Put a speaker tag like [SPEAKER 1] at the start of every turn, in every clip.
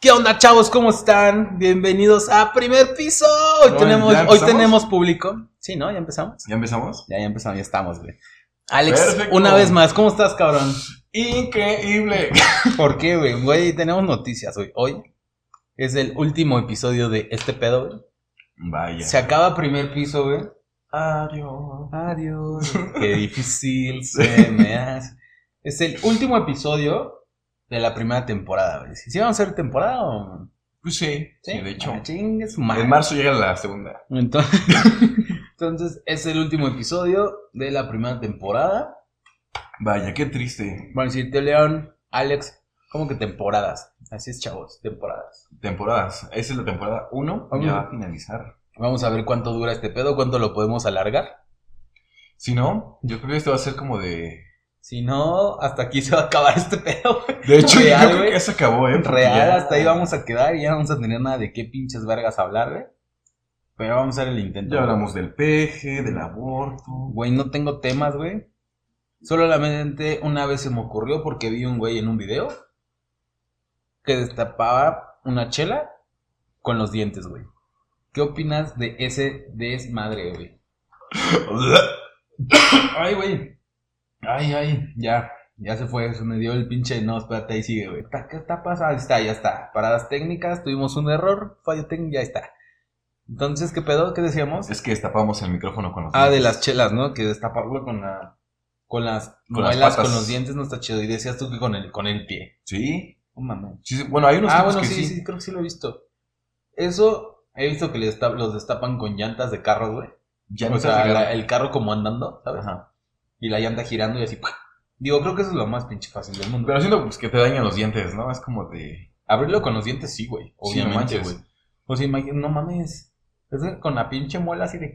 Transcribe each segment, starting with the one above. [SPEAKER 1] ¿Qué onda, chavos? ¿Cómo están? Bienvenidos a primer piso. Hoy,
[SPEAKER 2] No,
[SPEAKER 1] tenemos,
[SPEAKER 2] ¿ya
[SPEAKER 1] hoy
[SPEAKER 2] empezamos?
[SPEAKER 1] tenemos público. Sí, ¿no? ¿Ya empezamos?
[SPEAKER 2] ¿Ya empezamos?
[SPEAKER 1] Ya, ya empezamos, ya estamos, güey. Alex,
[SPEAKER 2] Perfecto.
[SPEAKER 1] una vez más, ¿cómo estás, cabrón?
[SPEAKER 2] Increíble.
[SPEAKER 1] ¿Por qué, güey? Güey, tenemos noticias hoy. Hoy es el último episodio de este pedo, güey.
[SPEAKER 2] Vaya.
[SPEAKER 1] Se acaba primer piso, güey.
[SPEAKER 2] Adiós.
[SPEAKER 1] Adiós. Qué difícil se me hace. Es el último episodio de la primera temporada, güey. ¿Sí vamos a hacer temporada o...?
[SPEAKER 2] Pues sí, sí, de hecho.
[SPEAKER 1] Ah, chingue su madre.
[SPEAKER 2] En marzo llega la segunda.
[SPEAKER 1] Entonces, entonces, es el último episodio de la primera temporada.
[SPEAKER 2] Vaya, qué triste.
[SPEAKER 1] Bueno, si te león, Alex, ¿cómo que temporadas? Así es, chavos, temporadas.
[SPEAKER 2] Temporadas. Esa es la temporada 1.
[SPEAKER 1] Vamos.
[SPEAKER 2] Ya va a finalizar.
[SPEAKER 1] Vamos a ver cuánto dura este pedo, cuánto lo podemos alargar.
[SPEAKER 2] Si no, yo creo que esto va a ser como de.
[SPEAKER 1] Si no, hasta aquí se va a acabar este pedo. güey.
[SPEAKER 2] De hecho,
[SPEAKER 1] Real,
[SPEAKER 2] yo creo
[SPEAKER 1] güey.
[SPEAKER 2] que ya se acabó, ¿eh? Porque
[SPEAKER 1] Real,
[SPEAKER 2] ya-
[SPEAKER 1] hasta ahí vamos a quedar y ya no vamos a tener nada de qué pinches vergas hablar, güey. Pero vamos a hacer el intento.
[SPEAKER 2] Ya
[SPEAKER 1] güey.
[SPEAKER 2] hablamos del peje, del aborto.
[SPEAKER 1] Güey, no tengo temas, güey. Solamente una vez se me ocurrió porque vi un güey en un video que destapaba una chela con los dientes, güey. ¿Qué opinas de ese desmadre, güey? Ay, güey. Ay, ay, ya. Ya se fue, se me dio el pinche. No, espérate, ahí sigue, güey. Ta- ¿Qué está pasando? Ahí está, ya está. Paradas técnicas, tuvimos un error, fallo técnico, ya está. Entonces, ¿qué pedo? ¿Qué decíamos?
[SPEAKER 2] Es que destapamos el micrófono con los.
[SPEAKER 1] Ah, de
[SPEAKER 2] dientes.
[SPEAKER 1] las chelas, ¿no? Que destaparlo con la con las
[SPEAKER 2] Con las
[SPEAKER 1] muelas,
[SPEAKER 2] patas.
[SPEAKER 1] con los dientes no está chido. Y decías tú que con el con el pie.
[SPEAKER 2] Sí.
[SPEAKER 1] No mames.
[SPEAKER 2] sí, sí. Bueno, hay unos
[SPEAKER 1] Ah,
[SPEAKER 2] tipos
[SPEAKER 1] bueno,
[SPEAKER 2] que
[SPEAKER 1] sí, sí, creo que sí lo he visto. Eso he visto que les tap- los destapan con llantas de carro, güey.
[SPEAKER 2] Ya
[SPEAKER 1] o
[SPEAKER 2] no se
[SPEAKER 1] sea,
[SPEAKER 2] hace
[SPEAKER 1] la-
[SPEAKER 2] nada.
[SPEAKER 1] el carro como andando, ¿sabes?
[SPEAKER 2] Ajá.
[SPEAKER 1] Y la llanta girando y así. ¡pua! Digo, creo que eso es lo más pinche fácil del mundo.
[SPEAKER 2] Pero siento pues, que te dañan los dientes, ¿no? Es como de.
[SPEAKER 1] Abrirlo con los dientes sí, güey. Obviamente,
[SPEAKER 2] manches.
[SPEAKER 1] güey. O sea, imagínate, no mames. Es que con la pinche muela así de.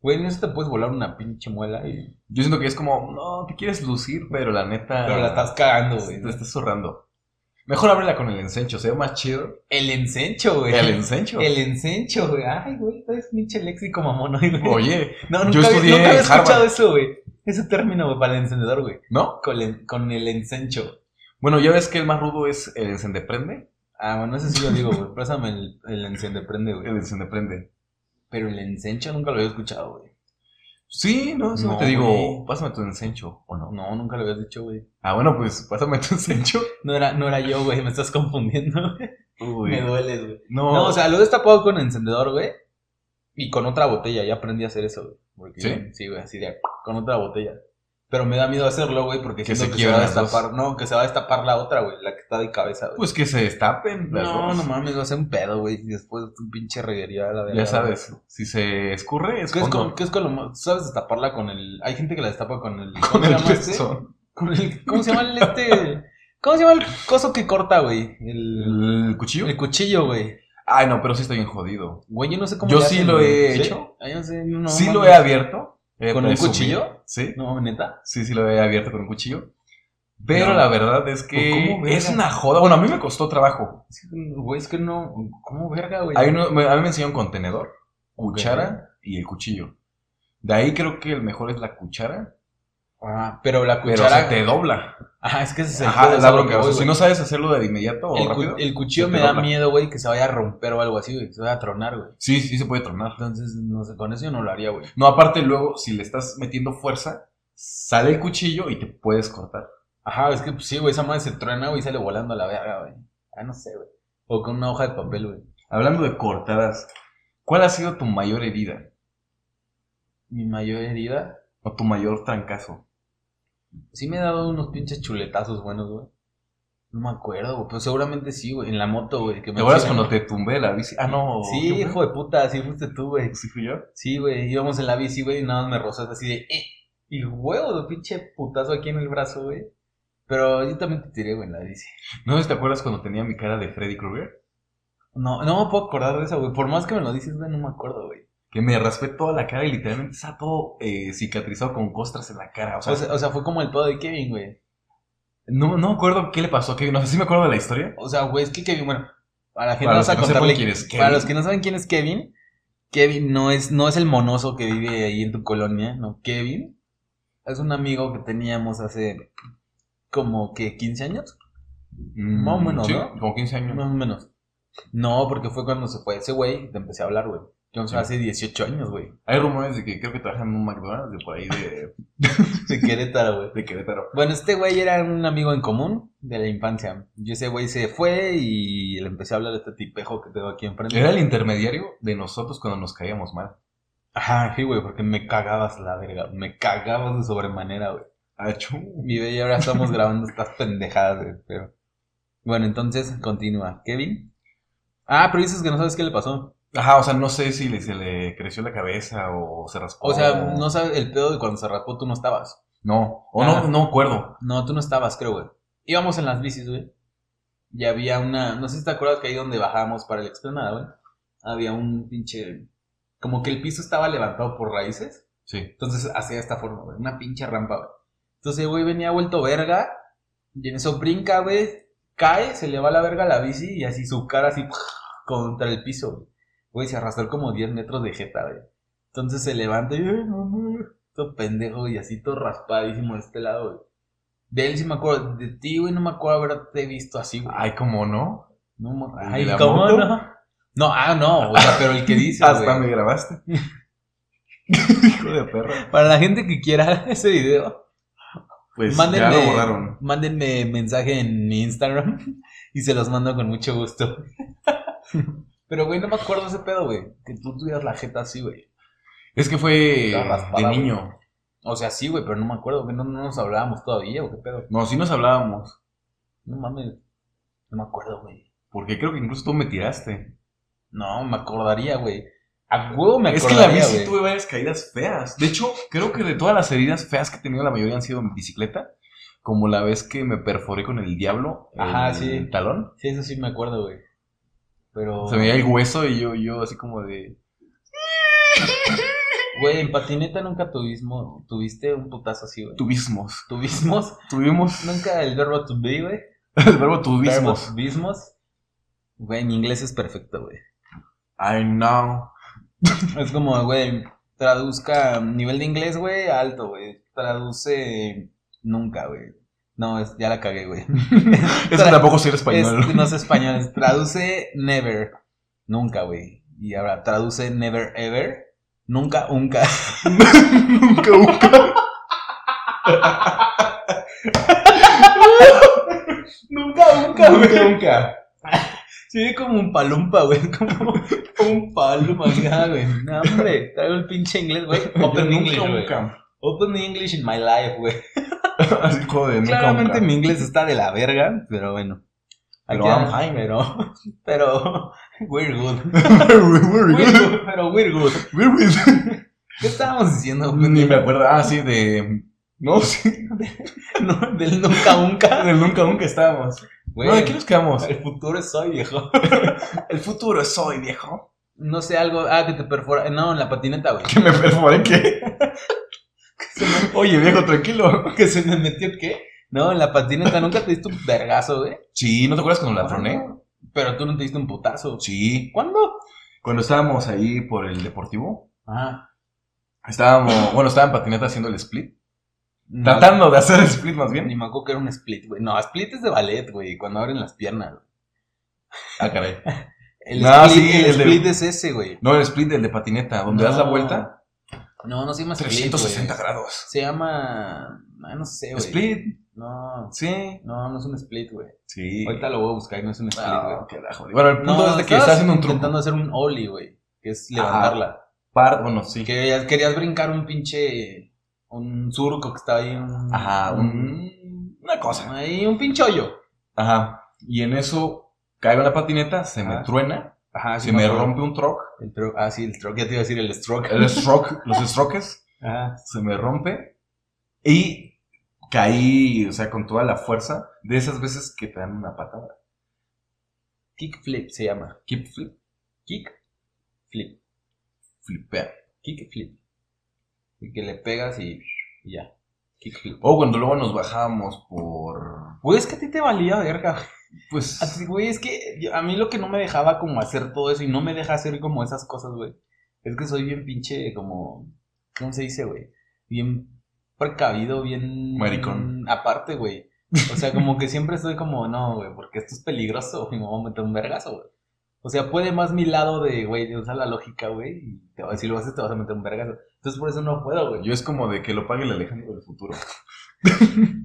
[SPEAKER 1] Güey, en eso te puedes volar una pinche muela y.
[SPEAKER 2] Yo siento que es como, no, te quieres lucir, pero la neta.
[SPEAKER 1] Pero la estás cagando, güey.
[SPEAKER 2] Te estás zorrando. Mejor ábrela con el ensencho, se ve más chido.
[SPEAKER 1] El ensencho, güey.
[SPEAKER 2] El ensencho.
[SPEAKER 1] El ensencho, güey. Ay, güey, es pinche léxico mamón hoy, güey.
[SPEAKER 2] Oye,
[SPEAKER 1] no,
[SPEAKER 2] yo
[SPEAKER 1] nunca, había-
[SPEAKER 2] estudié
[SPEAKER 1] nunca había
[SPEAKER 2] en Harvard.
[SPEAKER 1] escuchado eso, güey. Ese término, güey, para el encendedor, güey.
[SPEAKER 2] ¿no?
[SPEAKER 1] Con el, con el ensencho.
[SPEAKER 2] Bueno, ya ves que el más rudo es el encendeprende.
[SPEAKER 1] Ah, bueno, ese sí lo digo, güey. Pásame el, el encendeprende, güey.
[SPEAKER 2] El encendeprende.
[SPEAKER 1] Pero el ensencho nunca lo había escuchado, güey.
[SPEAKER 2] Sí, no, eso
[SPEAKER 1] No,
[SPEAKER 2] te digo,
[SPEAKER 1] güey.
[SPEAKER 2] pásame tu ensencho, ¿o no?
[SPEAKER 1] No, nunca lo habías dicho, güey.
[SPEAKER 2] Ah, bueno, pues pásame tu ensencho.
[SPEAKER 1] No era, no era yo, güey. Me estás confundiendo, güey.
[SPEAKER 2] Uy,
[SPEAKER 1] Me dueles, güey.
[SPEAKER 2] no,
[SPEAKER 1] No, o sea, lo he destapado con encendedor, güey. Y con otra botella, ya aprendí a hacer eso, güey. Porque-
[SPEAKER 2] ¿Sí?
[SPEAKER 1] Sí, güey, así de con otra botella. Pero me da miedo hacerlo, güey, porque
[SPEAKER 2] Que
[SPEAKER 1] siento
[SPEAKER 2] se
[SPEAKER 1] que se va
[SPEAKER 2] quiebran
[SPEAKER 1] a
[SPEAKER 2] las dos.
[SPEAKER 1] destapar. No, que se va a destapar la otra, güey, la que está de cabeza, güey.
[SPEAKER 2] pues que se destapen. las
[SPEAKER 1] no,
[SPEAKER 2] dos.
[SPEAKER 1] no mames, va a ser un pedo, güey. Y después un pinche reguería a la verga.
[SPEAKER 2] Ya sabes, si se escurre, es
[SPEAKER 1] ¿Qué es,
[SPEAKER 2] fondo.
[SPEAKER 1] con, ¿Qué es con lo más? ¿Sabes destaparla con el.? Hay gente que la destapa con el. ¿Cómo
[SPEAKER 2] Con
[SPEAKER 1] se
[SPEAKER 2] el
[SPEAKER 1] llama este?
[SPEAKER 2] pezón.
[SPEAKER 1] Con el- ¿Cómo se llama el este? ¿Cómo se llama el coso que corta, güey? El,
[SPEAKER 2] ¿El cuchillo?
[SPEAKER 1] el cuchillo, güey.
[SPEAKER 2] Ay, no, pero sí está bien jodido.
[SPEAKER 1] Güey, yo no sé cómo
[SPEAKER 2] Yo
[SPEAKER 1] le
[SPEAKER 2] sí
[SPEAKER 1] hacen,
[SPEAKER 2] lo
[SPEAKER 1] güey.
[SPEAKER 2] he
[SPEAKER 1] ¿Sí?
[SPEAKER 2] hecho.
[SPEAKER 1] Ah, yo sé, no,
[SPEAKER 2] sí lo
[SPEAKER 1] mames.
[SPEAKER 2] he abierto. eh,
[SPEAKER 1] ¿Con un
[SPEAKER 2] presumí.
[SPEAKER 1] cuchillo?
[SPEAKER 2] Sí,
[SPEAKER 1] No, neta.
[SPEAKER 2] sí, sí lo he abierto con un cuchillo. Pero
[SPEAKER 1] No.
[SPEAKER 2] la verdad es que
[SPEAKER 1] ¿Cómo
[SPEAKER 2] es
[SPEAKER 1] verga?
[SPEAKER 2] una joda. Bueno, a mí me costó trabajo.
[SPEAKER 1] Es que, Güey, es que no. ¿Cómo verga, güey?
[SPEAKER 2] Hay uno- me- a mí me enseñaron contenedor,
[SPEAKER 1] Ok.
[SPEAKER 2] cuchara y el cuchillo. De ahí creo que el mejor es la cuchara,
[SPEAKER 1] Ah, pero la
[SPEAKER 2] pero
[SPEAKER 1] cuchara.
[SPEAKER 2] se te dobla.
[SPEAKER 1] Ajá, es que ese es el
[SPEAKER 2] Ajá,
[SPEAKER 1] pedo,
[SPEAKER 2] es
[SPEAKER 1] es
[SPEAKER 2] la
[SPEAKER 1] a lo que
[SPEAKER 2] bronca. O sea,
[SPEAKER 1] voy,
[SPEAKER 2] si
[SPEAKER 1] güey.
[SPEAKER 2] no sabes hacerlo de inmediato o
[SPEAKER 1] el, cu-
[SPEAKER 2] rápido,
[SPEAKER 1] el cuchillo
[SPEAKER 2] se
[SPEAKER 1] me
[SPEAKER 2] te
[SPEAKER 1] da
[SPEAKER 2] dobla.
[SPEAKER 1] miedo, güey, que se vaya a romper o algo así, güey. Que se vaya a tronar, güey.
[SPEAKER 2] sí, sí se puede tronar.
[SPEAKER 1] Entonces, no sé, con eso yo no lo haría, güey.
[SPEAKER 2] No, aparte luego, si le estás metiendo fuerza, sale el cuchillo y te puedes cortar.
[SPEAKER 1] Ajá, es que pues, sí, güey, esa madre se truena, güey, y sale volando a la verga, güey. Ah, no sé, güey. O con una hoja de papel, güey.
[SPEAKER 2] Hablando de cortadas, ¿cuál ha sido tu mayor herida?
[SPEAKER 1] Mi mayor herida.
[SPEAKER 2] O tu mayor trancazo.
[SPEAKER 1] Sí me he dado unos pinches chuletazos buenos, güey. No me acuerdo, güey. Pero seguramente sí, güey. En la moto, güey. que me
[SPEAKER 2] ¿Te acuerdas
[SPEAKER 1] hicieron-
[SPEAKER 2] cuando te tumbé la bici? Ah, no.
[SPEAKER 1] Sí,
[SPEAKER 2] ¿qué fue?
[SPEAKER 1] hijo de puta, así fuiste tú, güey.
[SPEAKER 2] ¿Sí fui yo?
[SPEAKER 1] Sí, güey, íbamos en la bici, güey, y nada más me rozaste así de, eh, y huevo, de pinche putazo aquí en el brazo, güey. Pero yo también te tiré, güey, en la bici.
[SPEAKER 2] ¿No sé si te acuerdas cuando tenía mi cara de Freddy Krueger?
[SPEAKER 1] No, no me puedo acordar de eso, güey. Por más que me lo dices, güey, no me acuerdo, güey.
[SPEAKER 2] Que me raspé toda la cara y literalmente estaba todo eh, cicatrizado con costras en la cara. O
[SPEAKER 1] O
[SPEAKER 2] sea,
[SPEAKER 1] sea, o sea, fue como el pedo de Kevin, güey.
[SPEAKER 2] no, no me acuerdo qué le pasó a Kevin. No sé si me acuerdo de la historia.
[SPEAKER 1] O sea, güey, es que Kevin, bueno, para la gente
[SPEAKER 2] Para
[SPEAKER 1] vamos
[SPEAKER 2] los
[SPEAKER 1] a
[SPEAKER 2] que no sepan
[SPEAKER 1] contarle.
[SPEAKER 2] quién es Kevin.
[SPEAKER 1] Para los que no saben quién es Kevin, Kevin no es, no es el monoso que vive ahí en tu colonia, no. Kevin es un amigo que teníamos hace como que 15 años. Más o menos,
[SPEAKER 2] sí,
[SPEAKER 1] ¿no?
[SPEAKER 2] Como 15 años.
[SPEAKER 1] Más o menos. No, porque fue cuando se fue ese güey, te empecé a hablar, güey. Yo
[SPEAKER 2] Sí.
[SPEAKER 1] hace 18 años, güey.
[SPEAKER 2] Hay rumores de que creo que trabajan en un McDonald's de por ahí de,
[SPEAKER 1] De Querétaro, güey.
[SPEAKER 2] de Querétaro.
[SPEAKER 1] Bueno, este güey era un amigo en común de la infancia. Yo ese güey se fue y le empecé a hablar a este tipejo que tengo aquí enfrente.
[SPEAKER 2] Era el intermediario de nosotros cuando nos caíamos mal.
[SPEAKER 1] Ajá, sí, güey, porque me cagabas la verga. Me cagabas de sobremanera, güey.
[SPEAKER 2] Achú.
[SPEAKER 1] Mi bella, ahora estamos grabando estas pendejadas, güey, pero... Bueno, entonces, continúa. ¿Kevin? Ah, pero dices que no sabes qué le pasó.
[SPEAKER 2] Ajá, o sea, no sé si le- se le creció la cabeza o se raspó.
[SPEAKER 1] O sea, no Ah. sabes el pedo de cuando se raspó, tú no estabas.
[SPEAKER 2] No, o
[SPEAKER 1] Ajá.
[SPEAKER 2] no, no acuerdo.
[SPEAKER 1] No, tú no estabas, creo, güey. Íbamos en las bicis, güey. Y había una. No sé si te acuerdas que ahí donde bajábamos para la explanada, güey. Había un pinche. Como que el piso estaba levantado por raíces.
[SPEAKER 2] Sí.
[SPEAKER 1] Entonces hacía esta forma, güey. Una pinche rampa, güey. Entonces, güey, venía vuelto verga. Y en eso brinca, güey. Cae, se le va la verga a la bici y así su cara así contra el piso, güey. Güey, se arrastró como 10 metros de jeta, güey. Entonces se levanta y, "Ay, no, no". todo pendejo y así todo raspadísimo de este lado, güey. De él sí me acuerdo, de ti, güey, no me acuerdo haberte visto así, güey.
[SPEAKER 2] Ay, cómo no.
[SPEAKER 1] no, mo-
[SPEAKER 2] ¿el de
[SPEAKER 1] ay,
[SPEAKER 2] la
[SPEAKER 1] ¿cómo
[SPEAKER 2] moto?
[SPEAKER 1] no? No, ah, no, o sea, pero el que dice,
[SPEAKER 2] Hasta
[SPEAKER 1] güey.
[SPEAKER 2] me grabaste. Hijo de perra.
[SPEAKER 1] Para la gente que quiera ese video,
[SPEAKER 2] Pues
[SPEAKER 1] Mándenme,
[SPEAKER 2] ya lo borraron.
[SPEAKER 1] mándenme mensaje en mi Instagram y se los mando con mucho gusto. Pero, güey, no me acuerdo ese pedo, güey. Que tú tuvieras la jeta así, güey.
[SPEAKER 2] Es que fue
[SPEAKER 1] La raspada,
[SPEAKER 2] de
[SPEAKER 1] güey.
[SPEAKER 2] niño.
[SPEAKER 1] O sea, sí, güey, pero no me acuerdo, que no, no nos hablábamos todavía, o qué pedo.
[SPEAKER 2] No, sí nos hablábamos.
[SPEAKER 1] No mames. No me acuerdo, güey.
[SPEAKER 2] Porque creo que incluso tú me tiraste.
[SPEAKER 1] No, me acordaría, güey. A huevo me
[SPEAKER 2] es que en la
[SPEAKER 1] acordaría,
[SPEAKER 2] bici
[SPEAKER 1] güey.
[SPEAKER 2] tuve varias caídas feas. De hecho, creo que de todas las heridas feas que he tenido, la mayoría han sido en bicicleta. Como la vez que me perforé con el diablo
[SPEAKER 1] Ajá,
[SPEAKER 2] el
[SPEAKER 1] sí.
[SPEAKER 2] talón.
[SPEAKER 1] Sí, eso sí me acuerdo, güey. Pero,
[SPEAKER 2] Se me veía el hueso y yo, yo así como de...
[SPEAKER 1] güey, en patineta nunca tuvismo, tuviste un putazo así, güey.
[SPEAKER 2] Tubismos.
[SPEAKER 1] ¿Tuvismos?
[SPEAKER 2] Tuvimos
[SPEAKER 1] Nunca el verbo to be, güey.
[SPEAKER 2] el verbo
[SPEAKER 1] Bismos.
[SPEAKER 2] tubismos.
[SPEAKER 1] Bismos. Güey, mi inglés es perfecto, güey.
[SPEAKER 2] I know.
[SPEAKER 1] Es como, güey, traduzca nivel de inglés, güey, alto, güey. Traduce nunca, güey. No, es, ya la cagué, güey.
[SPEAKER 2] Eso tampoco si eres español.
[SPEAKER 1] Es- Pues no es español, es traduce never. Nunca, güey. Y ahora traduce never ever. Nunca, nunca.
[SPEAKER 2] Nunca, nunca.
[SPEAKER 1] nunca,
[SPEAKER 2] Nunca, nunca.
[SPEAKER 1] Sí, como un palumpa, güey. Como un palumpa, güey. No, hombre, traigo el pinche inglés, güey.
[SPEAKER 2] Yo
[SPEAKER 1] Open
[SPEAKER 2] nunca,
[SPEAKER 1] English, güey.
[SPEAKER 2] nunca.
[SPEAKER 1] Open English in my life, güey.
[SPEAKER 2] Así como de nunca,
[SPEAKER 1] Claramente
[SPEAKER 2] nunca.
[SPEAKER 1] mi inglés está de la verga, pero bueno.
[SPEAKER 2] Pero
[SPEAKER 1] Aquí
[SPEAKER 2] I'm
[SPEAKER 1] anda-
[SPEAKER 2] fine.
[SPEAKER 1] pero, pero we're good.
[SPEAKER 2] We're
[SPEAKER 1] We're
[SPEAKER 2] good.
[SPEAKER 1] good, pero we're good.
[SPEAKER 2] We're good.
[SPEAKER 1] ¿Qué estábamos diciendo? güey?
[SPEAKER 2] Ni me acuerdo. Ah, sí, de. No, sí.
[SPEAKER 1] No, del nunca nunca.
[SPEAKER 2] Del nunca, nunca estábamos.
[SPEAKER 1] Güey,
[SPEAKER 2] No, ¿de qué nos quedamos?
[SPEAKER 1] el futuro es hoy, viejo.
[SPEAKER 2] El futuro es hoy, viejo.
[SPEAKER 1] No sé, algo, ah, que te perfora, no, en la patineta, güey.
[SPEAKER 2] ¿Que me perforé qué? Oye, viejo, tranquilo.
[SPEAKER 1] ¿Que se me metió qué? No, en la patineta nunca te diste un vergazo, güey.
[SPEAKER 2] Sí, ¿no te acuerdas cuando la troné?
[SPEAKER 1] Pero tú no te diste un putazo.
[SPEAKER 2] Sí.
[SPEAKER 1] ¿Cuándo?
[SPEAKER 2] Cuando estábamos ahí por el deportivo,
[SPEAKER 1] Ah.
[SPEAKER 2] estábamos. Bueno, estaba en patineta haciendo el split. Tratando de hacer el split más
[SPEAKER 1] Ni
[SPEAKER 2] bien.
[SPEAKER 1] me acuerdo que era un split, güey. No, split es de ballet, güey, cuando abren las piernas.
[SPEAKER 2] Ah, caray.
[SPEAKER 1] El,
[SPEAKER 2] No,
[SPEAKER 1] split,
[SPEAKER 2] sí,
[SPEAKER 1] el
[SPEAKER 2] el de-
[SPEAKER 1] split es ese, güey.
[SPEAKER 2] No, el split del de patineta, donde
[SPEAKER 1] No.
[SPEAKER 2] das la vuelta.
[SPEAKER 1] No, no se llama split,
[SPEAKER 2] 360
[SPEAKER 1] güey.
[SPEAKER 2] grados.
[SPEAKER 1] Se llama... Ah, no sé, güey.
[SPEAKER 2] Split,
[SPEAKER 1] No,
[SPEAKER 2] sí.
[SPEAKER 1] no, no es un split, güey.
[SPEAKER 2] Sí.
[SPEAKER 1] Ahorita lo voy a buscar y no es un split, güey.
[SPEAKER 2] Ah, qué la jodida. Bueno, el punto es de que
[SPEAKER 1] estabas
[SPEAKER 2] está haciendo un truco.
[SPEAKER 1] intentando hacer un ollie, güey. Que es levantarla.
[SPEAKER 2] Par, bueno, sí.
[SPEAKER 1] Querías, querías brincar un pinche... Un surco que estaba ahí. Un,
[SPEAKER 2] Ajá, un- una cosa.
[SPEAKER 1] Ahí un pinche hoyo.
[SPEAKER 2] Ajá. Y en eso caigo en la patineta, se me
[SPEAKER 1] Ah.
[SPEAKER 2] truena,
[SPEAKER 1] Ajá, sí
[SPEAKER 2] se me
[SPEAKER 1] acuerdo.
[SPEAKER 2] rompe un truck.
[SPEAKER 1] El tro- Ah, sí, el stroke. Ya te iba a decir el stroke.
[SPEAKER 2] El stroke, los strokes,
[SPEAKER 1] Ajá.
[SPEAKER 2] se me rompe. Y caí, o sea, con toda la fuerza de esas veces que te dan una patada.
[SPEAKER 1] Kickflip se llama.
[SPEAKER 2] Keep flip,
[SPEAKER 1] Kickflip.
[SPEAKER 2] flipea.
[SPEAKER 1] Kickflip. Y que le pegas y, y ya. Kickflip.
[SPEAKER 2] O cuando luego nos bajábamos por.
[SPEAKER 1] Güey, es que a ti te valía verga. A
[SPEAKER 2] Pues.
[SPEAKER 1] ti, güey, es que yo- a mí lo que no me dejaba como hacer todo eso y no me deja hacer como esas cosas, güey. Es que soy bien pinche, como. ¿Cómo se dice, güey? Bien precavido, bien.
[SPEAKER 2] Maricón.
[SPEAKER 1] Aparte, güey. O sea, como que siempre estoy como, no, güey, porque esto es peligroso, güey, me voy a meter un vergazo, güey. O sea, puede más mi lado de, güey, de usar la lógica, güey, y te va- si lo haces te vas a meter un vergazo. Entonces por eso no puedo, güey.
[SPEAKER 2] Yo es como de que lo pague el Alejandro del futuro.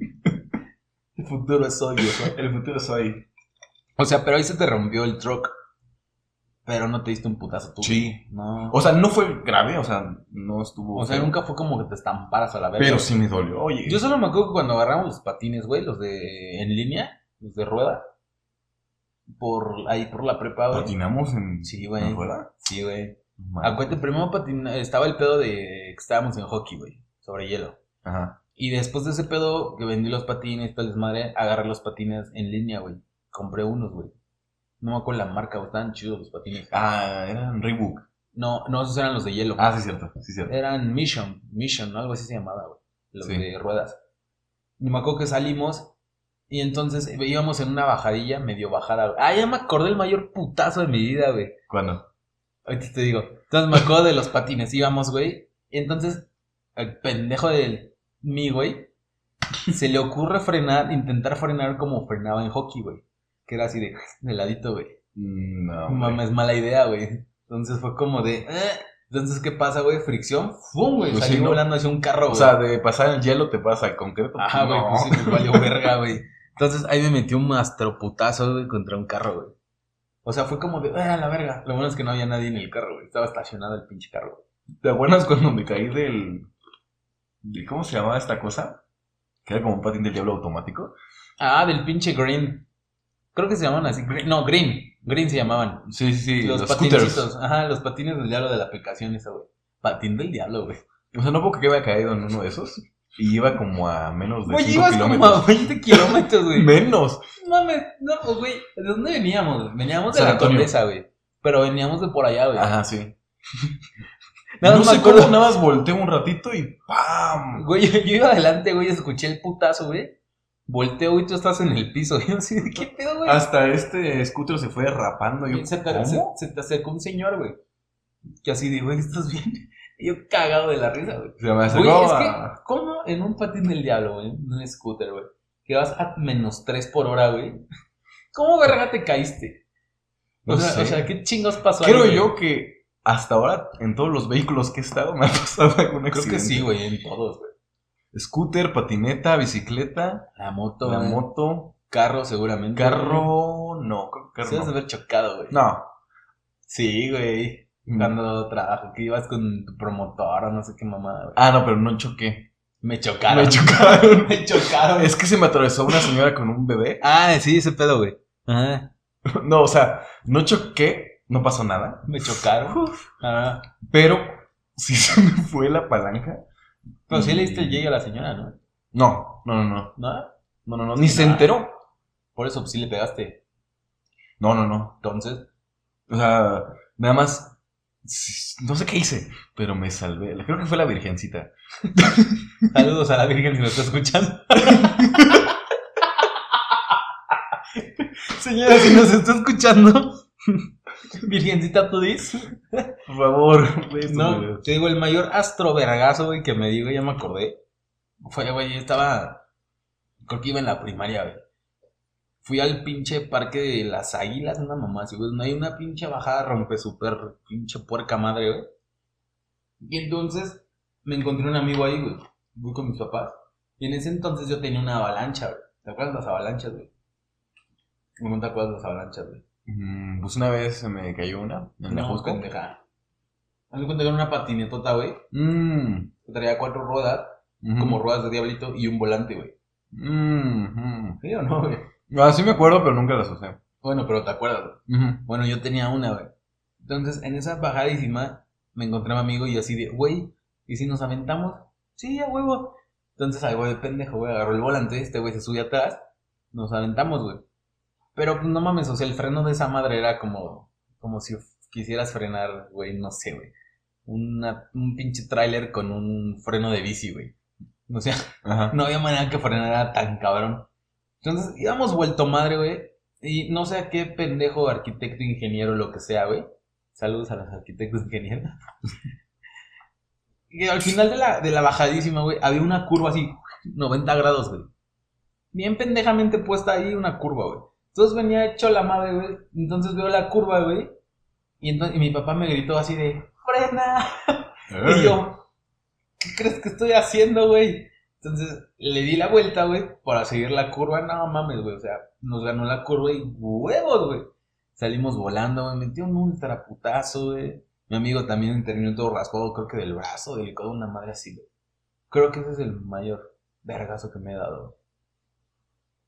[SPEAKER 1] El futuro es obvio, güey.
[SPEAKER 2] El futuro soy.
[SPEAKER 1] O sea, pero ahí se te rompió el truck. Pero no te diste un putazo tú.
[SPEAKER 2] Sí.
[SPEAKER 1] güey. No.
[SPEAKER 2] O sea, no fue grave, o sea, no estuvo.
[SPEAKER 1] O sea, nunca fue como que te estamparas a la verga.
[SPEAKER 2] Pero sí me dolió. Oye.
[SPEAKER 1] Yo solo me acuerdo que cuando agarramos los patines, güey, los de en línea, los de rueda, por ahí por la prepa, güey.
[SPEAKER 2] ¿Patinamos en
[SPEAKER 1] Sí, güey.
[SPEAKER 2] en rueda?
[SPEAKER 1] Sí, güey.
[SPEAKER 2] No mames.
[SPEAKER 1] Acuérdate, primero patina, estaba el pedo de que estábamos en hockey, güey, sobre hielo.
[SPEAKER 2] Ajá.
[SPEAKER 1] Y después de ese pedo, que vendí los patines, tal desmadre, agarré los patines en línea, güey. Compré unos, güey. No me acuerdo la marca, güey, estaban chidos los patines.
[SPEAKER 2] Ah, eran Reebok.
[SPEAKER 1] No, no, esos eran los de hielo.
[SPEAKER 2] Ah, sí, cierto. Sí, cierto.
[SPEAKER 1] Eran Mission, Mission, ¿no? algo así se llamaba, güey. Los
[SPEAKER 2] Sí.
[SPEAKER 1] de ruedas. Y me acuerdo que salimos y entonces íbamos en una bajadilla, medio bajada. güey. Ah, ya me acordé el mayor putazo de mi vida, güey.
[SPEAKER 2] ¿Cuándo?
[SPEAKER 1] Ahorita te digo. Entonces me acuerdo de los patines, íbamos, güey. Y entonces el pendejo del mi, güey, se le ocurre frenar, intentar frenar como frenaba en hockey, güey. Que era así de, de ladito, güey.
[SPEAKER 2] Mm, No.
[SPEAKER 1] No
[SPEAKER 2] güey.
[SPEAKER 1] mames, mala idea, güey. Entonces fue como de. "Eh". Entonces, ¿qué pasa, güey? Fricción. ¡Fum, güey!
[SPEAKER 2] Pues
[SPEAKER 1] Salí
[SPEAKER 2] sí, ¿no?
[SPEAKER 1] volando hacia un carro,
[SPEAKER 2] O
[SPEAKER 1] güey.
[SPEAKER 2] sea, de pasar el hielo te pasa al concreto.
[SPEAKER 1] Ajá, güey.
[SPEAKER 2] No.
[SPEAKER 1] Pues sí, pues valió verga, güey. Entonces ahí me metí un mastroputazo, güey, contra un carro, güey. O sea, fue como de. ¡Ah, la verga! Lo bueno es que no había nadie en el carro, güey. Estaba estacionado el pinche carro, güey.
[SPEAKER 2] ¿Te acuerdas cuando me caí del. de- ¿Cómo se llamaba esta cosa? Que era como un patín del diablo automático.
[SPEAKER 1] Ah, del pinche Green. Creo que se llamaban así. Green- No, Green. Green se llamaban.
[SPEAKER 2] Sí, sí, sí.
[SPEAKER 1] los patincitos. Ajá, los patines del diablo de la aplicación esa, güey. Patín del diablo, güey.
[SPEAKER 2] O sea, no porque que había caído en uno de esos. Y iba como a menos Pues de
[SPEAKER 1] Güey,
[SPEAKER 2] 5
[SPEAKER 1] ibas como a
[SPEAKER 2] kilómetros.
[SPEAKER 1] 20 kilómetros, güey.
[SPEAKER 2] Menos.
[SPEAKER 1] Mames, no, pues, güey, ¿de dónde veníamos? Veníamos de
[SPEAKER 2] San
[SPEAKER 1] la
[SPEAKER 2] Antonio.
[SPEAKER 1] Condesa, güey. Pero veníamos de por allá, güey.
[SPEAKER 2] Ajá, sí.
[SPEAKER 1] Nada
[SPEAKER 2] no
[SPEAKER 1] más
[SPEAKER 2] sé
[SPEAKER 1] me acuerdo.
[SPEAKER 2] cómo, nada más volteé un ratito y ¡pam!
[SPEAKER 1] Güey, yo, yo iba adelante, güey, escuché el putazo, güey. Volteo y tú estás en el piso. Yo así, ¿de ¿qué pedo, güey?
[SPEAKER 2] Hasta este scooter se fue derrapando. Y yo,
[SPEAKER 1] Y se, te, se,
[SPEAKER 2] ¿cómo?
[SPEAKER 1] se te acercó un señor, güey. Que así digo, güey, ¿estás bien? Y yo cagado de la risa, güey.
[SPEAKER 2] Se me
[SPEAKER 1] Güey,
[SPEAKER 2] acercó
[SPEAKER 1] es que,
[SPEAKER 2] a-
[SPEAKER 1] ¿cómo en un patín del diablo, güey? En un scooter, güey. Que vas a menos 3 por hora, güey. ¿Cómo, verga, te caíste? O,
[SPEAKER 2] No
[SPEAKER 1] sea,
[SPEAKER 2] sé.
[SPEAKER 1] o sea, ¿qué chingos pasó ahí,
[SPEAKER 2] Creo
[SPEAKER 1] güey?
[SPEAKER 2] yo que hasta ahora en todos los vehículos que he estado me ha pasado algún
[SPEAKER 1] Creo
[SPEAKER 2] accidente.
[SPEAKER 1] que sí, güey, en todos, güey.
[SPEAKER 2] Scooter, patineta, bicicleta,
[SPEAKER 1] La moto,
[SPEAKER 2] la
[SPEAKER 1] güey.
[SPEAKER 2] moto,
[SPEAKER 1] carro seguramente.
[SPEAKER 2] carro, no, creo que
[SPEAKER 1] Se debes
[SPEAKER 2] carro. No.
[SPEAKER 1] haber chocado, güey.
[SPEAKER 2] No.
[SPEAKER 1] Sí, güey.
[SPEAKER 2] Mm.
[SPEAKER 1] Cuando trabajo, que ibas con tu promotor o no sé qué mamada, güey.
[SPEAKER 2] Ah, no, pero no choqué.
[SPEAKER 1] Me chocaron.
[SPEAKER 2] Me chocaron.
[SPEAKER 1] Me chocaron.
[SPEAKER 2] es que se me atravesó una señora con un bebé.
[SPEAKER 1] Ah, sí, ese pedo, güey. Ajá.
[SPEAKER 2] No, o sea, no choqué, no pasó nada.
[SPEAKER 1] Me chocaron. Ajá.
[SPEAKER 2] Pero sí se me fue la palanca.
[SPEAKER 1] Pero sí
[SPEAKER 2] Y-
[SPEAKER 1] le diste el llegue a la señora, ¿no?
[SPEAKER 2] No, no, no, no.
[SPEAKER 1] ¿No?
[SPEAKER 2] No, no, no. Ni se
[SPEAKER 1] Ah.
[SPEAKER 2] enteró.
[SPEAKER 1] Por eso pues, sí le pegaste.
[SPEAKER 2] No, no, no.
[SPEAKER 1] Entonces,
[SPEAKER 2] O sea, nada más. No sé qué hice, pero me salvé. Creo que fue la virgencita.
[SPEAKER 1] saludos a la Virgen si nos está escuchando. señora, si nos está escuchando. Virgencita, ¿tú dices?
[SPEAKER 2] Por favor, ve estos
[SPEAKER 1] No,
[SPEAKER 2] videos.
[SPEAKER 1] te digo, el mayor astrovergazo, güey, que me digo, ya me acordé. Fue, güey, yo estaba. Creo que iba en la primaria, güey. Fui al pinche parque de las águilas, una mamá, así, güey. No hay una pinche bajada, rompe super, pinche puerca madre, güey. Y entonces me encontré un amigo ahí, güey. Voy con mis papás. Y en ese entonces yo tenía una avalancha, güey. ¿Te acuerdas de las avalanchas, güey? ¿No te acuerdas de las avalanchas, güey?
[SPEAKER 2] Mm, Pues una vez se me cayó una en la
[SPEAKER 1] No,
[SPEAKER 2] Jusco.
[SPEAKER 1] pendeja. Haz de cuenta que era una patinetota, güey.
[SPEAKER 2] Mm,
[SPEAKER 1] que traía cuatro ruedas,
[SPEAKER 2] ujú.
[SPEAKER 1] como ruedas de diablito y un volante, güey.
[SPEAKER 2] Mm, ujú.
[SPEAKER 1] ¿Sí o no, güey?
[SPEAKER 2] Ah, sí me acuerdo, pero nunca las usé.
[SPEAKER 1] Bueno, pero te acuerdas, güey.
[SPEAKER 2] Ujú.
[SPEAKER 1] Bueno, yo tenía una, güey. Entonces, en esa bajadísima, me encontré a mi amigo y así de, güey, ¿y si nos aventamos? Sí, a huevo. Entonces, algo de pendejo, güey, agarró el volante, este güey se sube atrás, nos aventamos, güey. Pero, pues, no mames, o sea, el freno de esa madre era como, como si quisieras frenar, güey, no sé, güey. Una- un pinche tráiler con un freno de bici, güey. O sea,
[SPEAKER 2] Ajá.
[SPEAKER 1] No había manera que frenara tan cabrón. Entonces íbamos vuelto madre, güey. Y no sé a qué pendejo arquitecto, ingeniero, lo que sea, güey. Saludos a los arquitectos, ingenieros. y al final de la, de la bajadísima, güey, había una curva así, 90 grados, güey. bien pendejamente puesta ahí una curva, güey. Entonces venía hecho la madre, güey. Entonces veo la curva, güey. Y, entonces, y mi papá me gritó así de, frena. Y yo, ¿qué crees que estoy haciendo, güey? Entonces le di la vuelta, güey, para seguir la curva. No mames, güey. O sea, nos ganó la curva y huevos, güey. Salimos volando, güey. Metí un ultra putazo, güey. Mi amigo también terminó todo raspado, creo que del brazo, del codo, una madre así, güey. Creo que ese es el mayor vergazo que me he dado. güey.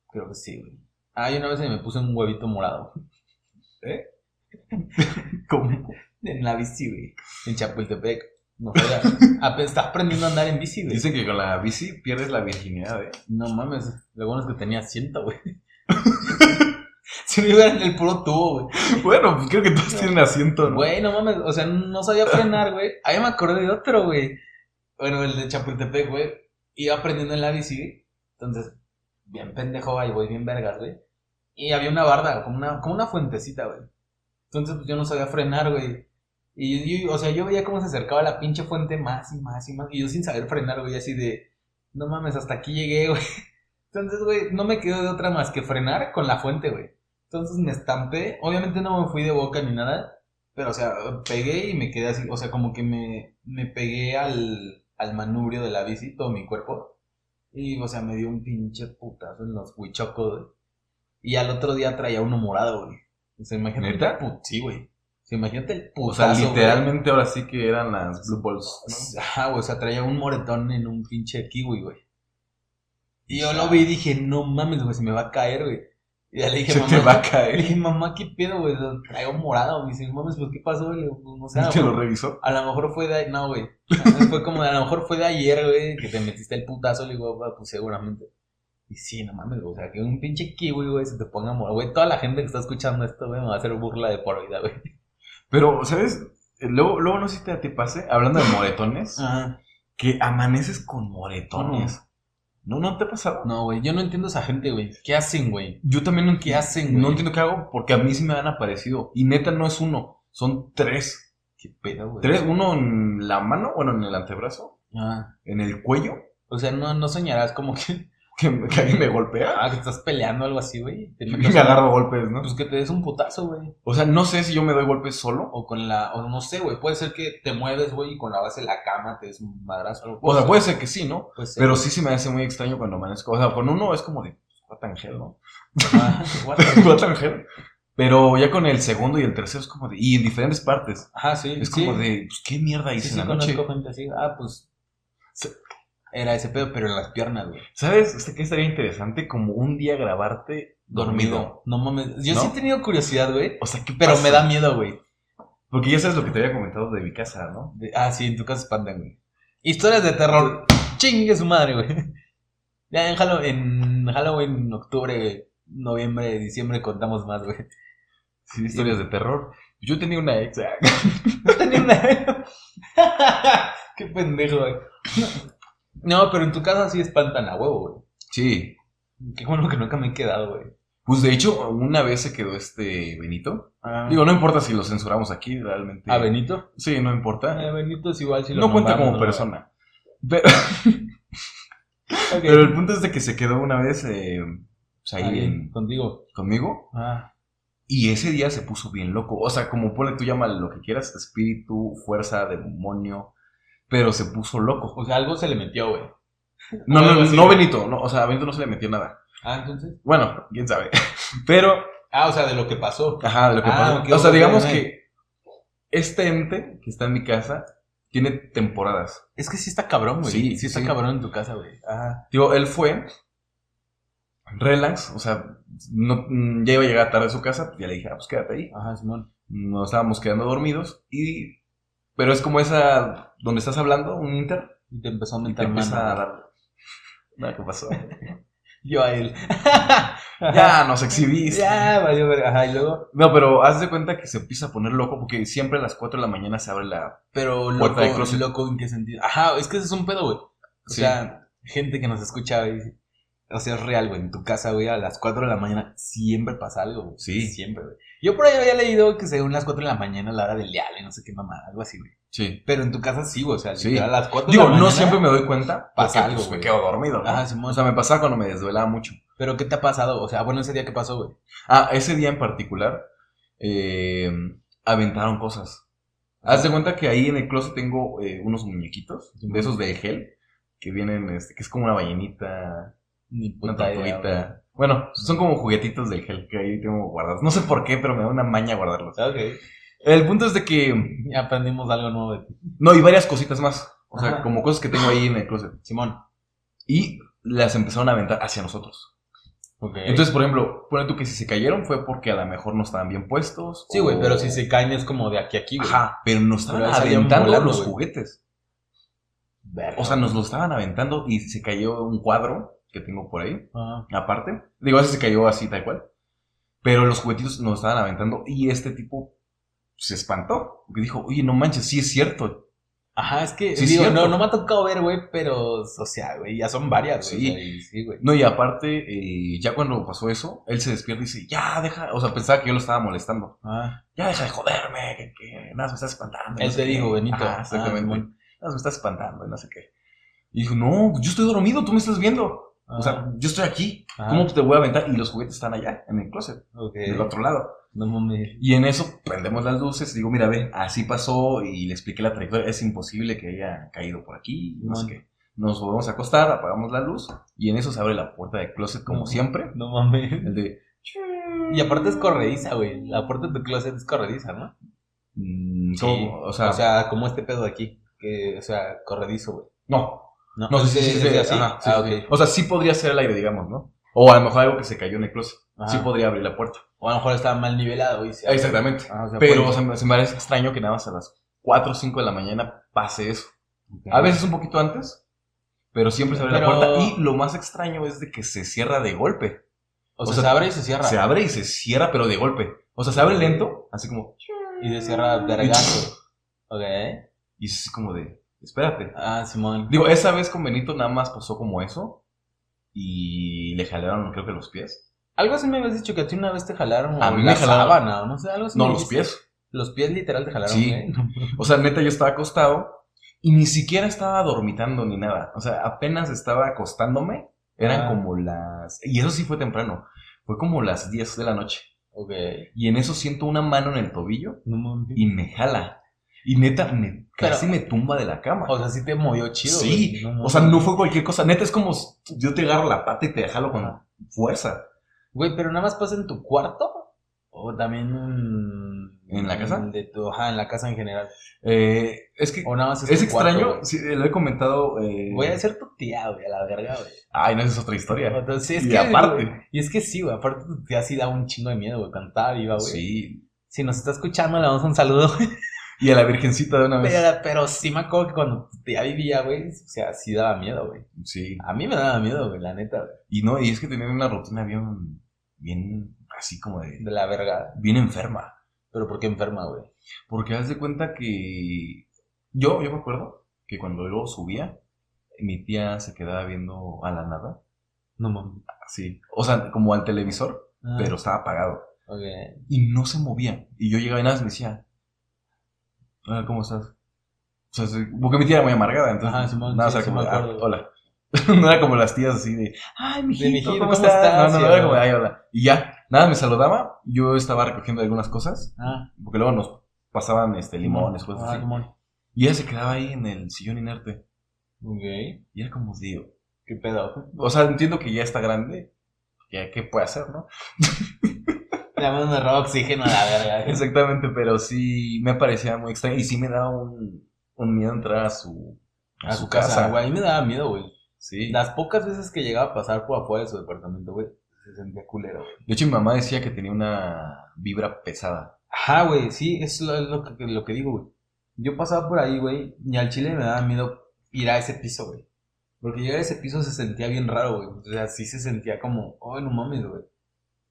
[SPEAKER 1] Creo que sí, güey. Ah, y una vez me puse un huevito morado.
[SPEAKER 2] ¿Eh? ¿Cómo?
[SPEAKER 1] En la bici, güey. En Chapultepec. No, jodas. Ape- estás aprendiendo a andar en bici, güey.
[SPEAKER 2] Dicen que con la bici pierdes la virginidad, ¿eh?
[SPEAKER 1] No mames, lo bueno es que tenía asiento, güey. Si me iban en el puro tubo, güey.
[SPEAKER 2] Bueno, pues creo que todos
[SPEAKER 1] No.
[SPEAKER 2] tienen asiento, ¿no?
[SPEAKER 1] Güey, no mames, o sea, no sabía frenar, güey. Ahí me acordé de otro, güey. Bueno, el de Chapultepec, güey. Iba aprendiendo en la bici, güey. Entonces, bien pendejo, ahí voy, bien vergas, güey. Y había una barda, como una, como una fuentecita, güey. Entonces, pues yo no sabía frenar, güey. Y yo, o sea, yo veía cómo se acercaba la pinche fuente más y más y más. Y yo sin saber frenar, güey, así de, no mames, hasta aquí llegué, güey. Entonces, güey, no me quedó de otra más que frenar con la fuente, güey. Entonces me estampé. Obviamente no me fui de boca ni nada. Pero, o sea, pegué y me quedé así. O sea, como que me, me pegué al, al manubrio de la bici, todo mi cuerpo. Y, o sea, me dio un pinche putazo en los huichocos, güey. Y al otro día traía uno morado, güey. O sea, imagínate.
[SPEAKER 2] ¿Neta?
[SPEAKER 1] pu- Sí, güey. O sea, imagínate el
[SPEAKER 2] O sea,
[SPEAKER 1] putazo. güey.
[SPEAKER 2] literalmente ahora sí que eran las Blue Balls. ¿no?
[SPEAKER 1] Ajá, güey, o sea, traía un moretón en un pinche kiwi, güey. Y yo lo vi y dije, no mames, güey, se me va a caer, güey. Y ya le dije,
[SPEAKER 2] Se
[SPEAKER 1] mamá,
[SPEAKER 2] te va a
[SPEAKER 1] le
[SPEAKER 2] caer.
[SPEAKER 1] dije, mamá, ¿qué pedo, güey? Lo Traigo morado, me dice, mames, pues, ¿qué pasó? güey? Le digo, pues, no sé, a
[SPEAKER 2] ¿Y
[SPEAKER 1] lo
[SPEAKER 2] ¿Te lo
[SPEAKER 1] mejor-
[SPEAKER 2] revisó?
[SPEAKER 1] a lo mejor fue de, no, güey. Entonces fue como, de, a lo mejor fue de ayer, güey, que te metiste el putazo, le digo, "Ah, pues, seguramente. Y sí, no mames, güey, o sea, que un pinche kiwi, güey, se te ponga morado, güey. Toda la gente que está escuchando esto, güey, me va a hacer burla de por vida, güey.
[SPEAKER 2] Pero, ¿sabes? Eh, Luego, luego no sé si te, te pase, hablando de moretones,
[SPEAKER 1] Ajá.
[SPEAKER 2] que amaneces con moretones. No, no te ha pasado.
[SPEAKER 1] No, güey, yo no entiendo a esa gente, güey. ¿Qué hacen, güey?
[SPEAKER 2] Yo también no
[SPEAKER 1] ¿Qué
[SPEAKER 2] entiendo,
[SPEAKER 1] hacen, güey?
[SPEAKER 2] no entiendo qué hago porque a mí sí me han aparecido. Y neta no es uno, son tres.
[SPEAKER 1] qué pedo, güey.
[SPEAKER 2] Tres, uno en la mano, bueno, en el antebrazo,
[SPEAKER 1] Ah,
[SPEAKER 2] en el cuello,
[SPEAKER 1] o sea, no, no soñarás como que,
[SPEAKER 2] que, me- que alguien me golpea.
[SPEAKER 1] ah, que estás peleando o algo así, güey. Te
[SPEAKER 2] Y
[SPEAKER 1] metas-
[SPEAKER 2] me agarro a golpes, ¿no?
[SPEAKER 1] Pues que te des un putazo, güey.
[SPEAKER 2] O sea, no sé si yo me doy golpes solo.
[SPEAKER 1] O con la, o no sé, güey. Puede ser que te mueves, güey, y con la base de la cama te des un madrazo. algo.
[SPEAKER 2] O sea, puede ser que sí, ¿no?
[SPEAKER 1] Pues,
[SPEAKER 2] Pero sí se me hace muy extraño cuando amanezco. O sea, con uno es como de, "Pues, what the hell, ¿no?
[SPEAKER 1] Ah, what the-
[SPEAKER 2] What the hell. Pero ya con el segundo y el tercero es como de, y en diferentes partes.
[SPEAKER 1] Ajá, Ah, sí.
[SPEAKER 2] Es
[SPEAKER 1] sí.
[SPEAKER 2] como de, pues, ¿qué mierda
[SPEAKER 1] Sí,
[SPEAKER 2] hice
[SPEAKER 1] sí,
[SPEAKER 2] en la noche?
[SPEAKER 1] conozco gente así. Ah, pues.
[SPEAKER 2] Sí.
[SPEAKER 1] Era ese pedo, pero en las piernas, güey.
[SPEAKER 2] ¿Sabes? Este que estaría interesante como un día grabarte dormido.
[SPEAKER 1] Dormido. No mames. Yo
[SPEAKER 2] ¿No? Ah,
[SPEAKER 1] sí he tenido curiosidad, güey.
[SPEAKER 2] O sea, ¿qué
[SPEAKER 1] Pero
[SPEAKER 2] pasa?
[SPEAKER 1] me da miedo, güey.
[SPEAKER 2] Porque ya sabes lo que te había comentado de mi casa, ¿no?
[SPEAKER 1] De- Ah, sí, en tu casa espantan, güey. Historias de terror. Chingue su madre, güey. Ya en Halloween, en Halloween, en octubre, noviembre, diciembre contamos más, güey.
[SPEAKER 2] Sí, historias de terror. Yo tenía una ex. ah,
[SPEAKER 1] No tenía una... Qué pendejo, güey. No, pero en tu casa sí espantan a huevo,
[SPEAKER 2] Sí.
[SPEAKER 1] güey. Qué bueno que nunca me he quedado, güey.
[SPEAKER 2] Pues de hecho, una vez se quedó este Benito.
[SPEAKER 1] Digo,
[SPEAKER 2] Digo, no importa si lo censuramos aquí, realmente.
[SPEAKER 1] ¿A Ah. Benito?
[SPEAKER 2] Sí, no importa.
[SPEAKER 1] A Benito es igual si lo
[SPEAKER 2] no cuenta
[SPEAKER 1] nombramos,
[SPEAKER 2] como
[SPEAKER 1] ¿no?
[SPEAKER 2] persona. Pero,
[SPEAKER 1] Ok.
[SPEAKER 2] pero el punto es de que se quedó una vez eh, pues, ahí
[SPEAKER 1] Ahí,
[SPEAKER 2] en-
[SPEAKER 1] contigo.
[SPEAKER 2] conmigo.
[SPEAKER 1] Ah,
[SPEAKER 2] Y ese día se puso bien loco. O sea, como ponle tú llama lo que quieras, espíritu, fuerza, demonio. Pero se puso loco.
[SPEAKER 1] o sea, algo se le metió, güey.
[SPEAKER 2] No,
[SPEAKER 1] algo
[SPEAKER 2] no,
[SPEAKER 1] así.
[SPEAKER 2] no, Benito. No, o sea, a Benito no se le metió nada.
[SPEAKER 1] Ah, entonces.
[SPEAKER 2] Bueno, quién sabe. Pero,
[SPEAKER 1] Ah, o sea, de lo que pasó.
[SPEAKER 2] ajá, de lo que
[SPEAKER 1] Ah,
[SPEAKER 2] pasó.
[SPEAKER 1] ok,
[SPEAKER 2] o sea,
[SPEAKER 1] ok,
[SPEAKER 2] digamos
[SPEAKER 1] ok.
[SPEAKER 2] que este ente que está en mi casa tiene temporadas.
[SPEAKER 1] Es que sí está cabrón, güey. Sí,
[SPEAKER 2] Sí,
[SPEAKER 1] sí está
[SPEAKER 2] sí.
[SPEAKER 1] cabrón en tu casa, güey. Ah, Ajá.
[SPEAKER 2] Digo, él fue relax. O sea, no, mm, ya iba a llegar tarde a su casa. Ya le dije, ah, pues quédate ahí.
[SPEAKER 1] Ajá, Simón.
[SPEAKER 2] nos estábamos quedando dormidos y pero es como esa donde estás hablando un inter
[SPEAKER 1] Y te empezó a
[SPEAKER 2] y te
[SPEAKER 1] mentar mano.
[SPEAKER 2] empieza a
[SPEAKER 1] güey.
[SPEAKER 2] dar no, ¿qué pasó?
[SPEAKER 1] Yo a él.
[SPEAKER 2] ya nos exhibiste
[SPEAKER 1] Ya, valió verga. Ajá, y luego.
[SPEAKER 2] no pero haz de cuenta que se empieza a poner loco porque siempre a las 4 de la mañana se abre la
[SPEAKER 1] Pero loco,
[SPEAKER 2] Puerta de closet.
[SPEAKER 1] loco, ¿en qué sentido? Ajá, es que ese es un pedo, güey. O
[SPEAKER 2] Sí.
[SPEAKER 1] sea, gente que nos escucha, güey. O sea, es real, güey. En tu casa, güey, a las 4 de la mañana siempre pasa algo, güey.
[SPEAKER 2] Sí.
[SPEAKER 1] Siempre, güey. Yo por ahí había leído que según las 4 de la mañana, la hora del diablo y no sé qué mamada, algo así, güey.
[SPEAKER 2] sí
[SPEAKER 1] Pero en tu casa sí, güey. O sea,
[SPEAKER 2] Sí.
[SPEAKER 1] literal, a las 4 de
[SPEAKER 2] digo
[SPEAKER 1] la mañana.
[SPEAKER 2] no siempre me doy cuenta
[SPEAKER 1] Pasa
[SPEAKER 2] pasa
[SPEAKER 1] algo,
[SPEAKER 2] algo
[SPEAKER 1] güey.
[SPEAKER 2] me quedo dormido ¿no?
[SPEAKER 1] Ajá, Simón.
[SPEAKER 2] o sea me pasaba cuando me desvelaba mucho
[SPEAKER 1] Pero ¿qué te ha pasado? O sea, bueno, ese día que pasó, güey.
[SPEAKER 2] Ah, ese día en particular, eh, aventaron cosas. Haz de cuenta que ahí en el closet tengo eh, unos muñequitos, de esos de gel, que vienen, este, que es como una ballenita,
[SPEAKER 1] Ni
[SPEAKER 2] una
[SPEAKER 1] puta idea, güey.
[SPEAKER 2] tortuguita. Bueno, son como juguetitos del gel que ahí tengo guardados. No sé por qué, pero me da una maña guardarlos.
[SPEAKER 1] Ok.
[SPEAKER 2] El punto es de que...
[SPEAKER 1] Ya aprendimos algo nuevo de ti.
[SPEAKER 2] No, y varias cositas más. O sea,
[SPEAKER 1] Ajá.
[SPEAKER 2] como cosas que tengo ahí en el closet.
[SPEAKER 1] Simón.
[SPEAKER 2] Y las empezaron a aventar hacia nosotros.
[SPEAKER 1] Ok.
[SPEAKER 2] Entonces, por ejemplo, pone tú que si se cayeron fue porque a lo mejor no estaban bien puestos.
[SPEAKER 1] sí, güey,
[SPEAKER 2] o-
[SPEAKER 1] pero si se caen es como de aquí a aquí, güey.
[SPEAKER 2] Ajá, pero nos estaban
[SPEAKER 1] Pero salían
[SPEAKER 2] aventando
[SPEAKER 1] volando,
[SPEAKER 2] los
[SPEAKER 1] güey.
[SPEAKER 2] juguetes.
[SPEAKER 1] Verga,
[SPEAKER 2] O sea,
[SPEAKER 1] güey.
[SPEAKER 2] nos lo estaban aventando y se cayó un cuadro que tengo por ahí,
[SPEAKER 1] Ah,
[SPEAKER 2] aparte. Digo, ese se cayó así, tal cual. Pero los juguetitos nos estaban aventando y este tipo se espantó. Porque dijo, oye, no manches, sí es cierto.
[SPEAKER 1] Ajá, es que
[SPEAKER 2] Sí,
[SPEAKER 1] digo,
[SPEAKER 2] cierto.
[SPEAKER 1] no, no me ha tocado ver, güey, pero, o sea, güey, ya son varias, güey.
[SPEAKER 2] Sí.
[SPEAKER 1] o sea, y sí, güey.
[SPEAKER 2] No, y aparte, eh, ya cuando pasó eso, él se despierta y dice, ya, deja. O sea, pensaba que yo lo estaba molestando.
[SPEAKER 1] Ah,
[SPEAKER 2] ya deja de joderme, que, que nada, me está espantando. y
[SPEAKER 1] Él
[SPEAKER 2] no sé
[SPEAKER 1] te
[SPEAKER 2] qué.
[SPEAKER 1] dijo, Benito.
[SPEAKER 2] Ajá, exactamente.
[SPEAKER 1] Ah, bueno.
[SPEAKER 2] Nada, me está espantando, y no sé qué. Y dijo, no, yo estoy dormido, tú me estás viendo.
[SPEAKER 1] ah,
[SPEAKER 2] O sea, yo estoy aquí.
[SPEAKER 1] Ajá.
[SPEAKER 2] ¿Cómo te voy a aventar? Y los juguetes están allá, en el closet, eh,
[SPEAKER 1] ok.
[SPEAKER 2] del otro lado.
[SPEAKER 1] No mames.
[SPEAKER 2] Y en eso prendemos las luces y digo, mira, ve, así pasó y le expliqué la trayectoria. Es imposible que haya caído por aquí, no sé
[SPEAKER 1] Bueno.
[SPEAKER 2] qué. Nos volvemos a acostar, apagamos la luz y en eso se abre la puerta del closet como
[SPEAKER 1] No.
[SPEAKER 2] siempre.
[SPEAKER 1] No mames.
[SPEAKER 2] El de...
[SPEAKER 1] Y aparte es corrediza, güey. La puerta de tu closet es corrediza, ¿no?
[SPEAKER 2] Mm,
[SPEAKER 1] Sí.
[SPEAKER 2] ¿cómo? O sea,
[SPEAKER 1] O sea, como este pedo de aquí. Que, o sea, corredizo, güey.
[SPEAKER 2] no,
[SPEAKER 1] No,
[SPEAKER 2] No, sí, sí,
[SPEAKER 1] ¿Es-
[SPEAKER 2] sí,
[SPEAKER 1] es
[SPEAKER 2] sí,
[SPEAKER 1] así?
[SPEAKER 2] ajá, sí,
[SPEAKER 1] ah,
[SPEAKER 2] sí.
[SPEAKER 1] ok.
[SPEAKER 2] O sea, sí podría ser el aire, digamos, ¿no? O a lo mejor algo que se cayó en el closet.
[SPEAKER 1] Ajá.
[SPEAKER 2] Sí podría abrir la puerta.
[SPEAKER 1] O a lo mejor estaba mal nivelado, güey. se-
[SPEAKER 2] Exactamente.
[SPEAKER 1] Ah, o sea,
[SPEAKER 2] Pero
[SPEAKER 1] puede-
[SPEAKER 2] o sea, me- se me parece extraño que nada más a las 4 o 5 de la mañana pase eso.
[SPEAKER 1] Ok.
[SPEAKER 2] A veces un poquito antes, pero siempre se abre la
[SPEAKER 1] Pero-
[SPEAKER 2] puerta. Y lo más extraño es de que se cierra de golpe.
[SPEAKER 1] O,
[SPEAKER 2] o
[SPEAKER 1] sea,
[SPEAKER 2] sea,
[SPEAKER 1] se abre y se cierra.
[SPEAKER 2] Se abre y se cierra, pero de golpe. O sea, se abre lento, así como...
[SPEAKER 1] Y se cierra de regazo. ok.
[SPEAKER 2] Y es así como de... Espérate.
[SPEAKER 1] Ah, Simón.
[SPEAKER 2] Digo, esa vez con Benito nada más pasó como eso. Y le jalaron, creo que los pies.
[SPEAKER 1] Algo así me habías dicho que a ti una vez te jalaron.
[SPEAKER 2] A
[SPEAKER 1] o
[SPEAKER 2] mí
[SPEAKER 1] la
[SPEAKER 2] me jalaron.
[SPEAKER 1] sábana, o no sé, algo así.
[SPEAKER 2] No,
[SPEAKER 1] Pues me
[SPEAKER 2] los
[SPEAKER 1] dijiste.
[SPEAKER 2] pies.
[SPEAKER 1] Los pies literal te jalaron.
[SPEAKER 2] Sí.
[SPEAKER 1] güey.
[SPEAKER 2] O sea, neta, yo estaba acostado y ni siquiera estaba dormitando ni nada. O sea, apenas estaba acostándome. Eran
[SPEAKER 1] Ah.
[SPEAKER 2] como las... Y eso sí fue temprano. Fue como las 10 de la noche.
[SPEAKER 1] Ok.
[SPEAKER 2] Y en eso siento una mano en el tobillo
[SPEAKER 1] No mames.
[SPEAKER 2] y me jala. Y neta, me,
[SPEAKER 1] Pero-
[SPEAKER 2] casi me tumba de la cama.
[SPEAKER 1] O sea, sí te movió chido.
[SPEAKER 2] sí.
[SPEAKER 1] güey. mames.
[SPEAKER 2] o sea, no fue cualquier cosa. Neta, es como si yo te agarro la pata y te jalo
[SPEAKER 1] Ah.
[SPEAKER 2] con fuerza.
[SPEAKER 1] Güey, pero nada más pasa en tu cuarto. O también en.
[SPEAKER 2] ¿En la casa?
[SPEAKER 1] De tu... Ajá, en la casa en general.
[SPEAKER 2] Eh, es que...
[SPEAKER 1] O nada más
[SPEAKER 2] Es
[SPEAKER 1] tu cuarto,
[SPEAKER 2] extraño,
[SPEAKER 1] güey.
[SPEAKER 2] sí, lo he comentado. eh,
[SPEAKER 1] Voy a ser tu tía, güey, a la verga, güey.
[SPEAKER 2] Ay, no, esa es otra historia.
[SPEAKER 1] Entonces, es
[SPEAKER 2] y
[SPEAKER 1] que,
[SPEAKER 2] aparte.
[SPEAKER 1] güey, y es que sí, güey. Aparte, tu tía sí da un chingo de miedo, güey. Cuando estaba viva, güey.
[SPEAKER 2] Sí,
[SPEAKER 1] Si nos está escuchando, le damos un saludo, güey.
[SPEAKER 2] Y a la virgencita de una vez.
[SPEAKER 1] Pero, pero sí me acuerdo que cuando tu tía vivía, güey, o sea, sí daba miedo, güey.
[SPEAKER 2] Sí.
[SPEAKER 1] A mí me daba miedo, güey, la neta, güey.
[SPEAKER 2] Y no, y es que tenían una rutina bien, bien, así como de,
[SPEAKER 1] De la verga.
[SPEAKER 2] bien enferma.
[SPEAKER 1] Pero ¿por qué enferma, güey?
[SPEAKER 2] Porque haz de cuenta que yo, yo me acuerdo que cuando yo subía, mi tía se quedaba viendo a la nada.
[SPEAKER 1] No mames.
[SPEAKER 2] Así. O sea, como al televisor,
[SPEAKER 1] Ah,
[SPEAKER 2] pero estaba apagado.
[SPEAKER 1] ok.
[SPEAKER 2] Y no se movía. Y yo llegaba y nada más me decía, "Hola, ¿cómo estás? O sea, sí, porque mi tía era muy amargada, entonces
[SPEAKER 1] Ajá, Simón,
[SPEAKER 2] nada,
[SPEAKER 1] sí,
[SPEAKER 2] o sea,
[SPEAKER 1] sí
[SPEAKER 2] como,
[SPEAKER 1] me
[SPEAKER 2] "Ah,
[SPEAKER 1] acuerdo".
[SPEAKER 2] hola. no era como las tías así de, ay, mijito,
[SPEAKER 1] mijito,
[SPEAKER 2] ¿cómo,
[SPEAKER 1] ¿cómo
[SPEAKER 2] estás?
[SPEAKER 1] estás?
[SPEAKER 2] No, no,
[SPEAKER 1] Sí,
[SPEAKER 2] no, era
[SPEAKER 1] ¿no?
[SPEAKER 2] como, ay, hola. Y ya, nada, me saludaba, yo estaba recogiendo algunas cosas,
[SPEAKER 1] Ah,
[SPEAKER 2] porque luego nos pasaban este, limones, cosas
[SPEAKER 1] ah,
[SPEAKER 2] así.
[SPEAKER 1] limón.
[SPEAKER 2] Y ella se quedaba ahí en el sillón inerte,
[SPEAKER 1] Ok.
[SPEAKER 2] y era como, digo,
[SPEAKER 1] ¿Qué pedo?
[SPEAKER 2] o sea, entiendo que ya está grande, ya, ¿qué puede hacer, no?
[SPEAKER 1] La mano me roba oxígeno a la verga. güey.
[SPEAKER 2] Exactamente, pero sí me parecía muy extraño y sí me daba un, un miedo entrar a su,
[SPEAKER 1] A su casa, güey. A mí me daba miedo, güey.
[SPEAKER 2] Sí.
[SPEAKER 1] Las pocas veces que llegaba a pasar por afuera de su departamento, güey, se sentía culero, güey.
[SPEAKER 2] De hecho, mi mamá decía que tenía una vibra pesada.
[SPEAKER 1] Ajá, güey, sí, es lo, es lo que, lo que digo, güey. Yo pasaba por ahí, güey, y al chile me daba miedo ir a ese piso, güey. Porque llegar a ese piso se sentía bien raro, güey. O sea, sí se sentía como, oh, no mames, güey.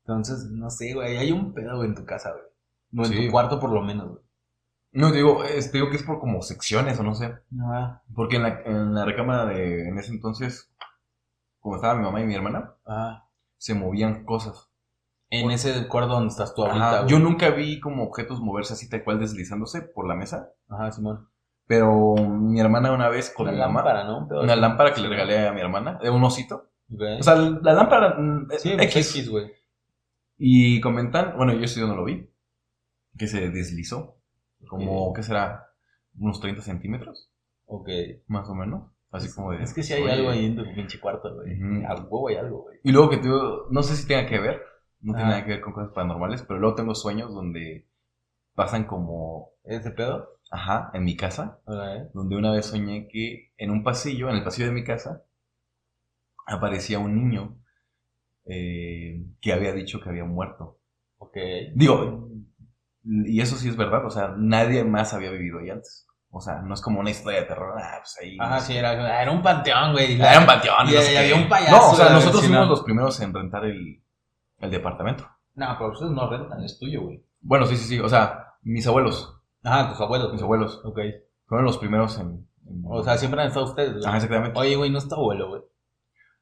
[SPEAKER 1] Entonces, no sé, güey, hay un pedo, güey, en tu casa, güey. O en
[SPEAKER 2] Sí.
[SPEAKER 1] tu cuarto, por lo menos, güey.
[SPEAKER 2] No, te digo, es- te digo que es por como secciones o no sé.
[SPEAKER 1] Ajá.
[SPEAKER 2] Porque en la, en la recámara de en ese entonces, como estaba mi mamá y mi hermana,
[SPEAKER 1] Ajá.
[SPEAKER 2] se movían cosas.
[SPEAKER 1] En ese cuarto donde estás tú ahorita,
[SPEAKER 2] Ajá,
[SPEAKER 1] Ah, güey.
[SPEAKER 2] Yo nunca vi como objetos moverse así tal cual deslizándose por la mesa.
[SPEAKER 1] Ajá, Simón.
[SPEAKER 2] Pero mi hermana una vez con
[SPEAKER 1] Una
[SPEAKER 2] la lámpara,
[SPEAKER 1] lámpara, ¿no? Un pedo
[SPEAKER 2] una
[SPEAKER 1] así.
[SPEAKER 2] lámpara que le regalé a mi hermana, de un osito,
[SPEAKER 1] güey.
[SPEAKER 2] O sea, la lámpara mm,
[SPEAKER 1] sí,
[SPEAKER 2] X.
[SPEAKER 1] pues, X, güey.
[SPEAKER 2] Y comentan, bueno, yo sí no lo vi, que se deslizó, como,
[SPEAKER 1] Ok.
[SPEAKER 2] ¿qué será? Unos 30 centímetros,
[SPEAKER 1] Ok.
[SPEAKER 2] más o menos. Así como de...
[SPEAKER 1] Es que sí hay
[SPEAKER 2] oye.
[SPEAKER 1] algo ahí en tu pinche cuarto, güey.
[SPEAKER 2] Ujú.
[SPEAKER 1] A huevo hay algo, güey.
[SPEAKER 2] Y luego que tú, no sé si tenga que ver, no tiene
[SPEAKER 1] Ah.
[SPEAKER 2] nada que ver con cosas paranormales, pero luego tengo sueños donde pasan como,
[SPEAKER 1] ¿Ese pedo?
[SPEAKER 2] ajá, en mi casa,
[SPEAKER 1] Hola, ¿eh?
[SPEAKER 2] donde una vez soñé que en un pasillo, en el pasillo de mi casa, aparecía un niño eh, que había dicho que había muerto.
[SPEAKER 1] Ok.
[SPEAKER 2] Digo, y eso sí es verdad, o sea, nadie más había vivido ahí antes. O sea, no es como una historia de terror, ah, pues ahí.
[SPEAKER 1] Ajá,
[SPEAKER 2] no sé.
[SPEAKER 1] sí, era, era un panteón, güey.
[SPEAKER 2] Ah, Era un panteón.
[SPEAKER 1] Y-
[SPEAKER 2] no sé
[SPEAKER 1] y
[SPEAKER 2] qué.
[SPEAKER 1] había un payaso,
[SPEAKER 2] No, o sea,
[SPEAKER 1] la
[SPEAKER 2] nosotros
[SPEAKER 1] vecina.
[SPEAKER 2] fuimos los primeros en rentar el, el departamento.
[SPEAKER 1] No, pero ustedes no rentan, es tuyo, güey.
[SPEAKER 2] Bueno, sí, sí, sí, o sea, mis abuelos,
[SPEAKER 1] Ajá, tus abuelos.
[SPEAKER 2] mis abuelos,
[SPEAKER 1] Ok.
[SPEAKER 2] fueron los primeros en. en-
[SPEAKER 1] O sea, siempre han estado ustedes, güey.
[SPEAKER 2] Ajá, exactamente.
[SPEAKER 1] Oye, güey, no es tu abuelo, güey.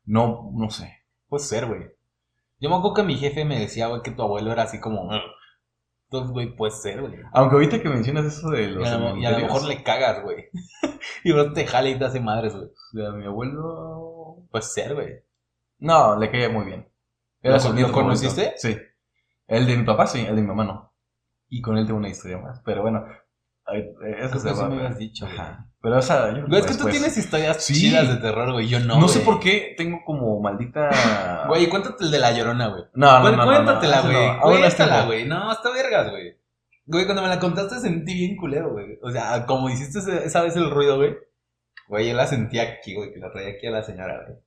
[SPEAKER 2] No, no sé.
[SPEAKER 1] Puede ser, güey. Yo me acuerdo que mi jefe me decía, güey, que tu abuelo era así como. "Ugh". Entonces, güey, puede ser, güey.
[SPEAKER 2] Aunque ahorita que mencionas eso de
[SPEAKER 1] Y
[SPEAKER 2] los.
[SPEAKER 1] a, lo, y a lo
[SPEAKER 2] cementerios,
[SPEAKER 1] mejor le cagas, güey. y vos te jala y te hace madres, güey.
[SPEAKER 2] de mi abuelo.
[SPEAKER 1] Puede ser, güey.
[SPEAKER 2] No, le caía muy bien.
[SPEAKER 1] ¿Lo-
[SPEAKER 2] su
[SPEAKER 1] lo
[SPEAKER 2] nieto favorito.
[SPEAKER 1] conociste?
[SPEAKER 2] Sí. El de mi papá, sí, el de mi mamá no. Y con él tengo una historia más. Pero bueno, ay, eh,
[SPEAKER 1] Creo
[SPEAKER 2] eso se
[SPEAKER 1] que sí
[SPEAKER 2] va
[SPEAKER 1] me
[SPEAKER 2] a-
[SPEAKER 1] habías dicho, güey.
[SPEAKER 2] Ajá. Pero esa. yo creo
[SPEAKER 1] Güey, es que tú
[SPEAKER 2] después.
[SPEAKER 1] tienes historias
[SPEAKER 2] Pues, Sí.
[SPEAKER 1] chidas de terror, güey. Yo no.
[SPEAKER 2] No, sé
[SPEAKER 1] güey.
[SPEAKER 2] por qué tengo como maldita.
[SPEAKER 1] Güey, cuéntate el de la llorona, güey.
[SPEAKER 2] no, no,
[SPEAKER 1] Cué-
[SPEAKER 2] Ah, no, no, no.
[SPEAKER 1] Cuéntatela,
[SPEAKER 2] Eso no.
[SPEAKER 1] güey.
[SPEAKER 2] Aún no es
[SPEAKER 1] Cuéntala,
[SPEAKER 2] tiempo.
[SPEAKER 1] güey. No, está vergas, güey. Güey, cuando me la contaste sentí bien culero, güey. O sea, como hiciste ese- esa vez el ruido, güey. Güey, yo la sentí aquí, güey, que la traía aquí a la señora, güey.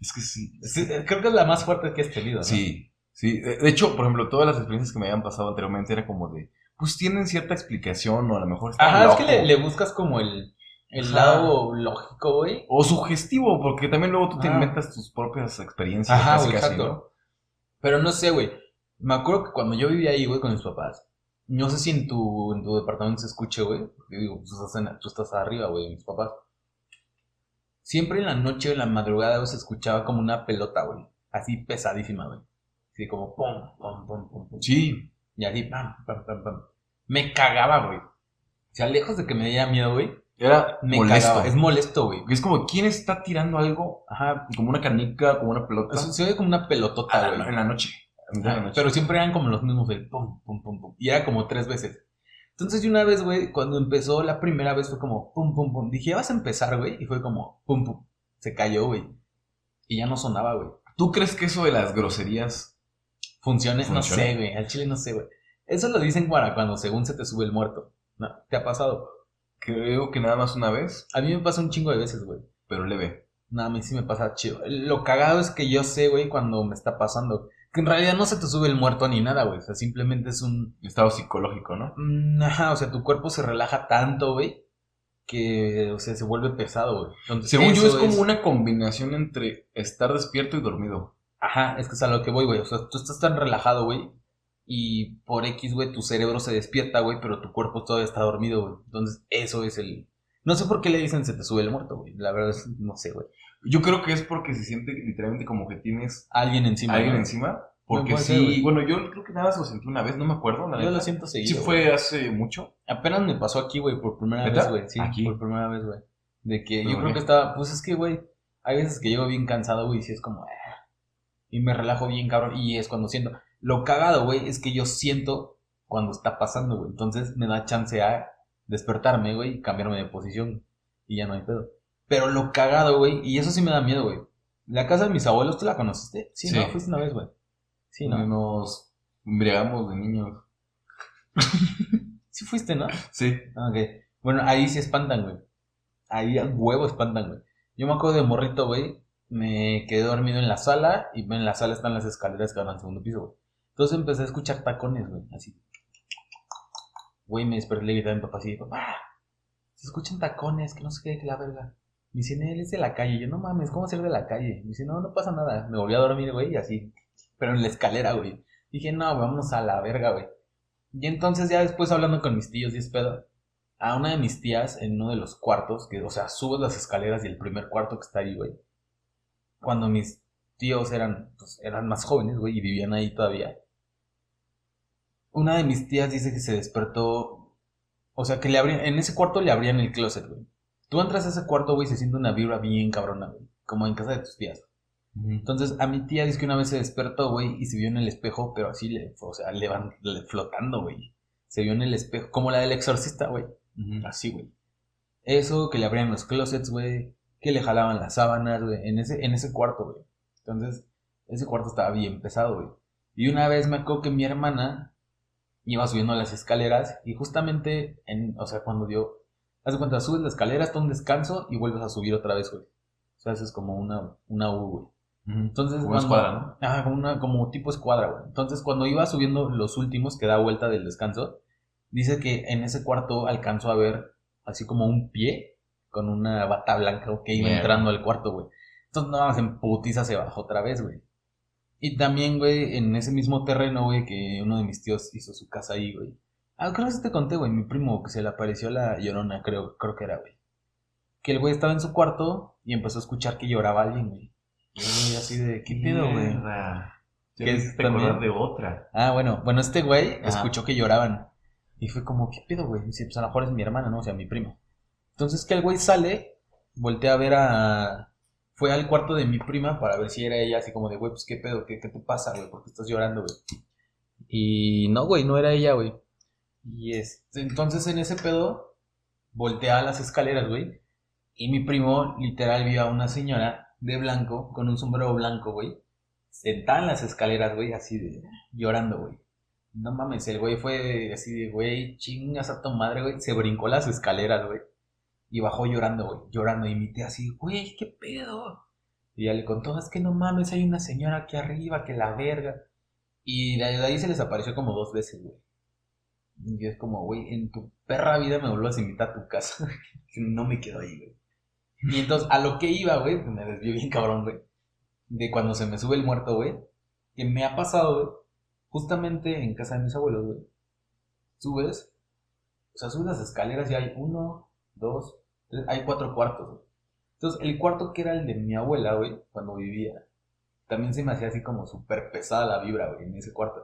[SPEAKER 2] Es que sí.
[SPEAKER 1] Sí, eh, creo que es la más fuerte que has tenido, ¿no?
[SPEAKER 2] Sí. Sí. De de hecho, por ejemplo, todas las experiencias que me habían pasado anteriormente era como de. Pues tienen cierta explicación, o a lo mejor. está
[SPEAKER 1] Ajá, es que
[SPEAKER 2] loco.
[SPEAKER 1] le, le buscas como el, el
[SPEAKER 2] Ajá.
[SPEAKER 1] lado lógico, güey.
[SPEAKER 2] O sugestivo, porque también luego tú te
[SPEAKER 1] Ah.
[SPEAKER 2] inventas tus propias experiencias.
[SPEAKER 1] Ajá,
[SPEAKER 2] casi,
[SPEAKER 1] güey,
[SPEAKER 2] casi,
[SPEAKER 1] exacto.
[SPEAKER 2] ¿no?
[SPEAKER 1] Pero no sé, güey. Me acuerdo que cuando yo vivía ahí, güey, con mis papás. No sé si en tu, en tu departamento se escuche, güey. Yo digo, tú estás, en- tú estás arriba, güey, de mis papás. Siempre en la noche o en la madrugada, güey, se escuchaba como una pelota, güey. Así pesadísima, güey. Así como pum, pum, pum, pum, pum.
[SPEAKER 2] Sí,
[SPEAKER 1] Y así pam, pam, pam, pam. Me cagaba, güey. O sea, lejos de que me diera miedo, güey.
[SPEAKER 2] era
[SPEAKER 1] Me
[SPEAKER 2] molesto.
[SPEAKER 1] cagaba. Es molesto, güey.
[SPEAKER 2] Porque Es como, ¿quién está tirando algo?
[SPEAKER 1] Ajá.
[SPEAKER 2] Como una canica, como una pelota.
[SPEAKER 1] Se, se oye como una
[SPEAKER 2] A
[SPEAKER 1] pelotota,
[SPEAKER 2] la-
[SPEAKER 1] güey.
[SPEAKER 2] en la noche. A mitad de la
[SPEAKER 1] Ah,
[SPEAKER 2] noche.
[SPEAKER 1] Pero siempre eran como los mismos, el pum, pum, pum, pum. Y era como tres veces. Entonces, yo una vez, güey, cuando empezó la primera vez fue como pum, pum, pum. Dije, "Ya vas a empezar, güey. Y fue como pum, pum. Se cayó, güey. Y ya no sonaba, güey.
[SPEAKER 2] ¿Tú crees que eso de las groserías?
[SPEAKER 1] Funciones, no
[SPEAKER 2] ¿Funciona?
[SPEAKER 1] sé, güey. Al chile no sé, güey. Eso lo dicen para cuando según se te sube el muerto. No, ¿Te ha pasado?
[SPEAKER 2] Creo que nada más una vez,
[SPEAKER 1] A mí me pasa un chingo de veces, güey.
[SPEAKER 2] pero leve.
[SPEAKER 1] No, a mí sí me pasa chido. Lo cagado es que yo sé, güey, cuando me está pasando. Que en realidad no se te sube el muerto ni nada, güey. O sea, simplemente es un,
[SPEAKER 2] Estado psicológico, ¿no?
[SPEAKER 1] Mm, Ajá, o sea, tu cuerpo se relaja tanto, güey, que, o sea, se vuelve pesado, güey. Entonces,
[SPEAKER 2] Según
[SPEAKER 1] eso
[SPEAKER 2] yo, es como una combinación entre estar despierto y dormido.
[SPEAKER 1] Ajá, es que es a lo que voy, güey. O sea, tú estás tan relajado, güey, y por X, güey, tu cerebro se despierta, güey, pero tu cuerpo todavía está dormido, güey. Entonces, eso es el... No sé por qué le dicen se te sube el muerto, güey. La verdad es, no sé, güey.
[SPEAKER 2] Yo creo que es porque se siente literalmente como que tienes
[SPEAKER 1] Alguien encima.
[SPEAKER 2] a alguien
[SPEAKER 1] ¿no?
[SPEAKER 2] encima. Porque
[SPEAKER 1] puede
[SPEAKER 2] sí,
[SPEAKER 1] ser, güey.
[SPEAKER 2] bueno, yo creo que nada más lo sentí una vez, no me acuerdo. La
[SPEAKER 1] Yo lo
[SPEAKER 2] neta.
[SPEAKER 1] siento seguido.
[SPEAKER 2] Sí,
[SPEAKER 1] güey.
[SPEAKER 2] fue hace mucho.
[SPEAKER 1] Apenas me pasó aquí, güey, por primera
[SPEAKER 2] ¿Neta?
[SPEAKER 1] vez, güey. Sí,
[SPEAKER 2] Aquí.
[SPEAKER 1] por primera vez, güey. De que
[SPEAKER 2] Pero
[SPEAKER 1] yo creo
[SPEAKER 2] bien.
[SPEAKER 1] que estaba, pues es que, güey, hay veces que llego bien cansado, güey, y sí es como, "Ah", y me relajo bien, cabrón, y es cuando siento. Lo cagado, güey, es que yo siento cuando está pasando, güey. Entonces me da chance a despertarme, güey, y cambiarme de posición, y ya no hay pedo. Pero lo cagado, güey, y eso sí me da miedo, güey. La casa de mis abuelos, ¿tú la conociste? Sí,
[SPEAKER 2] Sí.
[SPEAKER 1] no, fuiste una vez, güey. Sí, no.
[SPEAKER 2] Nos embriagamos de niños.
[SPEAKER 1] Sí fuiste, ¿no?
[SPEAKER 2] Sí.
[SPEAKER 1] Ah, Ok. Bueno, ahí sí espantan, güey. Ahí a huevo espantan, güey. Yo me acuerdo de morrito, güey. Me quedé dormido en la sala y en la sala están las escaleras que van al segundo piso, güey. Entonces empecé a escuchar tacones, güey. Así. Güey, me desperté y le grité a mi papá así, papá, se escuchan tacones, que no sé qué, que la verga. Me dice, él es de la calle. Yo, no mames, ¿cómo ser de la calle? Me dice, no, no pasa nada. Me volví a dormir, güey, y así. Pero en la escalera, güey. Dije, no, vamos a la verga, güey. Y entonces ya después hablando con mis tíos y es pedo, a una de mis tías en uno de los cuartos, que, o sea, subes las escaleras y el primer cuarto que está ahí, güey. Cuando mis tíos eran, pues, eran más jóvenes, güey, y vivían ahí todavía. Una de mis tías dice que se despertó, o sea, que le abrían, en ese cuarto le abrían el closet, güey. Tú entras a ese cuarto, güey, y se siente una vibra bien cabrona, güey, como en casa de tus tías. Entonces, a mi tía dice que una vez se despertó, güey, y se vio en el espejo, pero así, le, o sea, le van le- flotando, güey. Se vio en el espejo, como la del exorcista, güey. Así, güey. Eso, que le abrían los closets, güey. Que le jalaban las sábanas, güey. En ese, en ese cuarto, güey. Entonces, ese cuarto estaba bien pesado, güey. Y una vez me acuerdo que mi hermana iba subiendo las escaleras y justamente, en, o sea, cuando dio... Haz de cuenta, subes la escalera, está un descanso y vuelves a subir otra vez, güey. O sea, eso es como una, una U, güey. Entonces,
[SPEAKER 2] Como una
[SPEAKER 1] cuando-
[SPEAKER 2] escuadra, ¿no?
[SPEAKER 1] Ajá, como, una, como tipo escuadra, güey. Entonces, cuando iba subiendo los últimos que da vuelta del descanso, dice que en ese cuarto alcanzó a ver así como un pie con una bata blanca que iba
[SPEAKER 2] Mierda.
[SPEAKER 1] entrando al cuarto, güey. Entonces, nada más en putiza se bajó otra vez, güey. Y también, güey, en ese mismo terreno, güey, que uno de mis tíos hizo su casa ahí, güey. Ah, creo que sí te conté, güey, mi primo, que se le apareció la llorona, creo, creo que era, güey. Que el güey estaba en su cuarto y empezó a escuchar que lloraba alguien, güey. Y yo así de, ¿qué pedo, güey?
[SPEAKER 2] Mierda. Ya
[SPEAKER 1] Que
[SPEAKER 2] me
[SPEAKER 1] es
[SPEAKER 2] hiciste acordar
[SPEAKER 1] también-
[SPEAKER 2] de otra.
[SPEAKER 1] Ah, bueno, bueno, este güey
[SPEAKER 2] Ajá.
[SPEAKER 1] escuchó que lloraban. Y fue como, ¿qué pedo, güey? Dice, pues a lo mejor es mi hermana, ¿no? O sea, mi prima. Entonces que el güey sale, voltea a ver a... Fue al cuarto de mi prima para ver si era ella, así como de, güey, pues qué pedo, qué, qué te pasa, güey, porque estás llorando, güey. Y no, güey, no era ella, güey. Y este, entonces en ese pedo, voltea a las escaleras, güey. Y mi primo literal vio a una señora de blanco, con un sombrero blanco, güey. Sentada en las escaleras, güey, así de llorando, güey. No mames, el güey fue así de, güey, chingas a tu madre, güey. Se brincó las escaleras, güey. Y bajó llorando, güey, llorando. Y mi tía así, güey, qué pedo. Y ya le contó, es que no mames, hay una señora aquí arriba, que la verga. Y de ahí- de ahí se les apareció como dos veces, güey. Y es como, güey, en tu perra vida me vuelvas a invitar a tu casa. que no me quedo ahí, güey. Y entonces, a lo que iba, güey, pues, me desvió bien cabrón, güey. De cuando se me sube el muerto, güey. Que me ha pasado, güey. Justamente en casa de mis abuelos, güey. Subes. O sea, subes las escaleras y hay uno, dos, tres, hay cuatro cuartos, güey. Entonces, el cuarto que era el de mi abuela, güey, cuando vivía, también se me hacía así como súper pesada la vibra, güey, en ese cuarto.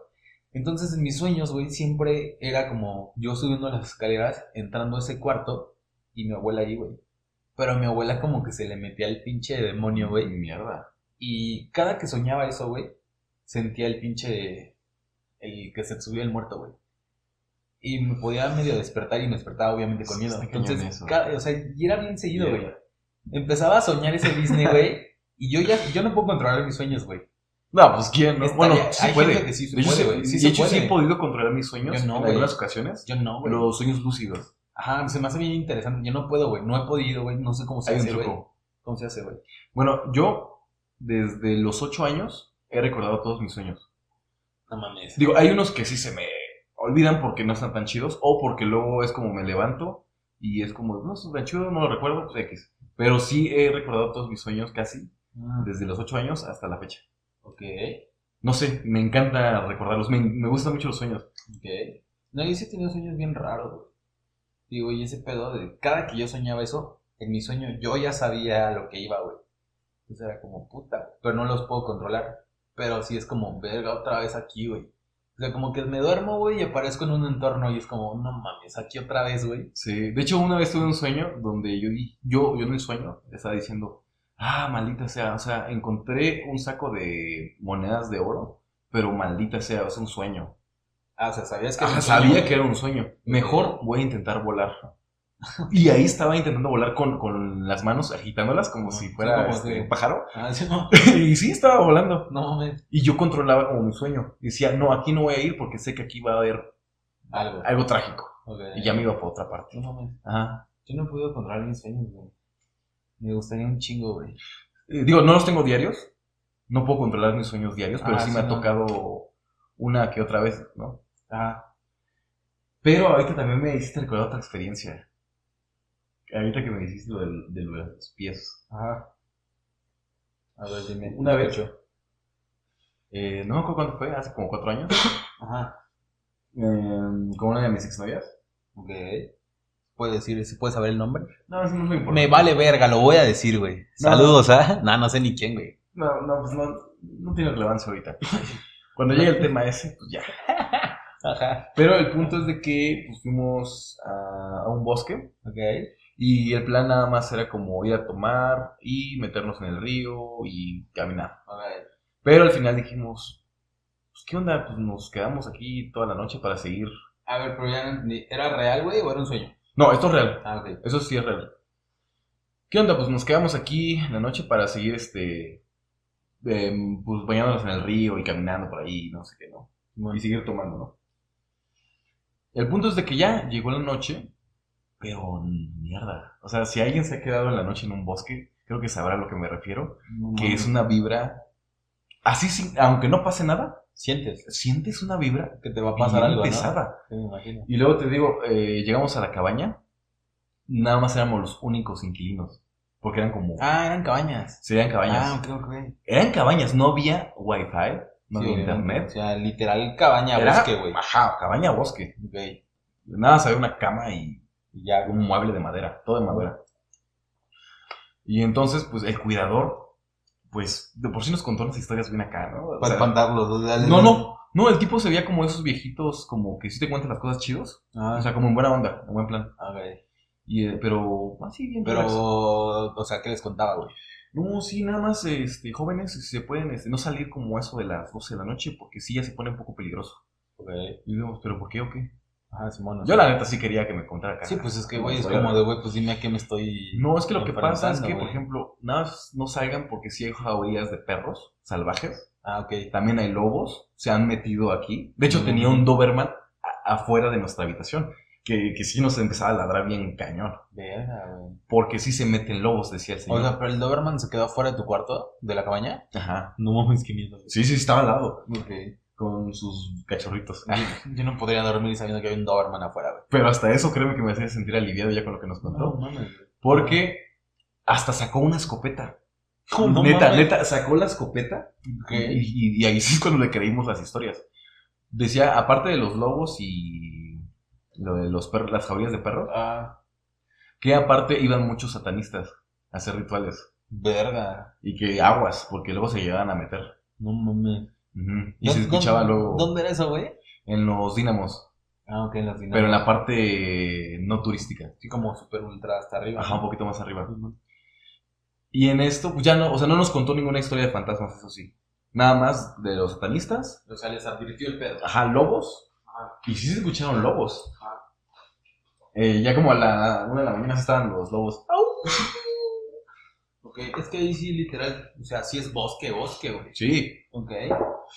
[SPEAKER 1] Entonces, en mis sueños, güey, siempre era como yo subiendo las escaleras, entrando a ese cuarto y mi abuela ahí, güey. Pero a mi abuela como que se le metía el pinche demonio, güey.
[SPEAKER 2] Mierda.
[SPEAKER 1] Y cada que soñaba eso, güey, sentía el pinche. El que se subía el muerto, güey. Y me podía medio despertar y me despertaba obviamente con
[SPEAKER 2] Sí,
[SPEAKER 1] miedo.
[SPEAKER 2] está cañón
[SPEAKER 1] Entonces,
[SPEAKER 2] eso.
[SPEAKER 1] cada- o sea, y era bien seguido, güey.
[SPEAKER 2] Mierda.
[SPEAKER 1] Empezaba a soñar ese Disney, güey. Y yo ya, yo no puedo controlar mis sueños, güey.
[SPEAKER 2] No, pues quién, no?
[SPEAKER 1] Está
[SPEAKER 2] bueno,
[SPEAKER 1] bien,
[SPEAKER 2] sí
[SPEAKER 1] hay
[SPEAKER 2] puede.
[SPEAKER 1] gente que sí se
[SPEAKER 2] de hecho,
[SPEAKER 1] puede,
[SPEAKER 2] sí-
[SPEAKER 1] güey, sí
[SPEAKER 2] de
[SPEAKER 1] se
[SPEAKER 2] hecho, sí
[SPEAKER 1] puede.
[SPEAKER 2] he podido controlar mis sueños
[SPEAKER 1] Yo no,
[SPEAKER 2] en
[SPEAKER 1] güey.
[SPEAKER 2] algunas ocasiones.
[SPEAKER 1] Yo no, güey.
[SPEAKER 2] Los sueños lúcidos.
[SPEAKER 1] Ajá, se me hace bien interesante. Yo no puedo, güey. No he podido, güey. No sé cómo se
[SPEAKER 2] Hay un
[SPEAKER 1] hace, güey.
[SPEAKER 2] truco.
[SPEAKER 1] ¿Cómo se hace, güey?
[SPEAKER 2] Bueno, yo desde los ocho años he recordado todos mis sueños.
[SPEAKER 1] No mames.
[SPEAKER 2] Digo, hay unos que sí se me olvidan porque no están tan chidos o porque luego es como me levanto y es como, no, es tan chido, no lo recuerdo, pues X. Pero sí he recordado todos mis sueños casi
[SPEAKER 1] Ah,
[SPEAKER 2] desde los ocho años hasta la fecha.
[SPEAKER 1] ok,
[SPEAKER 2] No sé, me encanta recordarlos, me, me gustan mucho los sueños.
[SPEAKER 1] ok. No, yo sí he tenido sueños bien raros, güey. Digo, y ese pedo de cada que yo soñaba eso, en mi sueño yo ya sabía a lo que iba, güey. Entonces era como puta, güey. pero no los puedo controlar. Pero sí es como, verga, otra vez aquí, güey. O sea, como que me duermo, güey, y aparezco en un entorno y es como, no mames, aquí otra vez, güey.
[SPEAKER 2] Sí, de hecho una vez tuve un sueño donde yo, di- yo, yo en el sueño estaba diciendo, ah, maldita sea, o sea, encontré un saco de monedas de oro, pero maldita sea, es un sueño.
[SPEAKER 1] Ah, o sea, sabías que... era
[SPEAKER 2] Ajá,
[SPEAKER 1] un sueño,
[SPEAKER 2] sabía
[SPEAKER 1] güey?
[SPEAKER 2] que era un sueño. Mejor voy a intentar volar. Y ahí estaba intentando volar con, con las manos, agitándolas como si fuera
[SPEAKER 1] Como
[SPEAKER 2] este,
[SPEAKER 1] si-
[SPEAKER 2] un pájaro.
[SPEAKER 1] Ah, sí, no,
[SPEAKER 2] Y sí, estaba volando.
[SPEAKER 1] no mames.
[SPEAKER 2] Y yo controlaba como mi sueño. Decía, no, aquí no voy a ir porque sé que aquí va a haber
[SPEAKER 1] Algo.
[SPEAKER 2] algo trágico.
[SPEAKER 1] ok.
[SPEAKER 2] Y ya me iba por otra parte.
[SPEAKER 1] No mames.
[SPEAKER 2] Ajá.
[SPEAKER 1] Yo no he podido controlar mis sueños, güey. Me gustaría un chingo, güey.
[SPEAKER 2] Eh, Digo, no los tengo diarios. No puedo controlar mis sueños diarios, pero
[SPEAKER 1] Ah,
[SPEAKER 2] sí me
[SPEAKER 1] sí,
[SPEAKER 2] ha
[SPEAKER 1] no.
[SPEAKER 2] tocado una que otra vez, ¿no?
[SPEAKER 1] Ah,
[SPEAKER 2] Pero ahorita también me hiciste recordar otra experiencia. Ahorita que me dijiste lo del- de lo de los pies.
[SPEAKER 1] ajá. A ver, dime.
[SPEAKER 2] Una vez. Eh, no me acuerdo cuándo fue, hace como cuatro años.
[SPEAKER 1] Ajá.
[SPEAKER 2] eh, con una de mis exnovias.
[SPEAKER 1] Ok. ¿Puedes decir, se puede saber el nombre?
[SPEAKER 2] No, eso no es muy importante.
[SPEAKER 1] Me vale verga, lo voy a decir, güey.
[SPEAKER 2] No.
[SPEAKER 1] Saludos, ¿ah? No, no sé ni quién, güey.
[SPEAKER 2] No, no, pues no, no tiene relevancia ahorita. Cuando llegue el tema ese, pues ya.
[SPEAKER 1] Ajá.
[SPEAKER 2] Pero el punto es de que pues, fuimos a, a un bosque
[SPEAKER 1] Ok.
[SPEAKER 2] Y el plan nada más era como ir a tomar y meternos en el río y caminar. Pero al final dijimos, pues, ¿qué onda? Pues nos quedamos aquí toda la noche para seguir.
[SPEAKER 1] A ver, pero ya no entendí. ¿Era real, güey, o era un sueño?
[SPEAKER 2] No, esto es real.
[SPEAKER 1] Ah, ok.
[SPEAKER 2] Eso sí es real. ¿Qué onda? Pues nos quedamos aquí la noche para seguir este. em, pues bañándonos en el río y caminando por ahí, no sé qué, ¿no? y seguir tomando, ¿no? El punto es de que ya llegó la noche, pero mierda. O sea, si alguien se ha quedado en la noche en un bosque, creo que sabrá a lo que me refiero,
[SPEAKER 1] No
[SPEAKER 2] que
[SPEAKER 1] mames.
[SPEAKER 2] es una vibra, así, sin- aunque no pase nada,
[SPEAKER 1] Sientes
[SPEAKER 2] sientes una vibra
[SPEAKER 1] que te va a pasar
[SPEAKER 2] bien
[SPEAKER 1] algo, ¿no?
[SPEAKER 2] pesada.
[SPEAKER 1] Sí, me imagino.
[SPEAKER 2] Y luego te digo, eh, llegamos a la cabaña, nada más éramos los únicos inquilinos, porque eran como,
[SPEAKER 1] Ah, eran cabañas.
[SPEAKER 2] sí, eran cabañas.
[SPEAKER 1] Ah, ok, ok.
[SPEAKER 2] Eran cabañas, no había wifi, no
[SPEAKER 1] Sí,
[SPEAKER 2] había
[SPEAKER 1] O
[SPEAKER 2] internet.
[SPEAKER 1] sea, literal cabaña
[SPEAKER 2] Era-
[SPEAKER 1] bosque, güey.
[SPEAKER 2] Ajá, cabaña bosque.
[SPEAKER 1] Ok.
[SPEAKER 2] Nada, más había una cama y
[SPEAKER 1] Y ya,
[SPEAKER 2] un mueble de madera, todo de madera. Y entonces, pues, el cuidador, pues, de por sí nos contó unas historias bien acá, ¿no? O
[SPEAKER 1] para
[SPEAKER 2] sea,
[SPEAKER 1] espantarlos. o sea,
[SPEAKER 2] no, no, no, el tipo se veía como esos viejitos, como que sí te cuentan las cosas chidos,
[SPEAKER 1] Ah,
[SPEAKER 2] o sea, como en buena onda, en buen plan.
[SPEAKER 1] ok.
[SPEAKER 2] Y, eh, pero, así bien.
[SPEAKER 1] Pero,
[SPEAKER 2] relax.
[SPEAKER 1] o sea, ¿qué les contaba, güey?
[SPEAKER 2] No, sí, nada más, este, jóvenes, si se pueden, este, no salir como eso de las 12 de la noche, porque sí ya se pone un poco peligroso.
[SPEAKER 1] Ok.
[SPEAKER 2] Y digamos, ¿pero por qué o qué?
[SPEAKER 1] Ajá, Simón. o
[SPEAKER 2] Yo
[SPEAKER 1] sea.
[SPEAKER 2] la neta sí quería que me contara acá.
[SPEAKER 1] Sí, pues es que, güey, es
[SPEAKER 2] Bueno,
[SPEAKER 1] como de, güey, pues dime a qué me estoy.
[SPEAKER 2] No, es que lo que pasa es
[SPEAKER 1] enfrentando,
[SPEAKER 2] que, por
[SPEAKER 1] güey.
[SPEAKER 2] ejemplo, nada más no salgan porque sí hay jaurías de perros salvajes.
[SPEAKER 1] Ah, ok.
[SPEAKER 2] También hay lobos, se han metido aquí. De hecho,
[SPEAKER 1] Mm.
[SPEAKER 2] tenía un Doberman a- afuera de nuestra habitación, que, que sí nos empezaba a ladrar bien cañón.
[SPEAKER 1] Verga, güey.
[SPEAKER 2] Porque sí se meten lobos, decía el señor.
[SPEAKER 1] O sea, pero el Doberman se quedó fuera de tu cuarto, de la cabaña.
[SPEAKER 2] Ajá.
[SPEAKER 1] No mames, qué miedo.
[SPEAKER 2] Sí, sí, estaba al lado,
[SPEAKER 1] Ok.
[SPEAKER 2] con sus cachorritos.
[SPEAKER 1] Yo, yo no podría dormir sabiendo que hay un Doberman afuera, güey.
[SPEAKER 2] Pero hasta eso créeme que me hacía sentir aliviado ya con lo que nos contó.
[SPEAKER 1] mames.
[SPEAKER 2] Porque hasta sacó una escopeta.
[SPEAKER 1] No
[SPEAKER 2] neta,
[SPEAKER 1] mames.
[SPEAKER 2] neta, sacó la escopeta
[SPEAKER 1] Ok.
[SPEAKER 2] Y, y- y ahí sí es cuando le creímos las historias. Decía, aparte de los lobos y lo de los perros, las jaurías de perros,
[SPEAKER 1] Ah,
[SPEAKER 2] que aparte iban muchos satanistas a hacer rituales.
[SPEAKER 1] verga.
[SPEAKER 2] Y que aguas, porque luego se llegaban a meter.
[SPEAKER 1] No mames.
[SPEAKER 2] Ujú. Y
[SPEAKER 1] ¿Dó-
[SPEAKER 2] se escuchaba
[SPEAKER 1] dónde-
[SPEAKER 2] luego
[SPEAKER 1] ¿Dónde era eso, güey?
[SPEAKER 2] en los dínamos,
[SPEAKER 1] Ah, ok, en las
[SPEAKER 2] pero en la parte no turística.
[SPEAKER 1] Sí, como super ultra hasta arriba.
[SPEAKER 2] Ajá, un
[SPEAKER 1] pues, ¿no?
[SPEAKER 2] poquito más arriba. Y en esto, pues ya no, o sea, no nos contó ninguna historia de fantasmas, eso sí. Nada más de los satanistas
[SPEAKER 1] O sea, les advirtió el pedo.
[SPEAKER 2] Ajá, lobos.
[SPEAKER 1] Ajá.
[SPEAKER 2] Y sí se escucharon lobos.
[SPEAKER 1] Ajá.
[SPEAKER 2] Eh, ya como a la una de la mañana estaban los lobos.
[SPEAKER 1] Ok, es que ahí sí, literal. O sea, sí es bosque, bosque, güey.
[SPEAKER 2] Sí.
[SPEAKER 1] Ok.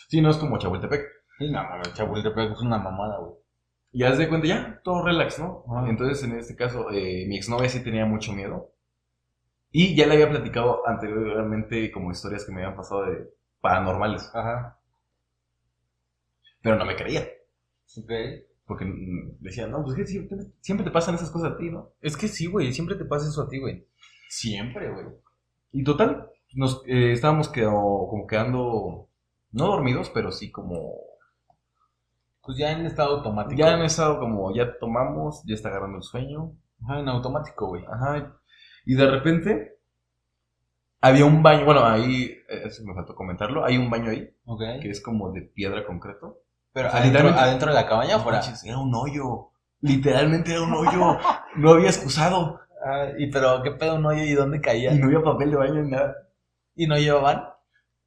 [SPEAKER 2] Sí, no es como Chapultepec.
[SPEAKER 1] Sí, no mames, Chapultepec es una mamada, güey.
[SPEAKER 2] Ya se de cuenta, ya, todo relax, ¿no?
[SPEAKER 1] Ajá.
[SPEAKER 2] Entonces, en este caso, eh, mi exnovia sí tenía mucho miedo. Y ya le había platicado anteriormente como historias que me habían pasado de paranormales.
[SPEAKER 1] Ajá.
[SPEAKER 2] Pero no me creía.
[SPEAKER 1] Ok.
[SPEAKER 2] Porque mm, decía, no, pues que siempre, siempre te pasan esas cosas a ti, ¿no?
[SPEAKER 1] Es que sí, güey. Siempre te pasa eso a ti, güey. Siempre, güey.
[SPEAKER 2] Y total, nos eh, estábamos quedado- como quedando, no dormidos, pero sí como...
[SPEAKER 1] Pues ya en estado automático.
[SPEAKER 2] Ya han
[SPEAKER 1] güey.
[SPEAKER 2] estado como, ya tomamos, ya está agarrando el sueño.
[SPEAKER 1] Ajá, en automático, güey.
[SPEAKER 2] Ajá. Y de repente había un baño, bueno, ahí, eh, eso me faltó comentarlo, hay un baño ahí
[SPEAKER 1] Ok.
[SPEAKER 2] que es como de piedra concreto.
[SPEAKER 1] Pero
[SPEAKER 2] O sea,
[SPEAKER 1] adentro,
[SPEAKER 2] literalmente-
[SPEAKER 1] adentro de la cabaña o
[SPEAKER 2] No
[SPEAKER 1] fuera.
[SPEAKER 2] manches, era un hoyo. Literalmente era un hoyo. No había excusado.
[SPEAKER 1] Ah, y pero qué pedo, no y dónde caía.
[SPEAKER 2] Y no había papel de baño ni nada.
[SPEAKER 1] ¿Y no llevaban?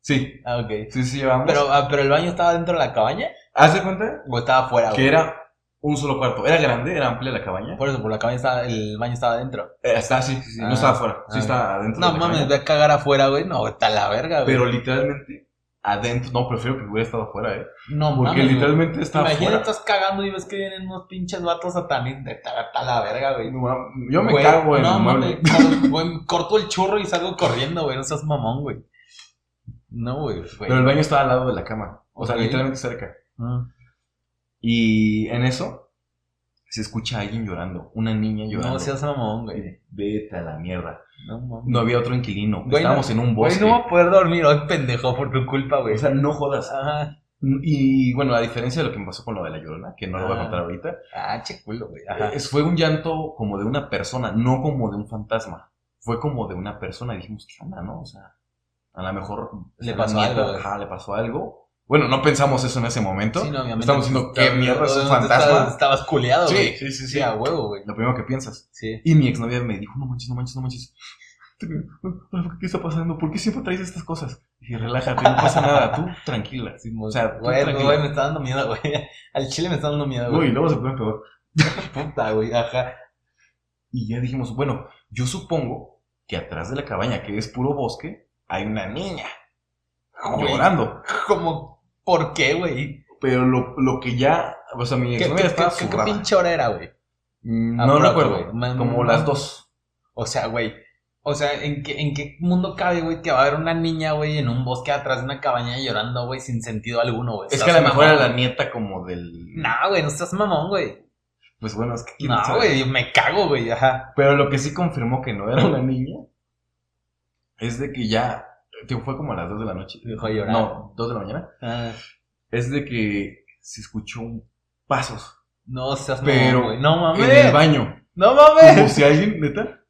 [SPEAKER 2] Sí,
[SPEAKER 1] Ah, ok.
[SPEAKER 2] sí, sí, llevamos.
[SPEAKER 1] Pero, ah, pero el baño estaba dentro de la cabaña
[SPEAKER 2] ¿Haz de cuenta?
[SPEAKER 1] o estaba fuera,
[SPEAKER 2] Que
[SPEAKER 1] güey.
[SPEAKER 2] era un solo cuarto. Era grande, era amplia la cabaña.
[SPEAKER 1] Por eso, por la cabaña estaba, el baño estaba adentro.
[SPEAKER 2] Eh, está, sí, sí, sí,
[SPEAKER 1] Ah,
[SPEAKER 2] no estaba afuera, sí
[SPEAKER 1] ah.
[SPEAKER 2] estaba adentro.
[SPEAKER 1] No
[SPEAKER 2] de la
[SPEAKER 1] mames,
[SPEAKER 2] cabaña.
[SPEAKER 1] voy a cagar afuera, güey. No, está la verga, güey.
[SPEAKER 2] Pero literalmente, adentro, no, prefiero que hubiera estado afuera, ¿eh?
[SPEAKER 1] no
[SPEAKER 2] Porque
[SPEAKER 1] mames, güey.
[SPEAKER 2] literalmente estaba
[SPEAKER 1] Imagínate,
[SPEAKER 2] afuera.
[SPEAKER 1] estás cagando y ves que vienen unos pinches vatos satanistas. Está, está la verga, güey.
[SPEAKER 2] No mames, Yo me
[SPEAKER 1] Güey,
[SPEAKER 2] cago en el mueble.
[SPEAKER 1] mames, salgo- güey, corto el churro y salgo corriendo, güey. No seas mamón, güey. No, güey. güey.
[SPEAKER 2] Pero el baño estaba al lado de la cama, o sea,
[SPEAKER 1] Ok.
[SPEAKER 2] literalmente cerca.
[SPEAKER 1] Ah,
[SPEAKER 2] Y en eso, se escucha a alguien llorando, una niña llorando.
[SPEAKER 1] No seas mamón, güey.
[SPEAKER 2] Vete a la mierda.
[SPEAKER 1] No mames.
[SPEAKER 2] No había otro inquilino,
[SPEAKER 1] Güey,
[SPEAKER 2] estábamos en un
[SPEAKER 1] Güey,
[SPEAKER 2] bosque.
[SPEAKER 1] no voy a poder dormir hoy, pendejo, por tu culpa, güey.
[SPEAKER 2] O sea, no jodas.
[SPEAKER 1] Ajá.
[SPEAKER 2] Y bueno, a diferencia de lo que me pasó con lo de la llorona, que no lo voy a
[SPEAKER 1] Ah.
[SPEAKER 2] contar ahorita,
[SPEAKER 1] Ah, che culo, güey. Ajá.
[SPEAKER 2] es- fue un llanto como de una persona, no como de un fantasma. Fue como de una persona y dijimos, ¿qué onda, no? O sea, a lo mejor.
[SPEAKER 1] Le
[SPEAKER 2] la
[SPEAKER 1] pasó
[SPEAKER 2] nieta,
[SPEAKER 1] algo, güey.
[SPEAKER 2] Ajá, le pasó algo. Bueno, no pensamos eso en ese momento.
[SPEAKER 1] Sí, no, obviamente.
[SPEAKER 2] Estamos diciendo, ¿qué
[SPEAKER 1] Estaba-
[SPEAKER 2] mierda es un
[SPEAKER 1] obviamente Estabas,
[SPEAKER 2] fantasma?
[SPEAKER 1] estabas culeado,
[SPEAKER 2] Sí,
[SPEAKER 1] güey.
[SPEAKER 2] sí, sí,
[SPEAKER 1] Sí,
[SPEAKER 2] sí.
[SPEAKER 1] a huevo, güey.
[SPEAKER 2] Lo primero que piensas.
[SPEAKER 1] Sí.
[SPEAKER 2] Y mi exnovia me dijo, no manches, no manches, no manches. ¿Qué está pasando? ¿Por qué siempre traes estas cosas? Y dije, relájate, no pasa nada, tú tranquila.
[SPEAKER 1] o
[SPEAKER 2] sea,
[SPEAKER 1] sea,
[SPEAKER 2] tú
[SPEAKER 1] güey,
[SPEAKER 2] tranquilo.
[SPEAKER 1] güey, me está dando miedo, güey. Al chile me está dando miedo,
[SPEAKER 2] Uy,
[SPEAKER 1] Ah, güey.
[SPEAKER 2] luego se pone peor.
[SPEAKER 1] Puta, güey, ajá.
[SPEAKER 2] Y ya dijimos, bueno, yo supongo que atrás de la cabaña, que es puro bosque, hay una niña
[SPEAKER 1] Güey,
[SPEAKER 2] llorando.
[SPEAKER 1] Como, ¿por qué, güey?
[SPEAKER 2] Pero lo, lo que ya, o sea, mi
[SPEAKER 1] ¿Qué,
[SPEAKER 2] exnovia
[SPEAKER 1] qué-
[SPEAKER 2] estaba
[SPEAKER 1] qué- qué
[SPEAKER 2] zurrada.
[SPEAKER 1] pinche hora era, güey?
[SPEAKER 2] Mm,
[SPEAKER 1] Ah,
[SPEAKER 2] No
[SPEAKER 1] pronto,
[SPEAKER 2] recuerdo,
[SPEAKER 1] güey.
[SPEAKER 2] como
[SPEAKER 1] Mm.
[SPEAKER 2] las dos.
[SPEAKER 1] O sea, güey. O sea, ¿en qué, ¿en qué mundo cabe, güey, que va a haber una niña, güey, en un bosque atrás de una cabaña llorando, güey, sin sentido alguno, güey?
[SPEAKER 2] Es
[SPEAKER 1] Estás
[SPEAKER 2] que a lo mejor
[SPEAKER 1] mamón.
[SPEAKER 2] era la nieta como del...
[SPEAKER 1] Nah, güey, no estás mamón, güey.
[SPEAKER 2] Pues bueno, es que... quién
[SPEAKER 1] No,
[SPEAKER 2] sabe.
[SPEAKER 1] güey, me cago, güey, ajá.
[SPEAKER 2] Pero lo que sí confirmó que no era una niña es de que ya... Tío, fue como a las 2 de la noche.
[SPEAKER 1] Dejó de llorar.
[SPEAKER 2] No, 2 de la mañana.
[SPEAKER 1] Ah,
[SPEAKER 2] Es de que se escuchó un pasos
[SPEAKER 1] no seas
[SPEAKER 2] Pero-
[SPEAKER 1] mamón, güey. No
[SPEAKER 2] en el
[SPEAKER 1] mames.
[SPEAKER 2] baño.
[SPEAKER 1] No
[SPEAKER 2] Como
[SPEAKER 1] mames.
[SPEAKER 2] si alguien, neta,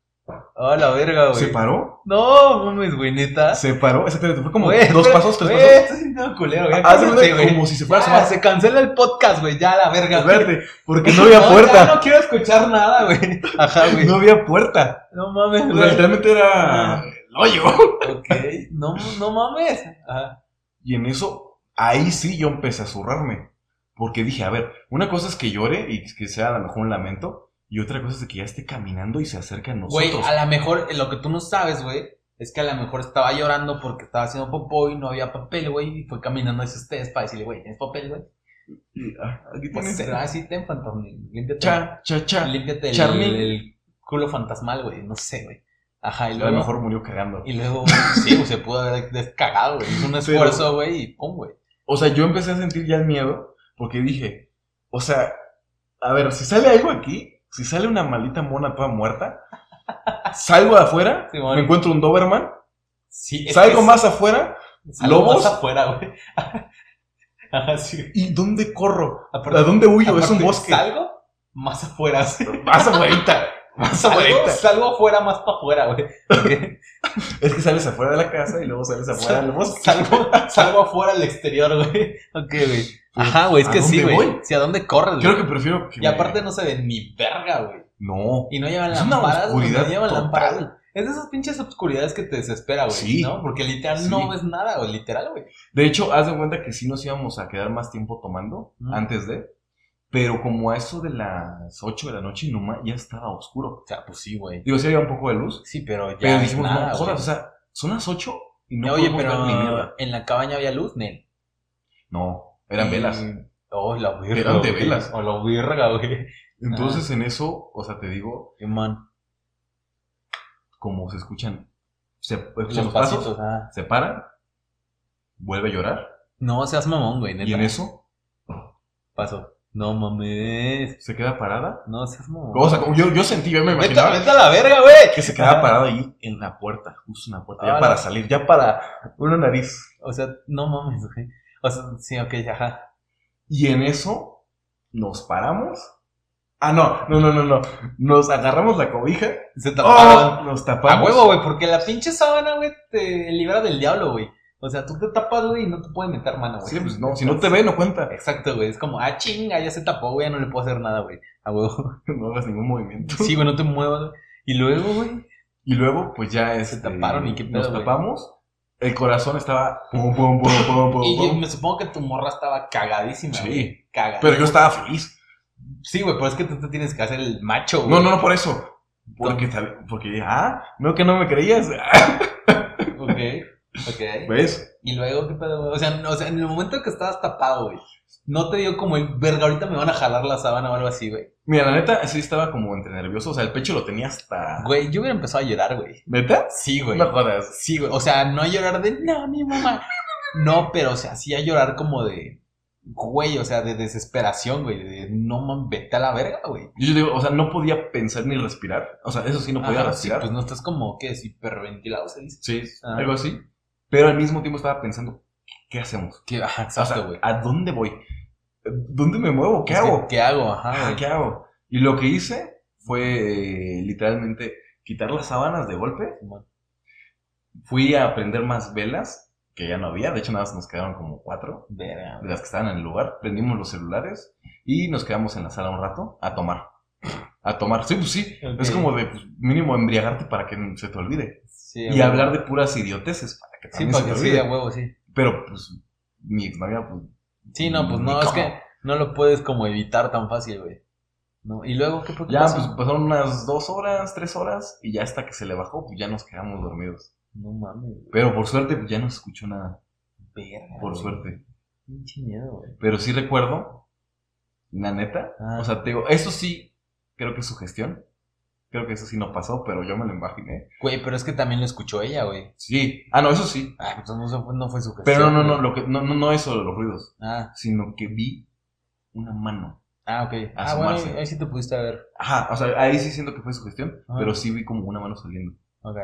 [SPEAKER 1] Oh, la verga,
[SPEAKER 2] se
[SPEAKER 1] güey.
[SPEAKER 2] paró,
[SPEAKER 1] No mames, güey, neta.
[SPEAKER 2] se paró. Exactamente, fue como
[SPEAKER 1] ¿Ah? Güey,
[SPEAKER 2] dos
[SPEAKER 1] espera,
[SPEAKER 2] pasos, tres
[SPEAKER 1] güey,
[SPEAKER 2] pasos.
[SPEAKER 1] estás sintiendo culero, güey.
[SPEAKER 2] Haz de
[SPEAKER 1] Cállate,
[SPEAKER 2] cuenta
[SPEAKER 1] güey.
[SPEAKER 2] como si se fuera a
[SPEAKER 1] Ya,
[SPEAKER 2] asomar.
[SPEAKER 1] se cancela el podcast, güey, ya, la verga. güey.
[SPEAKER 2] Verde, porque no había
[SPEAKER 1] ya
[SPEAKER 2] puerta.
[SPEAKER 1] no quiero escuchar nada, güey. Ajá, güey. Ah.
[SPEAKER 2] No
[SPEAKER 1] No,
[SPEAKER 2] había puerta.
[SPEAKER 1] mames,
[SPEAKER 2] O sea,
[SPEAKER 1] güey.
[SPEAKER 2] literalmente era el hoyo.
[SPEAKER 1] Ok, no, no mames. Ajá.
[SPEAKER 2] Y en eso, ahí sí yo empecé a zurrarme. Porque dije, a ver, una cosa es que llore y que sea a lo mejor un lamento. Y otra cosa es de que ya esté caminando y se acerca a
[SPEAKER 1] Güey,
[SPEAKER 2] nosotros.
[SPEAKER 1] a lo mejor, lo que tú no sabes, güey, es que a lo mejor estaba llorando porque estaba haciendo popó y no había papel, güey, y fue caminando hacia ustedes para decirle, güey, ¿tienes papel, güey?
[SPEAKER 2] Y, ah, Aquí
[SPEAKER 1] Pues
[SPEAKER 2] tienes.
[SPEAKER 1] será así, ten fantasma, límpiate,
[SPEAKER 2] Cha, cha, cha.
[SPEAKER 1] límpiate el,
[SPEAKER 2] Charmin.
[SPEAKER 1] el culo fantasmal, güey, no sé, güey. Ajá, y
[SPEAKER 2] A
[SPEAKER 1] luego,
[SPEAKER 2] lo mejor murió cagando.
[SPEAKER 1] y luego, sí, güey, se pudo haber descagado, güey, hizo un esfuerzo, güey, y pum, güey.
[SPEAKER 2] O sea, yo empecé a sentir ya el miedo. Porque dije, o sea, a ver, si sale algo aquí, si sale una maldita mona toda muerta, salgo de afuera,
[SPEAKER 1] Simón.
[SPEAKER 2] me encuentro un Doberman,
[SPEAKER 1] Sí, es
[SPEAKER 2] salgo
[SPEAKER 1] que
[SPEAKER 2] más afuera,
[SPEAKER 1] es- salgo más
[SPEAKER 2] lobos.
[SPEAKER 1] afuera, güey. Ajá, sí.
[SPEAKER 2] ¿y dónde corro?
[SPEAKER 1] Aparte-
[SPEAKER 2] ¿A dónde huyo? Es
[SPEAKER 1] aparte,
[SPEAKER 2] un bosque.
[SPEAKER 1] Salgo más afuera, sí.
[SPEAKER 2] Más afuera, más
[SPEAKER 1] Salgo,
[SPEAKER 2] afuera.
[SPEAKER 1] salgo afuera más para afuera, güey. Ok.
[SPEAKER 2] Es que sales afuera de la casa y luego sales afuera del bosque.
[SPEAKER 1] Salgo, salgo afuera al exterior, güey. Ok, güey. Ajá, güey, es
[SPEAKER 2] ¿A
[SPEAKER 1] que sí,
[SPEAKER 2] dónde
[SPEAKER 1] güey.
[SPEAKER 2] voy?
[SPEAKER 1] Si a dónde corres,
[SPEAKER 2] Creo
[SPEAKER 1] güey.
[SPEAKER 2] que prefiero que.
[SPEAKER 1] Y
[SPEAKER 2] me-
[SPEAKER 1] aparte no se ven ni verga, güey.
[SPEAKER 2] No.
[SPEAKER 1] Y no llevan
[SPEAKER 2] Es una
[SPEAKER 1] lámparas, güey, no
[SPEAKER 2] oscuridad
[SPEAKER 1] llevan
[SPEAKER 2] total.
[SPEAKER 1] lámparas. güey. Es de esas pinches obscuridades que te desespera, güey.
[SPEAKER 2] Sí.
[SPEAKER 1] ¿No? Porque literal
[SPEAKER 2] Sí.
[SPEAKER 1] no ves nada, güey. Literal, güey.
[SPEAKER 2] De hecho, haz de cuenta que sí nos íbamos a quedar más tiempo tomando
[SPEAKER 1] Mm.
[SPEAKER 2] antes de. Pero como a eso de las 8 de la noche, no ma- ya estaba oscuro.
[SPEAKER 1] O sea, pues sí, güey.
[SPEAKER 2] Digo, sí había un poco de luz.
[SPEAKER 1] Sí, pero ya.
[SPEAKER 2] pero
[SPEAKER 1] es
[SPEAKER 2] dijimos,
[SPEAKER 1] nada,
[SPEAKER 2] no,
[SPEAKER 1] güey.
[SPEAKER 2] jodas, o sea, son las 8 y no
[SPEAKER 1] Ya, Oye,
[SPEAKER 2] podemos
[SPEAKER 1] pero
[SPEAKER 2] ver ni mierda.
[SPEAKER 1] en la cabaña había luz, Nel.
[SPEAKER 2] No, eran
[SPEAKER 1] Y-
[SPEAKER 2] velas.
[SPEAKER 1] Mm. Oh, la verga.
[SPEAKER 2] Eran de
[SPEAKER 1] güey.
[SPEAKER 2] velas.
[SPEAKER 1] O la verga, güey.
[SPEAKER 2] Entonces en eso, o sea, te digo,
[SPEAKER 1] Qué man.
[SPEAKER 2] como se escuchan, se escuchan
[SPEAKER 1] Los
[SPEAKER 2] los pasos,
[SPEAKER 1] pasitos, ah.
[SPEAKER 2] se para, vuelve a llorar,
[SPEAKER 1] No seas mamón, güey. Neta.
[SPEAKER 2] y en eso
[SPEAKER 1] Pasó. No mames.
[SPEAKER 2] se queda parada.
[SPEAKER 1] No seas mamón.
[SPEAKER 2] O sea, como yo, yo sentí, yo me
[SPEAKER 1] Vete,
[SPEAKER 2] imaginaba
[SPEAKER 1] vete a la verga, güey.
[SPEAKER 2] que se quedaba parado ahí en la puerta, justo en la puerta,
[SPEAKER 1] Ah,
[SPEAKER 2] ya para salir, ya para una nariz.
[SPEAKER 1] O sea, no mames, güey. O sea, sí, ok, ajá.
[SPEAKER 2] Y en eso nos paramos. Ah, no, no, no, no, no. Nos agarramos la cobija.
[SPEAKER 1] Se
[SPEAKER 2] ¡Oh!
[SPEAKER 1] taparon.
[SPEAKER 2] Nos
[SPEAKER 1] a
[SPEAKER 2] tapamos.
[SPEAKER 1] huevo, güey, porque la pinche sábana, güey, te libra del diablo, güey. O sea, tú te tapas, güey, y no te puede meter mano, güey.
[SPEAKER 2] Sí, pues no, si no te ve, no cuenta.
[SPEAKER 1] Exacto, güey. Es como, ah, chinga, ya se tapó, güey, ya no le puedo hacer nada, güey. A huevo.
[SPEAKER 2] No hagas ningún movimiento.
[SPEAKER 1] Sí, güey, no te muevas. güey. Y luego, güey.
[SPEAKER 2] Y luego, pues ya este,
[SPEAKER 1] taparon y qué pedo,
[SPEAKER 2] Nos
[SPEAKER 1] güey.
[SPEAKER 2] tapamos. El corazón estaba. pum, pum, pum, pum, pum,
[SPEAKER 1] Y
[SPEAKER 2] pum.
[SPEAKER 1] me supongo que tu morra estaba cagadísima,
[SPEAKER 2] Oh, Sí.
[SPEAKER 1] güey. Cagadísima.
[SPEAKER 2] Pero yo estaba feliz.
[SPEAKER 1] Sí, güey, pero es que tú te tienes que hacer el macho, güey.
[SPEAKER 2] No, no, no por eso. Porque, tal- porque, ah, no que no me creías.
[SPEAKER 1] Ok, ok.
[SPEAKER 2] ¿Ves?
[SPEAKER 1] Y luego, ¿qué pedo, güey? O sea, no- o sea, en el momento que estabas tapado, güey, no te dio como el verga, ahorita me van a jalar la sábana o algo así, güey.
[SPEAKER 2] Mira, la neta, sí estaba como entre nervioso. O sea, el pecho lo tenía hasta.
[SPEAKER 1] Güey, yo hubiera empezado a llorar, güey.
[SPEAKER 2] ¿Neta?
[SPEAKER 1] Sí, güey.
[SPEAKER 2] No jodas.
[SPEAKER 1] Sí, güey. O sea, no a llorar de, no, mi mamá. No, pero, o sea, sí a llorar como de, güey, o sea, de desesperación, güey. De, no, man, vete a la verga, güey.
[SPEAKER 2] Yo digo, o sea, no podía pensar ni respirar. O sea, eso sí, no podía
[SPEAKER 1] Ajá, sí,
[SPEAKER 2] respirar.
[SPEAKER 1] pues no estás como, ¿qué es? Hiperventilado, se dice.
[SPEAKER 2] Sí,
[SPEAKER 1] Ah.
[SPEAKER 2] algo así. Pero al mismo tiempo estaba pensando, ¿qué hacemos?
[SPEAKER 1] Que, ajá,
[SPEAKER 2] O sea,
[SPEAKER 1] exacto, güey.
[SPEAKER 2] ¿a dónde voy? ¿Dónde me muevo? ¿Qué
[SPEAKER 1] Es que,
[SPEAKER 2] hago?
[SPEAKER 1] ¿Qué hago? Ajá,
[SPEAKER 2] Ah,
[SPEAKER 1] güey.
[SPEAKER 2] ¿Qué hago? Y lo que hice fue eh, literalmente quitar las sábanas de golpe.
[SPEAKER 1] Simón.
[SPEAKER 2] Fui a prender más velas, que ya no había, de hecho nada más nos quedaron como cuatro
[SPEAKER 1] Verga,
[SPEAKER 2] de las que estaban en el lugar, prendimos los celulares y nos quedamos en la sala un rato a tomar. A tomar, sí, pues sí,
[SPEAKER 1] Ok.
[SPEAKER 2] es como de pues, mínimo embriagarte para que se te olvide.
[SPEAKER 1] Sí,
[SPEAKER 2] Y hablar de puras idioteces para que
[SPEAKER 1] Sí,
[SPEAKER 2] también
[SPEAKER 1] para
[SPEAKER 2] se
[SPEAKER 1] que
[SPEAKER 2] te
[SPEAKER 1] sí,
[SPEAKER 2] olvide.
[SPEAKER 1] a huevo, sí.
[SPEAKER 2] Pero pues mi exnovia, pues
[SPEAKER 1] Sí, no, pues
[SPEAKER 2] Ni
[SPEAKER 1] no, es
[SPEAKER 2] cómo.
[SPEAKER 1] que no lo puedes como evitar tan fácil, güey. No, y luego, ¿qué por qué
[SPEAKER 2] ya
[SPEAKER 1] pasó?
[SPEAKER 2] pues, pasaron unas dos horas, tres horas y ya hasta que se le bajó, pues ya nos quedamos dormidos.
[SPEAKER 1] No mames, güey.
[SPEAKER 2] Pero por suerte pues, ya no se escuchó nada,
[SPEAKER 1] Verga,
[SPEAKER 2] por
[SPEAKER 1] güey.
[SPEAKER 2] suerte.
[SPEAKER 1] Pinche miedo, güey.
[SPEAKER 2] Pero sí recuerdo, la neta,
[SPEAKER 1] Ah.
[SPEAKER 2] o sea, te digo, eso sí, creo que es su gestión. Creo que eso sí no pasó, pero yo me lo imaginé.
[SPEAKER 1] Güey, pero es que también lo escuchó ella, güey.
[SPEAKER 2] Sí, ah, no, eso sí.
[SPEAKER 1] Ah, pues no, se fue- no fue su
[SPEAKER 2] Pero
[SPEAKER 1] gestión,
[SPEAKER 2] no, no, no,
[SPEAKER 1] güey.
[SPEAKER 2] lo que, no, no, no eso de los ruidos,
[SPEAKER 1] Ah,
[SPEAKER 2] sino que vi una mano.
[SPEAKER 1] ah, ok. Ah, bueno,
[SPEAKER 2] Asomarse.
[SPEAKER 1] ahí- ahí sí te pudiste ver.
[SPEAKER 2] Ajá, o sea, ahí sí siento que fue su gestión,
[SPEAKER 1] Ah.
[SPEAKER 2] pero sí vi como una mano saliendo.
[SPEAKER 1] Ok.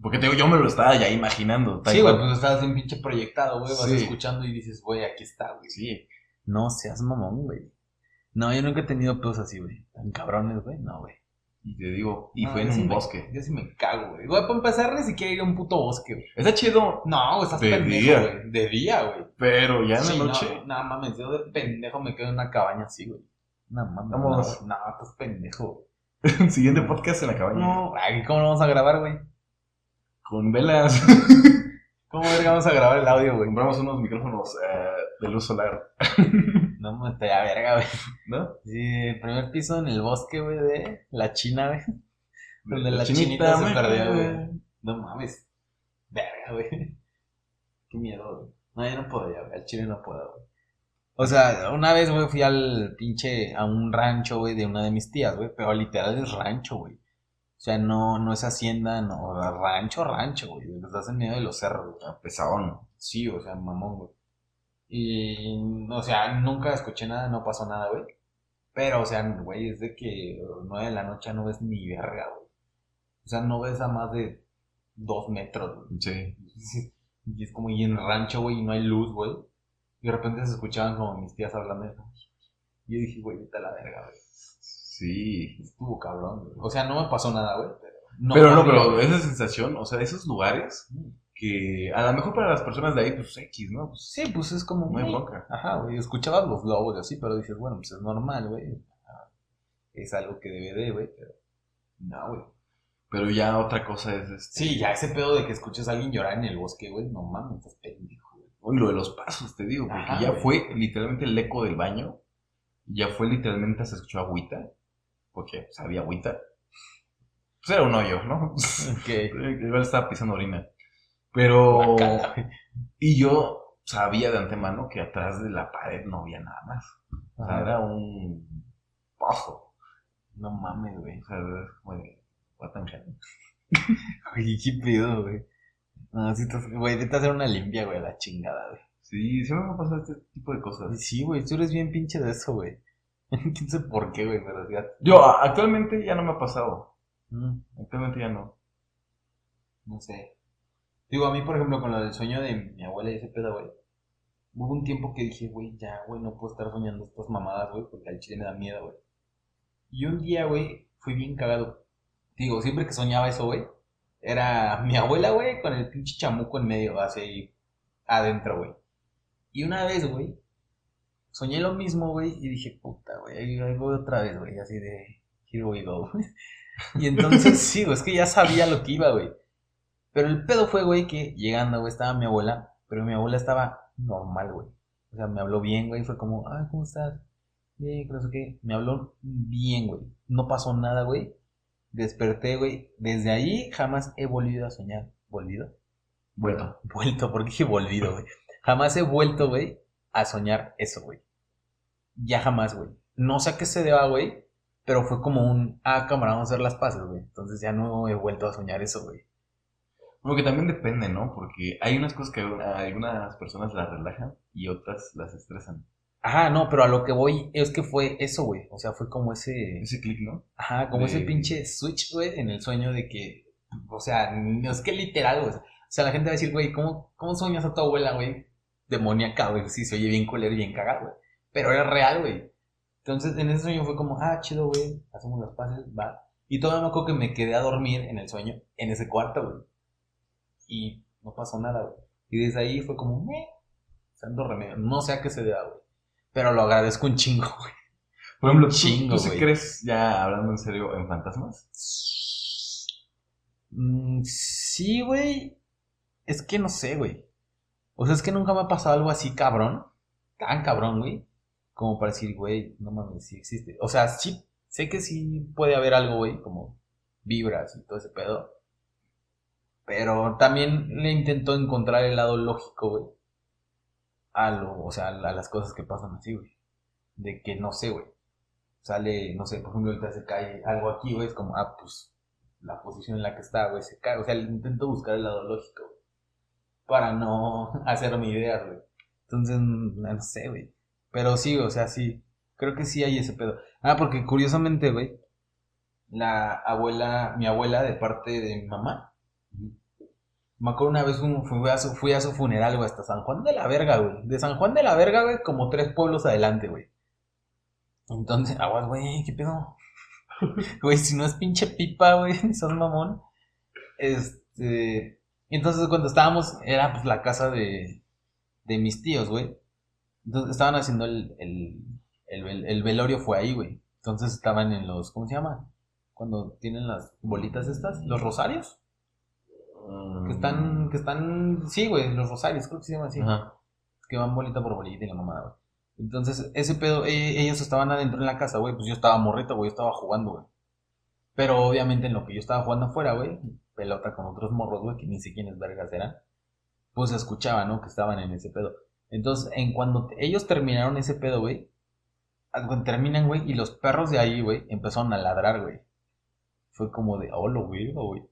[SPEAKER 2] Porque te digo, yo me lo estaba ya imaginando. tal
[SPEAKER 1] Sí, güey,
[SPEAKER 2] cual.
[SPEAKER 1] pues estabas bien pinche proyectado, güey. Vas
[SPEAKER 2] Sí.
[SPEAKER 1] escuchando y dices, güey, aquí está, güey.
[SPEAKER 2] Sí.
[SPEAKER 1] No seas mamón, güey. No, yo nunca he tenido pedos así, güey. Tan cabrones, güey. No, güey.
[SPEAKER 2] Y te digo, y
[SPEAKER 1] No,
[SPEAKER 2] fue en
[SPEAKER 1] yo ah, sí
[SPEAKER 2] un
[SPEAKER 1] me-
[SPEAKER 2] bosque.
[SPEAKER 1] Yo sí me cago, güey. Güey, para empezar, ni siquiera ir a un puto bosque, güey.
[SPEAKER 2] Está chido,
[SPEAKER 1] No, güey, estás
[SPEAKER 2] De día.
[SPEAKER 1] pendejo, güey. De día, güey.
[SPEAKER 2] pero ya en
[SPEAKER 1] Sí,
[SPEAKER 2] la
[SPEAKER 1] no,
[SPEAKER 2] noche.
[SPEAKER 1] No, nada mames, yo de pendejo me quedo en una cabaña así, güey. No mames.
[SPEAKER 2] Vamos.
[SPEAKER 1] No, no, estás pendejo.
[SPEAKER 2] Siguiente podcast en la
[SPEAKER 1] güey.
[SPEAKER 2] cabaña.
[SPEAKER 1] No, ay, ¿cómo lo vamos a grabar, güey?
[SPEAKER 2] Con velas.
[SPEAKER 1] ¿Cómo verga vamos a grabar el audio, güey?
[SPEAKER 2] Compramos unos micrófonos eh, de luz solar,
[SPEAKER 1] No me estoy a verga, güey.
[SPEAKER 2] ¿no?
[SPEAKER 1] Sí, primer piso en el bosque, güey, de la China, güey. Donde la chinita se
[SPEAKER 2] me-
[SPEAKER 1] perdió, güey. No mames. Verga, güey. Qué miedo, güey. No, yo no podía, güey. Al chile no puedo, güey. O sea, una vez, güey, fui al pinche, a un rancho, güey, de una de mis tías, güey. Pero literal es rancho, güey. O sea, no, no es hacienda, no. Rancho, rancho, güey. Estás en medio de los cerros, güey.
[SPEAKER 2] Ah, Pesadón.
[SPEAKER 1] Sí, o sea, mamón, güey. Y, o sea, nunca escuché nada, no pasó nada, güey. Pero, o sea, güey, es de que nueve de la noche no ves ni verga, güey. O sea, no ves a más de dos metros, güey.
[SPEAKER 2] Sí.
[SPEAKER 1] Y es como, y en rancho, güey, y no hay luz, güey. Y de repente se escuchaban como mis tías hablando. ¿no? Y yo dije, güey, vete a la verga, güey.
[SPEAKER 2] Sí.
[SPEAKER 1] Estuvo cabrón, güey. O sea, no me pasó nada, güey. Pero no,
[SPEAKER 2] pero no,
[SPEAKER 1] podría,
[SPEAKER 2] pero
[SPEAKER 1] güey.
[SPEAKER 2] esa sensación, o sea, esos lugares que a lo mejor para las personas de ahí, pues X, ¿no? Pues
[SPEAKER 1] Sí, pues es como,
[SPEAKER 2] no hay
[SPEAKER 1] güey,
[SPEAKER 2] bronca.
[SPEAKER 1] Ajá, güey, escuchabas los lobos y así, pero dices, bueno, pues es normal, güey. Ah, Es algo que debe de, güey, pero... No, güey.
[SPEAKER 2] Pero ya otra cosa es este.
[SPEAKER 1] Sí, ya ese pedo de que escuches a alguien llorar en el bosque, güey, no mames, estás pendejo, güey.
[SPEAKER 2] Uy, lo de los pasos, te digo, porque
[SPEAKER 1] Ajá,
[SPEAKER 2] ya
[SPEAKER 1] güey.
[SPEAKER 2] fue literalmente el eco del baño. Ya fue literalmente se escuchó agüita. Porque pues, había agüita. Pues era un hoyo, ¿no?
[SPEAKER 1] Ok.
[SPEAKER 2] Igual estaba pisando orina. Pero.
[SPEAKER 1] Guácala, güey.
[SPEAKER 2] Y yo sabía de antemano que atrás de la pared no había nada más. O sea,
[SPEAKER 1] Ajá.
[SPEAKER 2] era un pozo.
[SPEAKER 1] No mames, güey.
[SPEAKER 2] O sea, es como de, what the hell.
[SPEAKER 1] Güey, qué pedo, güey. No, si estás... Güey, vete a hacer una limpia, güey, a la chingada, güey.
[SPEAKER 2] Sí, siempre me pasa este tipo de
[SPEAKER 1] Ay,
[SPEAKER 2] cosas.
[SPEAKER 1] Sí, güey, tú eres bien pinche de eso, güey. Quién sé por qué, güey, pero ya...
[SPEAKER 2] Yo, a- actualmente ya no me ha pasado.
[SPEAKER 1] Mm.
[SPEAKER 2] Actualmente ya no.
[SPEAKER 1] No sé. Digo, a mí, por ejemplo, con lo del sueño de mi abuela y ese pedo, güey. Hubo un tiempo que dije, güey, ya, güey, no puedo estar soñando estas mamadas, güey, porque al chile me da miedo, güey. Y un día, güey, fui bien cagado. Digo, siempre que soñaba eso, güey, era mi abuela, güey, con el pinche chamuco en medio, así, adentro, güey. Y una vez, güey, soñé lo mismo, güey, y dije, puta, güey, ahí ahí voy otra vez, güey, así de, here we go. y entonces, sí, güey, es que ya sabía lo que iba, güey. Pero el pedo fue, güey, que llegando, güey, estaba mi abuela, pero mi abuela estaba normal, güey. O sea, me habló bien, güey, fue como, ah, ¿cómo estás? Bien, que no sé qué. Me habló bien, güey. No pasó nada, güey. Desperté, güey. Desde ahí jamás he volvido a soñar. ¿Volvido?
[SPEAKER 2] Bueno.
[SPEAKER 1] Vuelto, porque dije volvido, güey. Jamás he vuelto, güey, a soñar eso, güey. Ya jamás, güey. No sé a qué se deba, güey, pero fue como un, ah, cámara, vamos a hacer las paces, güey. Entonces ya no he vuelto a soñar eso, güey.
[SPEAKER 2] Bueno, que también depende, ¿no? Porque hay unas cosas que a algunas personas las relajan y otras las estresan.
[SPEAKER 1] Ajá, no, pero a lo que voy es que fue eso, güey. O sea, fue como ese,
[SPEAKER 2] Ese clic, ¿no?
[SPEAKER 1] ajá, como ese
[SPEAKER 2] de-
[SPEAKER 1] pinche switch, güey, en el sueño de que, o sea, no es que literal, güey. O sea, la gente va a decir, güey, ¿cómo, cómo sueñas a tu abuela, güey? Demoníaca, güey. Sí, se oye bien culero y bien cagado, güey. Pero era real, güey. Entonces, en ese sueño fue como, ah, chido, güey, hacemos las paces, va. Y todavía me acuerdo que me quedé a dormir en el sueño, en ese cuarto, güey. Y no pasó nada, güey. Y Y desde ahí fue como, meh, santo remedio. No sé a qué se deba, güey. Pero lo agradezco un chingo, güey.
[SPEAKER 2] Por ejemplo, ¿tú,
[SPEAKER 1] Chingo,
[SPEAKER 2] tú sí
[SPEAKER 1] güey.
[SPEAKER 2] crees, ya hablando en serio, en fantasmas?
[SPEAKER 1] Mm, sí, güey. Es que no sé, güey. O sea, es que nunca me ha pasado algo así cabrón. Tan cabrón, güey. Como para decir, güey, no mames, sí existe. O sea, sí, sé que sí puede haber algo, güey, como vibras y todo ese pedo. Pero también le intento encontrar el lado lógico, güey. A lo, o sea, a las cosas que pasan así, güey. De que no sé, güey. Sale, no sé, por ejemplo, ahorita se cae algo aquí, güey. Es como, ah, pues la posición en la que está, güey, se cae. O sea, le intento buscar el lado lógico, güey, para no hacerme ideas, güey. Entonces, mm, no sé, güey. Pero sí, o sea, sí. Creo que sí hay ese pedo. Ah, porque curiosamente, güey, la abuela, mi abuela de parte de mi mamá, me acuerdo una vez como fui a su, fui a su funeral, güey, hasta San Juan de la Verga, güey. De San Juan de la Verga, güey, como tres pueblos adelante, güey. Entonces, aguas, güey, ¿qué pedo? Güey, si no es pinche pipa, güey, sos mamón. Este. Entonces, cuando estábamos, era pues la casa de, de mis tíos, güey. Entonces, estaban haciendo el, el, el, vel- el velorio, fue ahí, güey. Entonces, estaban en los, ¿cómo se llama? Cuando tienen las bolitas estas, los rosarios. Que están, que están, sí, güey, los rosarios, creo que se llaman así
[SPEAKER 2] Ajá.
[SPEAKER 1] que van bolita por bolita y la mamada, güey. Entonces, ese pedo, eh, ellos estaban adentro en la casa, güey, pues yo estaba morrito, güey, yo estaba jugando, güey. Pero obviamente en lo que yo estaba jugando afuera, güey, pelota con otros morros, güey, que ni sé quiénes vergas eran, pues se escuchaba, ¿no? Que estaban en ese pedo. Entonces, en cuando te- ellos terminaron ese pedo, güey, al- cuando terminan, güey, y los perros de ahí, güey, empezaron a ladrar, güey. Fue como de, oh, lo güey, güey.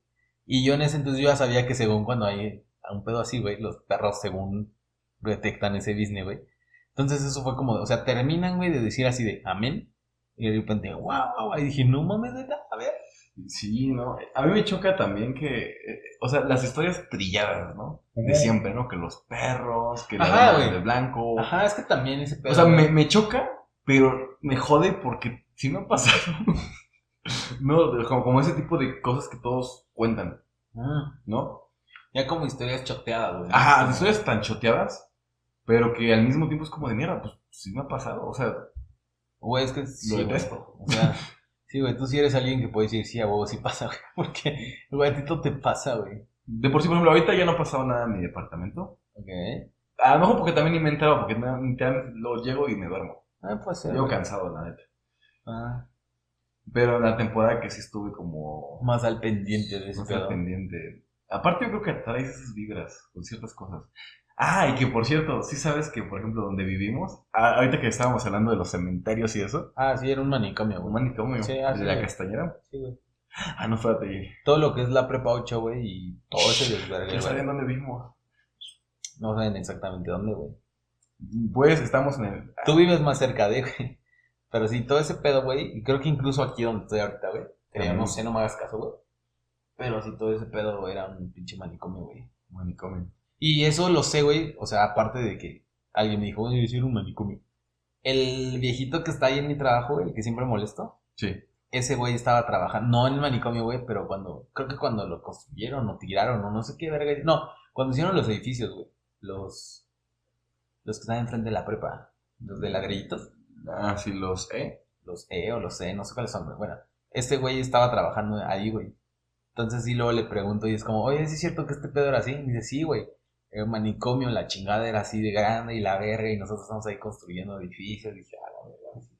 [SPEAKER 1] Y yo en ese entonces yo ya sabía que según cuando hay un pedo así, güey, los perros según detectan ese business, güey. Entonces eso fue como, o sea, terminan, güey, de decir así de amén. Y de repente, wow, wow, y dije, no mames, neta, a ver.
[SPEAKER 2] Sí, no. A mí me choca también que, eh, o sea, las historias trilladas, ¿no? De siempre, ¿no? Que los perros, que la
[SPEAKER 1] Ajá,
[SPEAKER 2] dama
[SPEAKER 1] güey.
[SPEAKER 2] de blanco.
[SPEAKER 1] Ajá, es que también ese pedo.
[SPEAKER 2] O sea,
[SPEAKER 1] güey.
[SPEAKER 2] me, me choca, pero me jode porque sí me ha pasado. no, de- como, como ese tipo de cosas que todos cuentan,
[SPEAKER 1] Ah,
[SPEAKER 2] ¿no?
[SPEAKER 1] ya como historias choteadas, güey.
[SPEAKER 2] Ajá, de historias tan choteadas, pero que al mismo tiempo es como de mierda, pues sí me ha pasado. O sea,
[SPEAKER 1] Güey, es que sí,
[SPEAKER 2] lo
[SPEAKER 1] güey.
[SPEAKER 2] detesto.
[SPEAKER 1] O sea, sí, güey, tú sí eres alguien que puede decir, sí, a huevo, sí pasa, güey. Porque, güey, a ti todo te pasa, güey.
[SPEAKER 2] De por sí, por ejemplo, ahorita ya no ha pasado nada en mi departamento.
[SPEAKER 1] Ok.
[SPEAKER 2] A lo mejor porque también ni me he enterado, porque no- ni tan- lo llego y me duermo.
[SPEAKER 1] Ah, pues ser.
[SPEAKER 2] Llego
[SPEAKER 1] güey.
[SPEAKER 2] cansado, la neta.
[SPEAKER 1] Ah,
[SPEAKER 2] Pero en la temporada que sí estuve como
[SPEAKER 1] más al pendiente de ese
[SPEAKER 2] más al
[SPEAKER 1] pedo.
[SPEAKER 2] pendiente. Aparte, yo creo que atraes esas vibras con ciertas cosas. Ah, y que por cierto, sí sabes que, por ejemplo, donde vivimos, a- ahorita que estábamos hablando de los cementerios y eso,
[SPEAKER 1] Ah, sí, era un manicomio,
[SPEAKER 2] un
[SPEAKER 1] güey.
[SPEAKER 2] manicomio
[SPEAKER 1] Sí, ah,
[SPEAKER 2] de
[SPEAKER 1] sí,
[SPEAKER 2] la
[SPEAKER 1] güey.
[SPEAKER 2] castañera.
[SPEAKER 1] Sí, güey.
[SPEAKER 2] Ah, no, espérate.
[SPEAKER 1] Todo lo que es la prepa 8, güey, y todo ese desvergue,
[SPEAKER 2] ¿Quién
[SPEAKER 1] güey.
[SPEAKER 2] sabe en dónde vivimos?
[SPEAKER 1] No saben exactamente dónde, güey.
[SPEAKER 2] Pues estamos en el.
[SPEAKER 1] Tú vives más cerca de, güey. Pero sí, todo ese pedo, güey. Y creo que incluso aquí donde estoy ahorita, güey. Creo, no
[SPEAKER 2] También.
[SPEAKER 1] sé, no me hagas caso, güey. Pero sí, todo ese pedo güey, era un pinche manicomio, güey.
[SPEAKER 2] Manicomio.
[SPEAKER 1] Y eso lo sé, güey. O sea, aparte de que alguien me dijo, oye, sí era un manicomio. El viejito que está ahí en mi trabajo, güey, el que siempre molesto.
[SPEAKER 2] Sí.
[SPEAKER 1] Ese güey estaba trabajando, no en el manicomio, güey, pero cuando, creo que cuando lo construyeron o tiraron o no sé qué verga. No, cuando hicieron los edificios, güey. Los, los que están enfrente de la prepa. Los de ladrillitos
[SPEAKER 2] Ah, sí, los E.
[SPEAKER 1] los E o los C, no sé cuáles son, güey. Bueno, este güey estaba trabajando ahí, güey. Entonces sí, luego le pregunto y es como, oye, ¿sí es cierto que este pedo era así? Y dice, sí, güey. El manicomio, la chingada era así de grande y la verga y nosotros estamos ahí construyendo edificios. Y dije, ah, la verga, sí.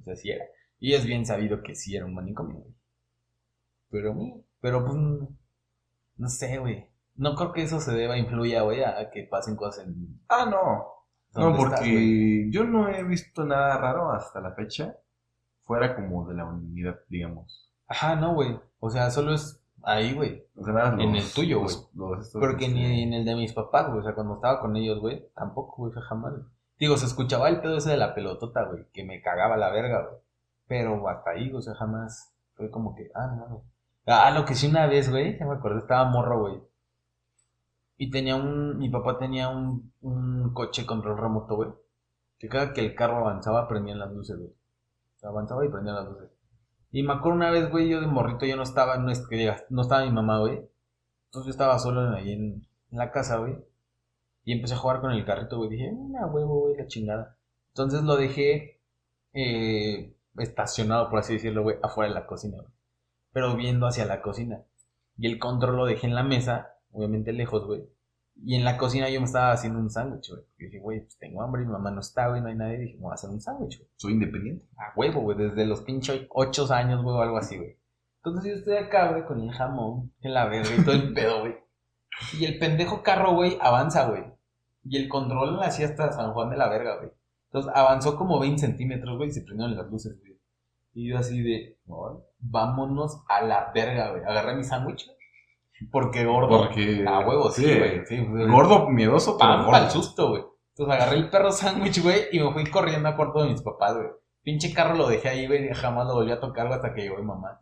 [SPEAKER 1] O sea, sí era. Y es bien sabido que sí era un manicomio, güey. Pero, mm, pero pues, mm, no sé, güey. No creo que eso se deba influya, güey, a que pasen cosas en...
[SPEAKER 2] Ah, no. No,
[SPEAKER 1] donde estás, güey.
[SPEAKER 2] porque yo no he visto nada raro hasta la fecha, fuera como de la unidad, digamos.
[SPEAKER 1] Ajá, no, güey. O sea, solo es ahí, güey.
[SPEAKER 2] O sea, nada,
[SPEAKER 1] En
[SPEAKER 2] los-
[SPEAKER 1] el tuyo,
[SPEAKER 2] los- los estos,
[SPEAKER 1] Porque ni
[SPEAKER 2] este,
[SPEAKER 1] en el de mis papás, güey. O sea, cuando estaba con ellos, güey, tampoco, güey, jamás. güey. Digo, se escuchaba el pedo ese de la pelotota, güey, que me cagaba la verga, güey. Pero hasta ahí, o sea, jamás. Fue como que, ah, no, güey. Ah, lo que sí una vez, güey, ya me acordé, estaba morro, güey. Y tenía un, mi papá tenía un, un coche control remoto, güey. Que cada que el carro avanzaba, prendían las luces, güey. O sea, avanzaba y prendían las luces. Y me acuerdo una vez, güey, yo de morrito, yo no estaba, no, es que digas, no estaba mi mamá, güey. Entonces yo estaba solo en- ahí en, en la casa, güey. Y empecé a jugar con el carrito, güey. Dije, una huevo, güey, la chingada. Entonces lo dejé eh, estacionado, por así decirlo, güey, afuera de la cocina, güey. Pero viendo hacia la cocina. Y el control lo dejé en la mesa, obviamente lejos, güey. Y en la cocina yo me estaba haciendo un sándwich, güey. Y dije, güey, pues tengo hambre, mi mamá no está, güey, no hay nadie. Dije, me voy a hacer un sándwich, güey.
[SPEAKER 2] Soy independiente.
[SPEAKER 1] A huevo, güey, desde los pinches ocho años, güey, o algo así, güey. Entonces yo estoy acá, güey, con el jamón, en la verga y todo el pedo, güey. Y el pendejo carro, güey, avanza, güey. Y el control la hacía hasta San Juan de la verga, güey. Entonces avanzó como 20 centímetros, güey, y se prendieron las luces, güey. Y yo así de, "No, vámonos a la verga, güey. Agarré mi sándwich, güey. Porque gordo.
[SPEAKER 2] Porque-
[SPEAKER 1] A huevo, sí,
[SPEAKER 2] sí.
[SPEAKER 1] güey. Sí, güey.
[SPEAKER 2] Gordo, miedoso, pero
[SPEAKER 1] Pam, pa'l
[SPEAKER 2] gordo.
[SPEAKER 1] susto, güey. Entonces agarré el perro sándwich, güey, y me fui corriendo a cuarto de mis papás, güey. Pinche carro lo dejé ahí, güey, y jamás lo volví a tocar güey, hasta que llegó mi mamá.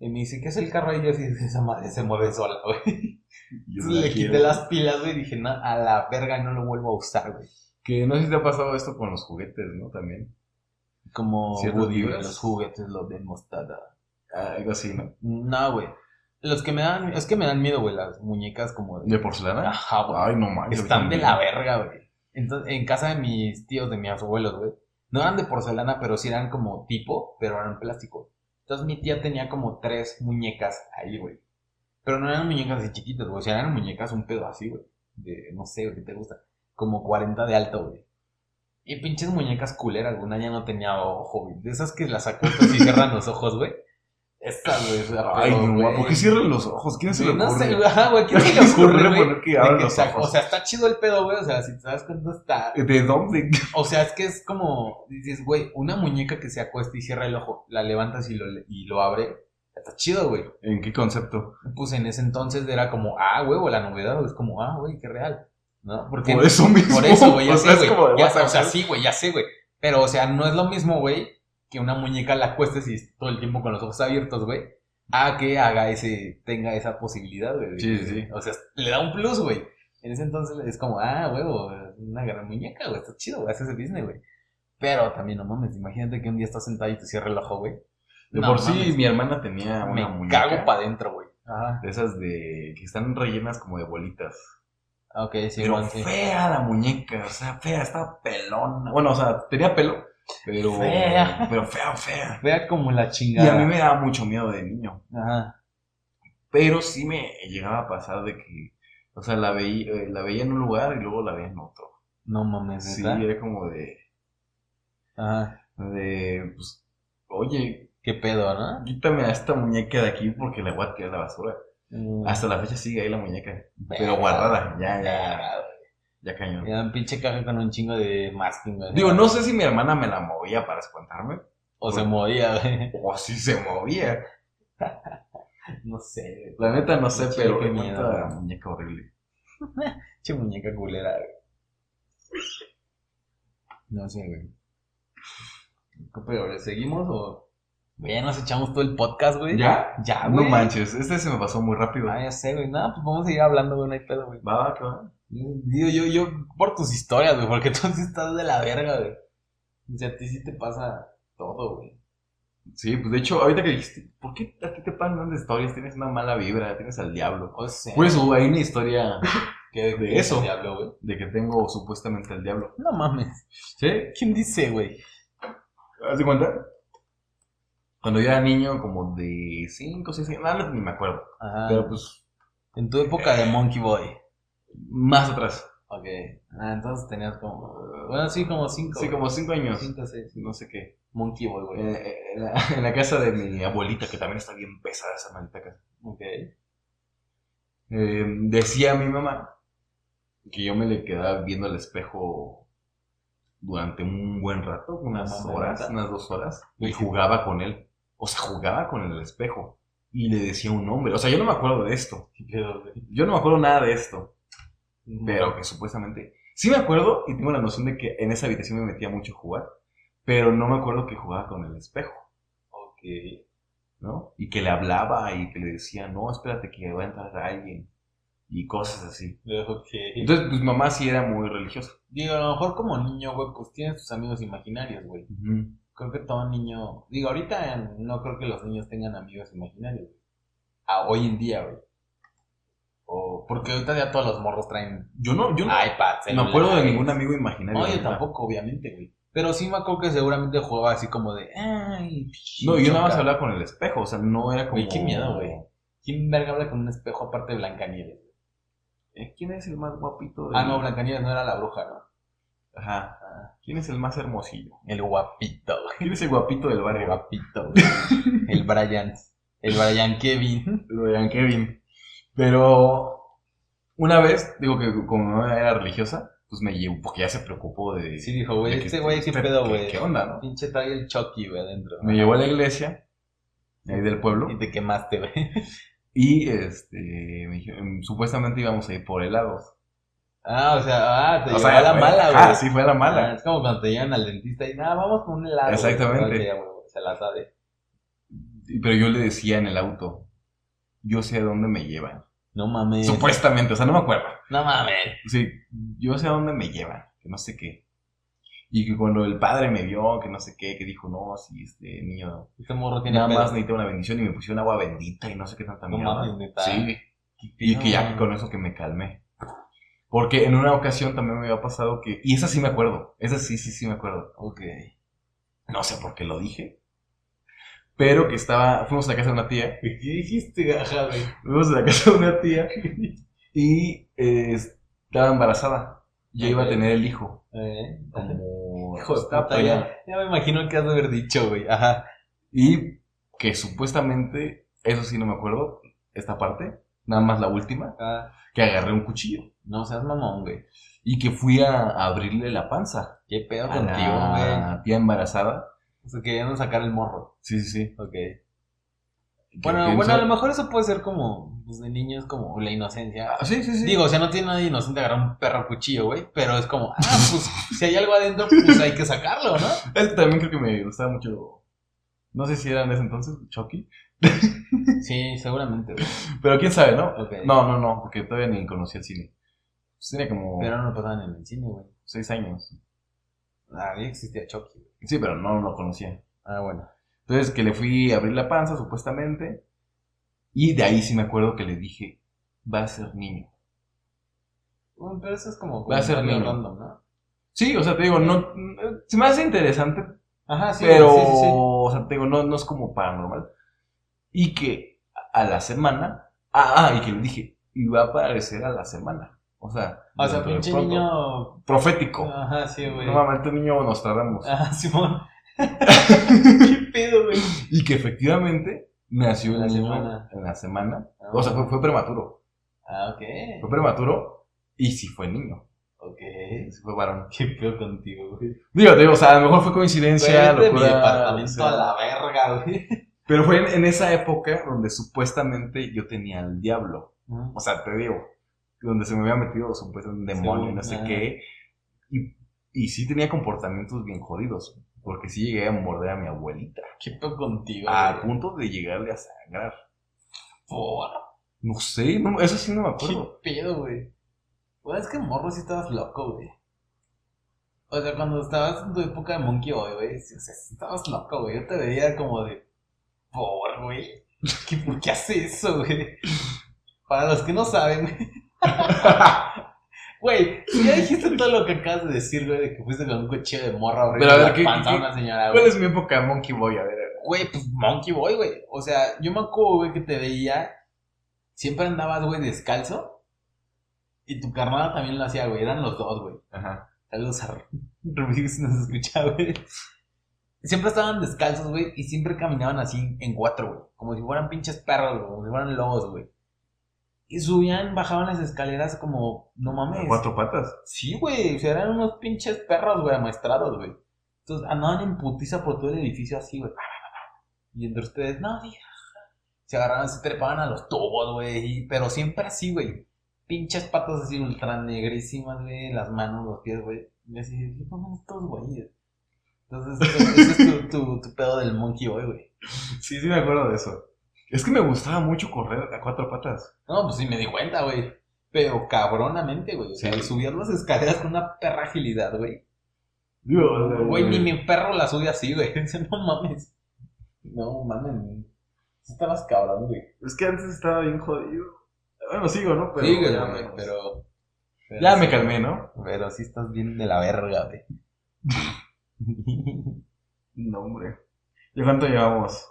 [SPEAKER 1] Y me dice, ¿qué es el carro ahí? Y yo así, esa madre se mueve sola, güey.
[SPEAKER 2] Yo la
[SPEAKER 1] Le quité
[SPEAKER 2] quiero.
[SPEAKER 1] las pilas, güey, y dije, no, a la verga, no lo vuelvo a usar, güey.
[SPEAKER 2] Que no sé si te ha pasado esto con los juguetes, ¿no? También.
[SPEAKER 1] Como
[SPEAKER 2] ¿Ciertas
[SPEAKER 1] Woody, güey,
[SPEAKER 2] vibras?
[SPEAKER 1] los juguetes, los de mostarda.
[SPEAKER 2] Algo así, ¿no?
[SPEAKER 1] No, güey. Los que me dan, es que me dan miedo, güey, las muñecas como de...
[SPEAKER 2] ¿De Ah, porcelana?
[SPEAKER 1] Ajá, güey.
[SPEAKER 2] Ay, no mames.
[SPEAKER 1] Ah, Están de
[SPEAKER 2] también.
[SPEAKER 1] la verga, güey. Entonces, en casa de mis tíos, de mis abuelos, güey. No eran de porcelana, pero sí eran como tipo, pero eran plástico. Entonces mi tía tenía como tres muñecas ahí, güey. Pero no eran muñecas así chiquitas, güey. O sea, eran muñecas un pedo así, güey. De, no sé, güey, ¿qué te gusta? Como 40 de alto, güey. Y pinches muñecas culeras, güey. Una ya no tenía ojo, güey. De esas que las acuestas y cierran los ojos, güey. Estas, güey. o sea,
[SPEAKER 2] Ay,
[SPEAKER 1] pero,
[SPEAKER 2] no,
[SPEAKER 1] güey.
[SPEAKER 2] ¿por qué cierran los ojos? ¿Quién se
[SPEAKER 1] Sí,
[SPEAKER 2] lo
[SPEAKER 1] no sé,
[SPEAKER 2] ocurre?
[SPEAKER 1] güey, ajá, güey, ¿qué
[SPEAKER 2] ¿Qué
[SPEAKER 1] se le
[SPEAKER 2] se le
[SPEAKER 1] ocurre,
[SPEAKER 2] ocurre
[SPEAKER 1] güey?
[SPEAKER 2] poner que
[SPEAKER 1] De
[SPEAKER 2] abran
[SPEAKER 1] que
[SPEAKER 2] los
[SPEAKER 1] está-
[SPEAKER 2] ojos?
[SPEAKER 1] O sea, está chido el pedo, güey, o sea, si te das cuenta está...
[SPEAKER 2] ¿De dónde?
[SPEAKER 1] O sea, es que es como, dices, güey, una muñeca que se acuesta y cierra el ojo, la levantas y lo, le- y lo abre, está chido, güey.
[SPEAKER 2] ¿En qué concepto?
[SPEAKER 1] Pues en ese entonces era como, ah, huevo, la novedad, güey, es como, ah, güey, qué real, ¿no? Porque
[SPEAKER 2] Por eso mismo.
[SPEAKER 1] por eso, güey, ya
[SPEAKER 2] O sea,
[SPEAKER 1] sé,
[SPEAKER 2] es
[SPEAKER 1] güey.
[SPEAKER 2] como de
[SPEAKER 1] Ya-
[SPEAKER 2] vas a
[SPEAKER 1] O sea,
[SPEAKER 2] hacer-
[SPEAKER 1] sí, güey, ya sé, güey. Pero, o sea, no es lo mismo, güey, que una muñeca la acuestes y todo el tiempo con los ojos abiertos, güey. A que haga ese, tenga esa posibilidad, güey.
[SPEAKER 2] Sí, sí, sí.
[SPEAKER 1] O sea, le da un plus, güey. En ese entonces es como, ah, huevo, es una gran muñeca, güey, está chido, güey, haces ese business, güey. Pero también, no mames, imagínate que un día estás sentado y te cierra el ojo, güey.
[SPEAKER 2] De
[SPEAKER 1] No
[SPEAKER 2] por sí,
[SPEAKER 1] mames.
[SPEAKER 2] mi hermana tenía una
[SPEAKER 1] Me
[SPEAKER 2] muñeca.
[SPEAKER 1] cago para adentro, güey. Ah, Ajá.
[SPEAKER 2] De esas de. que están rellenas como de bolitas.
[SPEAKER 1] Ok, sí,
[SPEAKER 2] pero
[SPEAKER 1] igual, sí.
[SPEAKER 2] fea la muñeca, o sea, fea, estaba pelona. Bueno, o sea, tenía pelo, pero.
[SPEAKER 1] Fea.
[SPEAKER 2] Pero fea, fea.
[SPEAKER 1] Vea como la
[SPEAKER 2] Y
[SPEAKER 1] chingada.
[SPEAKER 2] a mí me daba mucho miedo de niño.
[SPEAKER 1] Ajá.
[SPEAKER 2] Pero sí me llegaba a pasar de que. O sea, la veía, eh, la veía en un lugar y luego la veía en otro.
[SPEAKER 1] No mames,
[SPEAKER 2] Sí,
[SPEAKER 1] ¿neta?
[SPEAKER 2] era como de.
[SPEAKER 1] Ajá.
[SPEAKER 2] de pues, oye,
[SPEAKER 1] ¿Qué pedo, no?
[SPEAKER 2] quítame a esta muñeca de aquí porque la voy a tirar a la basura. Hasta la fecha sigue ahí la muñeca. Mm. Pero guardada, ya, ya,
[SPEAKER 1] Verga,
[SPEAKER 2] ya
[SPEAKER 1] güey.
[SPEAKER 2] cañón.
[SPEAKER 1] Era un pinche caja con un chingo de masking, güey.
[SPEAKER 2] Digo, no sé si mi hermana me la movía para espantarme.
[SPEAKER 1] O se movía, güey.
[SPEAKER 2] O si se movía.
[SPEAKER 1] No sé,
[SPEAKER 2] La neta no sé,
[SPEAKER 1] Sí,
[SPEAKER 2] pero
[SPEAKER 1] qué
[SPEAKER 2] qué
[SPEAKER 1] miedo.
[SPEAKER 2] la muñeca horrible.
[SPEAKER 1] Che muñeca culera, güey. No sé, güey. ¿Qué pedo,
[SPEAKER 2] eh?
[SPEAKER 1] güey? ¿Seguimos o...? Güey, ya nos echamos todo el podcast, güey.
[SPEAKER 2] ¿Ya?
[SPEAKER 1] Ya, Ah,
[SPEAKER 2] no
[SPEAKER 1] güey.
[SPEAKER 2] manches, este se me pasó muy rápido.
[SPEAKER 1] Ah, ya sé, güey. Nada, pues vamos a seguir hablando, güey. No hay pedo, güey.
[SPEAKER 2] Va, va, que va.
[SPEAKER 1] Digo, yo, yo, por tus historias, güey. Porque tú sí estás de la verga, güey. O sea, a ti sí te pasa todo, güey.
[SPEAKER 2] Sí, pues de hecho, ahorita que dijiste, ¿por qué a ti te pasan tantas historias? Tienes una mala vibra, tienes al diablo.
[SPEAKER 1] O sea...
[SPEAKER 2] Por eso hay una historia
[SPEAKER 1] ¿Qué,
[SPEAKER 2] de
[SPEAKER 1] qué
[SPEAKER 2] Pues, eso.
[SPEAKER 1] diablo, güey?
[SPEAKER 2] de que tengo supuestamente al diablo.
[SPEAKER 1] No mames.
[SPEAKER 2] ¿Sí?
[SPEAKER 1] ¿Quién dice, güey?
[SPEAKER 2] ¿Haz de cuenta? Cuando yo era niño, como de 5, 6 años, nada, ni me acuerdo.
[SPEAKER 1] Ajá.
[SPEAKER 2] Pero pues,
[SPEAKER 1] En tu época de Monkey Boy.
[SPEAKER 2] más atrás.
[SPEAKER 1] Ok. Ah, entonces tenías como. Bueno, sí, como cinco.
[SPEAKER 2] Sí,
[SPEAKER 1] güey.
[SPEAKER 2] como Eh. 5 años.
[SPEAKER 1] Cinco, seis.
[SPEAKER 2] No sé qué.
[SPEAKER 1] Monkey Boy, güey.
[SPEAKER 2] En, en la, en la casa de mi abuelita, que también está bien pesada esa maldita casa.
[SPEAKER 1] Ok.
[SPEAKER 2] eh, decía mi mamá que yo me le quedaba viendo al espejo durante un buen rato, unas
[SPEAKER 1] Mamá,
[SPEAKER 2] horas,
[SPEAKER 1] ¿neta?
[SPEAKER 2] unas dos horas,
[SPEAKER 1] Sí.
[SPEAKER 2] y jugaba con él. O sea, jugaba con el espejo. Y le decía un nombre. O sea, yo no me acuerdo de esto.
[SPEAKER 1] ¿Qué pedo, güey?
[SPEAKER 2] Yo no me acuerdo nada de esto. Pero que supuestamente. Sí me acuerdo y tengo la noción de que en esa habitación me metía mucho a jugar, pero no me acuerdo que jugaba con el espejo,
[SPEAKER 1] Ok.
[SPEAKER 2] ¿no? Y que le hablaba y que le decía, no, espérate que va a entrar alguien y cosas así.
[SPEAKER 1] Ok.
[SPEAKER 2] Entonces, pues mamá sí era muy religiosa.
[SPEAKER 1] Digo, a lo mejor como niño, güey, pues tienes tus amigos imaginarios, güey. Creo que todo niño. Digo, ahorita no creo que los niños tengan amigos imaginarios, güey. Ah, hoy en día, güey. O, porque ahorita ya todos los morros traen
[SPEAKER 2] Yo no, yo no
[SPEAKER 1] iPads.
[SPEAKER 2] me acuerdo de
[SPEAKER 1] celulares.
[SPEAKER 2] ningún amigo imaginario.
[SPEAKER 1] No,
[SPEAKER 2] la
[SPEAKER 1] yo
[SPEAKER 2] neta.
[SPEAKER 1] tampoco, obviamente, güey. Pero sí me acuerdo que seguramente jugaba así como de. Ay,
[SPEAKER 2] No, yo nada más
[SPEAKER 1] choca.
[SPEAKER 2] hablaba con el espejo, o sea, no era como...
[SPEAKER 1] Güey, qué miedo, güey. ¿Quién verga habla con un espejo aparte de Blancanieves?
[SPEAKER 2] Eh, ¿Quién es el más guapito? de-
[SPEAKER 1] Ah, no, Ah. Blancanieves no era la bruja, ¿no?
[SPEAKER 2] Ajá. ¿Quién es el más hermosillo?
[SPEAKER 1] El guapito, güey.
[SPEAKER 2] ¿Quién es el guapito del
[SPEAKER 1] El
[SPEAKER 2] barrio?
[SPEAKER 1] guapito, güey. El Brian. El Brian Kevin.
[SPEAKER 2] Lo de Dan Kevin. Pero una vez, digo que como mi mamá era religiosa, pues me llevó, porque ya se preocupó de...
[SPEAKER 1] Sí, dijo, güey,
[SPEAKER 2] de que-
[SPEAKER 1] este güey, qué
[SPEAKER 2] este-
[SPEAKER 1] pedo,
[SPEAKER 2] qué-
[SPEAKER 1] güey.
[SPEAKER 2] ¿Qué onda, no?
[SPEAKER 1] Pinche trae el Chucky, güey, adentro.
[SPEAKER 2] Me llevó a la iglesia, de ahí del pueblo,
[SPEAKER 1] Y te quemaste, güey.
[SPEAKER 2] y este, me dijo- supuestamente íbamos a ir por helados.
[SPEAKER 1] Ah, o sea, ah, te
[SPEAKER 2] O
[SPEAKER 1] llevó
[SPEAKER 2] sea,
[SPEAKER 1] a la
[SPEAKER 2] fue-
[SPEAKER 1] mala, güey.
[SPEAKER 2] Ah, sí, fue a la mala.
[SPEAKER 1] Ah, es como cuando te llevan al dentista y nada, vamos con un helado. güey.
[SPEAKER 2] Exactamente.
[SPEAKER 1] Ok, ya, güey, se la sabe.
[SPEAKER 2] Pero yo le decía en el auto, yo sé a dónde me llevan.
[SPEAKER 1] No mames.
[SPEAKER 2] Supuestamente, o sea, no me acuerdo.
[SPEAKER 1] No mames.
[SPEAKER 2] Sí, yo sé a dónde me llevan, que no sé qué. Y que cuando el padre me vio, que no sé qué, que dijo, no, si este niño
[SPEAKER 1] Este morro tiene
[SPEAKER 2] nada
[SPEAKER 1] pedo.
[SPEAKER 2] más necesita una bendición y me pusieron agua bendita y no sé qué tanta
[SPEAKER 1] No
[SPEAKER 2] mierda.
[SPEAKER 1] mames, Ah. neta.
[SPEAKER 2] Sí, y que ya
[SPEAKER 1] No.
[SPEAKER 2] con eso que me calmé. Porque en una ocasión también me había pasado que, y esa sí me acuerdo, esa sí, sí, sí me acuerdo.
[SPEAKER 1] Ok.
[SPEAKER 2] No sé por qué lo dije. Pero que estaba, fuimos a la casa de una tía
[SPEAKER 1] ¿Qué dijiste, gaja, güey?
[SPEAKER 2] Fuimos a la casa de una tía y eh, estaba embarazada. Ya iba a tener el hijo.
[SPEAKER 1] Eh,
[SPEAKER 2] Como
[SPEAKER 1] Hijo de
[SPEAKER 2] estaba
[SPEAKER 1] puta,
[SPEAKER 2] pegada.
[SPEAKER 1] ya, ya me imagino que has de haber dicho, güey. Ajá.
[SPEAKER 2] Y que supuestamente, eso sí no me acuerdo, esta parte, nada más la última,
[SPEAKER 1] Ah,
[SPEAKER 2] que agarré un cuchillo
[SPEAKER 1] no seas mamón, güey.
[SPEAKER 2] y que fui a abrirle la panza
[SPEAKER 1] ¿Qué pedo
[SPEAKER 2] a
[SPEAKER 1] contigo, güey?
[SPEAKER 2] la tía embarazada.
[SPEAKER 1] O sea, queriendo sacar el morro.
[SPEAKER 2] Sí, sí, sí.
[SPEAKER 1] Ok.
[SPEAKER 2] Que-
[SPEAKER 1] Bueno,
[SPEAKER 2] que-
[SPEAKER 1] bueno, a lo mejor eso puede ser como, pues de niños, como la inocencia.
[SPEAKER 2] Ah, sí, sí, sí.
[SPEAKER 1] Digo, o sea, no tiene nadie inocente agarrar un perro cuchillo, güey. Pero es como, ah, pues si hay algo adentro, pues hay que sacarlo, ¿no?
[SPEAKER 2] Es que también creo que me gustaba mucho. No sé si era en ese entonces, Chucky.
[SPEAKER 1] Sí, seguramente, güey.
[SPEAKER 2] Pero quién sabe, ¿no?
[SPEAKER 1] Ok.
[SPEAKER 2] No, no, no, porque todavía ni conocía el cine. Pues tenía como
[SPEAKER 1] Pero no lo pasaban en el cine, güey.
[SPEAKER 2] seis años.
[SPEAKER 1] Ah, ya existía Chucky, güey.
[SPEAKER 2] Sí, pero no lo conocía.
[SPEAKER 1] Ah, bueno.
[SPEAKER 2] Entonces que le fui a abrir la panza, supuestamente. Y de ahí sí me acuerdo que le dije, va a ser niño.
[SPEAKER 1] Bueno, pero eso es como.
[SPEAKER 2] Va a ser
[SPEAKER 1] comentario
[SPEAKER 2] niño.
[SPEAKER 1] random, ¿no?
[SPEAKER 2] Sí, o sea, te digo, no, mm, se me hace interesante,
[SPEAKER 1] Ajá, sí,
[SPEAKER 2] pero,
[SPEAKER 1] sí, sí, sí.
[SPEAKER 2] o sea, te digo, no, no es como paranormal. Y que a la semana, ah, ah, y que le dije, y va a aparecer a la semana. O sea,
[SPEAKER 1] O sea,
[SPEAKER 2] dentro de
[SPEAKER 1] pinche
[SPEAKER 2] pronto.
[SPEAKER 1] niño.
[SPEAKER 2] Profético.
[SPEAKER 1] Ajá, sí, güey. Ah.
[SPEAKER 2] no mames, este niño nos tardamos.
[SPEAKER 1] Ajá, Simón. ¿Qué pedo, güey?
[SPEAKER 2] Y que efectivamente nació
[SPEAKER 1] En la
[SPEAKER 2] el niño
[SPEAKER 1] semana.
[SPEAKER 2] en la semana. O sea, fue, fue prematuro.
[SPEAKER 1] Ah,
[SPEAKER 2] Fue
[SPEAKER 1] ok.
[SPEAKER 2] prematuro y sí fue niño.
[SPEAKER 1] Ok.
[SPEAKER 2] Sí fue varón.
[SPEAKER 1] ¿Qué pedo contigo, güey?
[SPEAKER 2] Digo, te digo, o sea, a lo mejor fue
[SPEAKER 1] Güey,
[SPEAKER 2] coincidencia,
[SPEAKER 1] vete de mi
[SPEAKER 2] locura,
[SPEAKER 1] departamento
[SPEAKER 2] o sea,
[SPEAKER 1] a la verga, güey.
[SPEAKER 2] Pero fue en, en esa época donde supuestamente yo tenía al diablo. O sea, te digo, donde se me había metido supuestamente un demonio,
[SPEAKER 1] Según,
[SPEAKER 2] no sé
[SPEAKER 1] ajá.
[SPEAKER 2] qué. Y, y sí tenía comportamientos bien jodidos. Porque sí llegué a morder a mi abuelita.
[SPEAKER 1] ¿Qué pedo contigo,
[SPEAKER 2] A
[SPEAKER 1] güey?
[SPEAKER 2] punto de llegarle a sangrar.
[SPEAKER 1] Por
[SPEAKER 2] No sé, no, eso sí no me
[SPEAKER 1] ¿Qué
[SPEAKER 2] acuerdo.
[SPEAKER 1] pedo, güey? Güey, es que morro sí estabas loco, güey. O sea, cuando estabas en tu época de Monkey Boy, güey, sí, o sea, sí estabas loco, güey. Yo te veía como de, por, güey. ¿Qué, ¿Por qué hace eso, güey? Para los que no saben, güey. güey, si ya dijiste todo lo que acabas de decir, güey, de que fuiste con un cochillo de morra, güey.
[SPEAKER 2] Pero a ver,
[SPEAKER 1] la
[SPEAKER 2] ¿qué-
[SPEAKER 1] panza a
[SPEAKER 2] qué-
[SPEAKER 1] una señora, güey.
[SPEAKER 2] ¿Cuál es mi época Monkey Boy? A ver, a ver.
[SPEAKER 1] Güey, pues Monkey Boy, güey. O sea, yo me acuerdo, güey, que te veía. Siempre andabas, güey, descalzo. Y tu carnada también lo hacía, güey. Eran los dos, güey.
[SPEAKER 2] Ajá.
[SPEAKER 1] Saludos a Rubí si nos escucha, güey. Siempre estaban descalzos, güey. Y siempre caminaban así en cuatro, güey. Como si fueran pinches perros, güey. Como si fueran lobos, güey. Y subían, bajaban las escaleras como, no mames.
[SPEAKER 2] Cuatro patas.
[SPEAKER 1] Sí, güey, o sea, eran unos pinches perros, güey, amaestrados, güey. Entonces andaban en putiza por todo el edificio así, güey. Y entre ustedes, no, sí. Se agarraban, se trepaban a los tubos, güey. y- Pero siempre así, güey. Pinches patas así ultra negrísimas, güey. Las manos, los pies, güey. Y así, ¿qué toman estos güeyes? Entonces, ese es tu, tu, tu pedo del monkey boy, güey.
[SPEAKER 2] Sí, sí me acuerdo de eso. Es que me gustaba mucho correr a cuatro patas.
[SPEAKER 1] No, pues sí me di cuenta, güey. Pero cabronamente, güey. O sea,
[SPEAKER 2] Sí.
[SPEAKER 1] subías las escaleras con una perra agilidad, güey.
[SPEAKER 2] Digo,
[SPEAKER 1] Güey, ni mi perro la sube así, güey. No mames. No mames. Sí estabas cabrón, güey.
[SPEAKER 2] Es que antes estaba bien jodido. Bueno, sigo, ¿no?
[SPEAKER 1] sí, güey,
[SPEAKER 2] ya,
[SPEAKER 1] güey,
[SPEAKER 2] me-
[SPEAKER 1] pero. pero
[SPEAKER 2] ya
[SPEAKER 1] sí,
[SPEAKER 2] me calmé, ¿no?
[SPEAKER 1] Pero sí estás bien de la verga, güey.
[SPEAKER 2] No, hombre. ¿Y cuánto llevamos?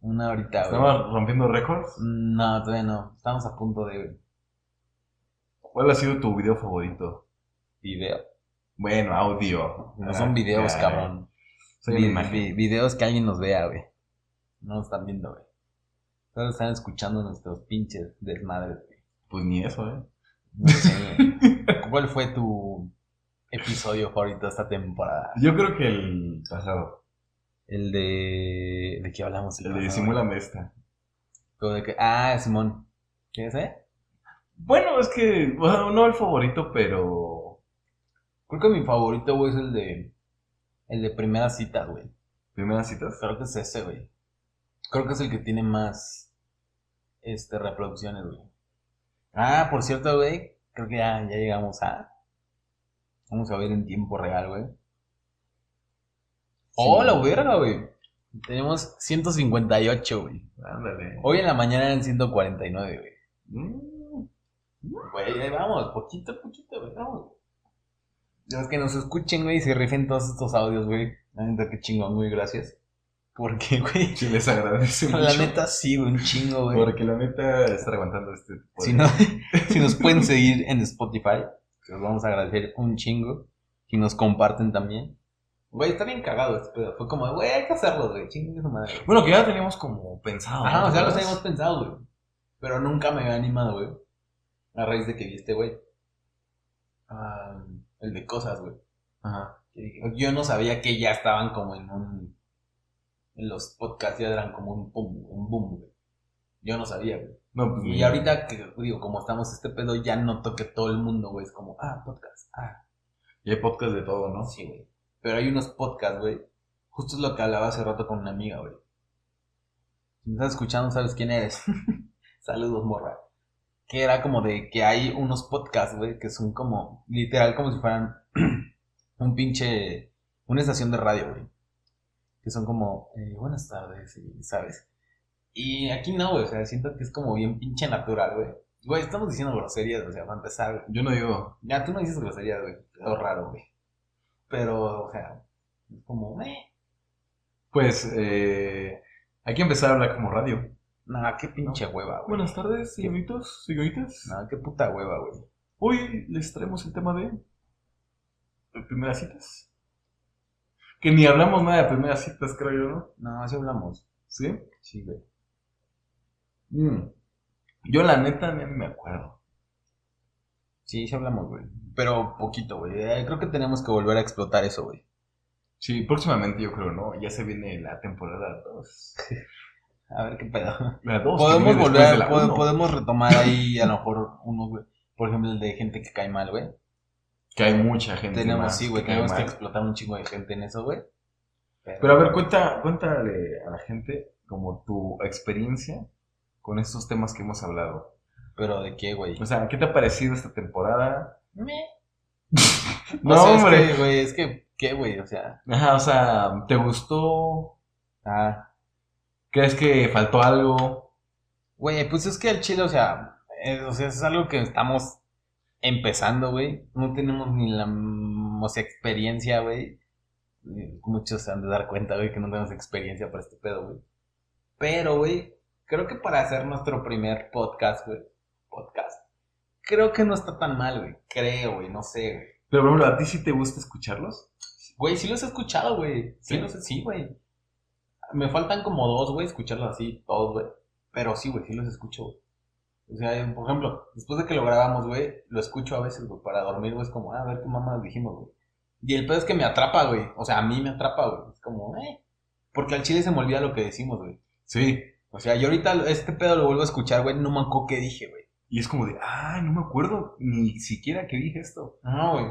[SPEAKER 1] Una horita, güey.
[SPEAKER 2] ¿Estamos rompiendo récords?
[SPEAKER 1] No, todavía no. Estamos a punto de
[SPEAKER 2] ¿Cuál ha sido tu video favorito?
[SPEAKER 1] video.
[SPEAKER 2] Bueno, audio.
[SPEAKER 1] No son videos,
[SPEAKER 2] Ah,
[SPEAKER 1] cabrón.
[SPEAKER 2] Soy
[SPEAKER 1] Vi-
[SPEAKER 2] una imagen.
[SPEAKER 1] vi- videos que alguien nos vea, güey. No nos están viendo, güey. Solo están escuchando nuestros pinches desmadres, güey.
[SPEAKER 2] Pues ni eso, ¿eh?
[SPEAKER 1] No sé, güey. ¿Cuál fue tu episodio favorito de esta temporada?
[SPEAKER 2] Yo creo que el pasado.
[SPEAKER 1] El de... ¿De qué hablamos?
[SPEAKER 2] El de
[SPEAKER 1] pasado,
[SPEAKER 2] Simulame esta.
[SPEAKER 1] güey? Como de que- Ah, Simón. ¿Qué es, eh?
[SPEAKER 2] Bueno, es que, bueno, no el favorito, pero
[SPEAKER 1] Creo que mi favorito, güey, es el de... El de primera cita, güey.
[SPEAKER 2] primeras citas.
[SPEAKER 1] Creo que es ese, güey. Creo que es el que tiene más este reproducciones, güey. Ah, por cierto, güey, creo que ya, ya llegamos a. Vamos a ver en tiempo real, güey. ¡Oh, la verga, güey! Tenemos 158, güey.
[SPEAKER 2] Ándale.
[SPEAKER 1] Hoy en la mañana eran 149, güey.
[SPEAKER 2] Mm,
[SPEAKER 1] Güey, ahí vamos, poquito a poquito, güey, vamos. Los que nos escuchen, güey, y se rifen todos estos audios, güey. La neta, qué chingón, güey, gracias. Porque, güey,
[SPEAKER 2] Sí, les agradece mucho.
[SPEAKER 1] la neta sí, güey, un chingo, güey.
[SPEAKER 2] Porque la neta estar aguantando este. tipo de-
[SPEAKER 1] Si, no- si nos pueden seguir en Spotify, les vamos a agradecer un chingo. Si nos comparten también. Güey, está bien cagado este pedo. Fue como, güey, hay que hacerlo, güey. Chingue su madre.
[SPEAKER 2] Bueno, que ya Ah, pues. lo teníamos como pensado.
[SPEAKER 1] Ajá,
[SPEAKER 2] ¿no?
[SPEAKER 1] o sea, lo
[SPEAKER 2] ¿Te
[SPEAKER 1] habíamos pensado, güey. Pero nunca me había animado, güey. A raíz de que vi este güey. Ah, el de cosas, güey.
[SPEAKER 2] Ajá.
[SPEAKER 1] Que dije, Yo no sabía que ya estaban como en un. En los podcasts ya eran como un boom, un boom, güey. Yo no sabía, güey.
[SPEAKER 2] No, pues,
[SPEAKER 1] Y ahorita que digo, como estamos este pedo, ya noto que todo el mundo, güey, es como, ah, podcast, ah,
[SPEAKER 2] Y hay podcast de todo, ¿no?
[SPEAKER 1] sí, güey. Pero hay unos podcasts, güey. Justo es lo que hablaba hace rato con una amiga, güey. Si me estás escuchando, sabes quién eres. Saludos, morra. Que era como de que hay unos podcasts, güey, que son como, literal, como si fueran un pinche, una estación de radio, güey. Que son como, eh, buenas tardes, y, ¿sabes? Y aquí no, güey, o sea, siento que es como bien pinche natural, güey. Güey, estamos diciendo groserías, o sea, para empezar, güey.
[SPEAKER 2] Yo no digo.
[SPEAKER 1] Ya tú no dices groserías, güey, todo raro, güey. Pero, o sea, es como, eh,
[SPEAKER 2] Pues, eh, hay que empezar a hablar como radio.
[SPEAKER 1] nada, qué pinche hueva, güey.
[SPEAKER 2] Buenas tardes, señoritos, señoritas.
[SPEAKER 1] Nada, qué puta hueva, güey.
[SPEAKER 2] Hoy les traemos el tema de primeras citas. Que ni hablamos nada de primeras citas, creo yo, ¿no?
[SPEAKER 1] No, así hablamos.
[SPEAKER 2] ¿Sí?
[SPEAKER 1] Sí, güey.
[SPEAKER 2] Mm. Yo la neta ni me acuerdo.
[SPEAKER 1] Sí, sí hablamos, güey. Pero poquito, güey. Eh, Creo que tenemos que volver a explotar eso, güey.
[SPEAKER 2] Sí, próximamente yo creo, ¿no? Ya se viene la temporada 2.
[SPEAKER 1] A ver qué pedo.
[SPEAKER 2] La 2.
[SPEAKER 1] Podemos volver,
[SPEAKER 2] a
[SPEAKER 1] a- pod- podemos retomar ahí a lo mejor uno, güey. Por ejemplo, el de gente que cae mal, güey.
[SPEAKER 2] Que hay mucha gente.
[SPEAKER 1] Tenemos,
[SPEAKER 2] más
[SPEAKER 1] sí, güey,
[SPEAKER 2] cae
[SPEAKER 1] tenemos que
[SPEAKER 2] mal.
[SPEAKER 1] explotar un chingo de gente en eso, güey.
[SPEAKER 2] Pero a ver, cuenta, cuéntale a la gente como tu experiencia con estos temas que hemos hablado.
[SPEAKER 1] ¿Pero de qué, güey?
[SPEAKER 2] O sea, ¿qué te ha parecido esta temporada?
[SPEAKER 1] Meh.
[SPEAKER 2] No,
[SPEAKER 1] O sea, Es
[SPEAKER 2] hombre.
[SPEAKER 1] que, güey, es que, ¿qué, güey? O sea,
[SPEAKER 2] Ajá, o sea, ¿te gustó?
[SPEAKER 1] ah,
[SPEAKER 2] ¿Crees que faltó algo?
[SPEAKER 1] güey, pues es que el chile, o sea, es, o sea, es algo que estamos empezando, güey. No tenemos ni la, mm, o sea, experiencia, güey. Eh, Muchos se han de dar cuenta, güey, que no tenemos experiencia para este pedo, güey. Pero, güey, creo que para hacer nuestro primer podcast, güey, podcast, creo que no está tan mal, güey. Creo, güey, no sé, güey.
[SPEAKER 2] Pero, por ejemplo, ¿a ti sí te gusta escucharlos?
[SPEAKER 1] Güey, sí los he escuchado, güey. Sí,
[SPEAKER 2] ¿Sí?
[SPEAKER 1] los he- sí, güey. Me faltan como dos, güey, escucharlos así, todos, güey. Pero sí, güey, sí los escucho, güey. O sea, por ejemplo, después de que lo grabamos, güey, lo escucho a veces, güey, para dormir, güey, es como, ah, a ver qué mamás dijimos, güey. Y el pedo es que me atrapa, güey. O sea, a mí me atrapa, güey. Es como, eh. Porque al chile se me olvida lo que decimos, güey.
[SPEAKER 2] Sí.
[SPEAKER 1] O sea, yo ahorita lo- este pedo lo vuelvo a escuchar, güey, no me acuerdo qué dije, güey.
[SPEAKER 2] Y es como de, ah, no me acuerdo ni siquiera que dije esto.
[SPEAKER 1] No, güey.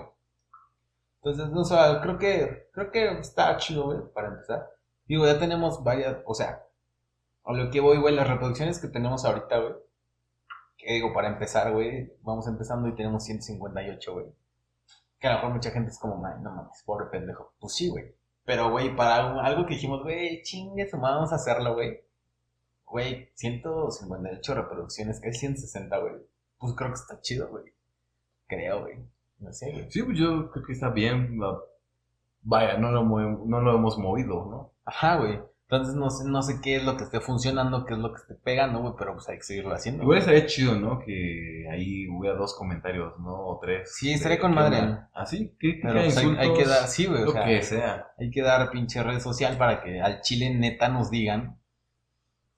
[SPEAKER 1] Entonces, no, o sea, creo que, creo que está chido, güey, para empezar. Digo, ya tenemos varias, o sea, a lo que voy, güey, las reproducciones que tenemos ahorita, güey. Que digo, para empezar, güey, vamos empezando y tenemos 158, güey. Que a lo mejor mucha gente es como, "Ay, no mames, pobre pendejo. Pues sí, güey. Pero, güey, para algo, algo que dijimos, güey, chingue, su madre, vamos a hacerlo, güey. Güey, 158 reproducciones, casi 160, güey. pues creo que está chido, güey. Creo, güey. No sé, güey.
[SPEAKER 2] Sí, pues yo creo que está bien. la- Vaya, no lo, mue- no lo hemos movido, ¿no?
[SPEAKER 1] Ajá, güey. Entonces no sé, no sé qué es lo que esté funcionando, qué es lo que esté pegando, güey, pero pues hay que seguirlo haciendo. güey.
[SPEAKER 2] Igual estaría chido, ¿no? Que ahí hubiera dos comentarios, ¿no? O tres.
[SPEAKER 1] Sí,
[SPEAKER 2] de
[SPEAKER 1] estaría con
[SPEAKER 2] qué
[SPEAKER 1] madre.
[SPEAKER 2] onda. ¿Ah, sí? ¿Qué,
[SPEAKER 1] Pero pues, hay, hay que dar, sí, güey, o
[SPEAKER 2] Lo
[SPEAKER 1] sea,
[SPEAKER 2] que sea.
[SPEAKER 1] hay que dar pinche red social para que al chile neta nos digan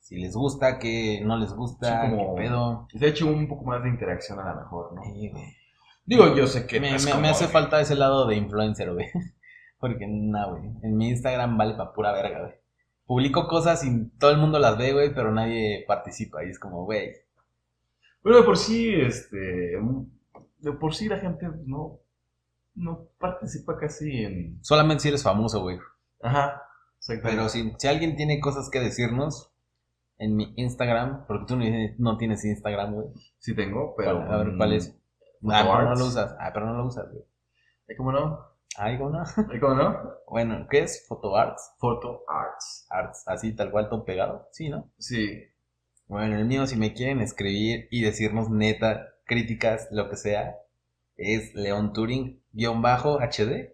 [SPEAKER 1] si les gusta, que no les gusta,
[SPEAKER 2] Sí, como-
[SPEAKER 1] qué pedo.
[SPEAKER 2] Se ha hecho un poco más de interacción a lo mejor, ¿no?
[SPEAKER 1] Sí, güey.
[SPEAKER 2] Digo, yo sé que
[SPEAKER 1] me,
[SPEAKER 2] no es
[SPEAKER 1] me- me
[SPEAKER 2] como
[SPEAKER 1] hace
[SPEAKER 2] que-
[SPEAKER 1] falta ese lado de influencer, güey. Porque no, güey. En mi Instagram vale para pura verga, güey. Publico cosas y todo el mundo las ve, güey, pero nadie participa. Y es como, güey,
[SPEAKER 2] Bueno, de por sí, este. De por sí la gente pues, no. No participa casi en.
[SPEAKER 1] solamente si eres famoso, güey.
[SPEAKER 2] Ajá. Exactamente.
[SPEAKER 1] Pero si, si alguien tiene cosas que decirnos en mi Instagram, porque tú no, no tienes Instagram, güey.
[SPEAKER 2] Sí tengo, pero.
[SPEAKER 1] ¿Cuál- a ver, ¿cuál es?
[SPEAKER 2] mm,
[SPEAKER 1] Ah, pero no
[SPEAKER 2] Arts.
[SPEAKER 1] lo usas. Ah, pero no lo usas, güey.
[SPEAKER 2] ¿Eh, ¿Cómo no?
[SPEAKER 1] Ay, ¿cómo no?
[SPEAKER 2] ¿Eh, ¿Cómo no?
[SPEAKER 1] Bueno, ¿qué es? Photo Arts.
[SPEAKER 2] Photo Arts.
[SPEAKER 1] Arts, así tal cual, todo pegado. Sí, ¿no?
[SPEAKER 2] Sí.
[SPEAKER 1] Bueno, el mío, si me quieren escribir y decirnos neta, críticas, lo que sea, es León Turing-HD.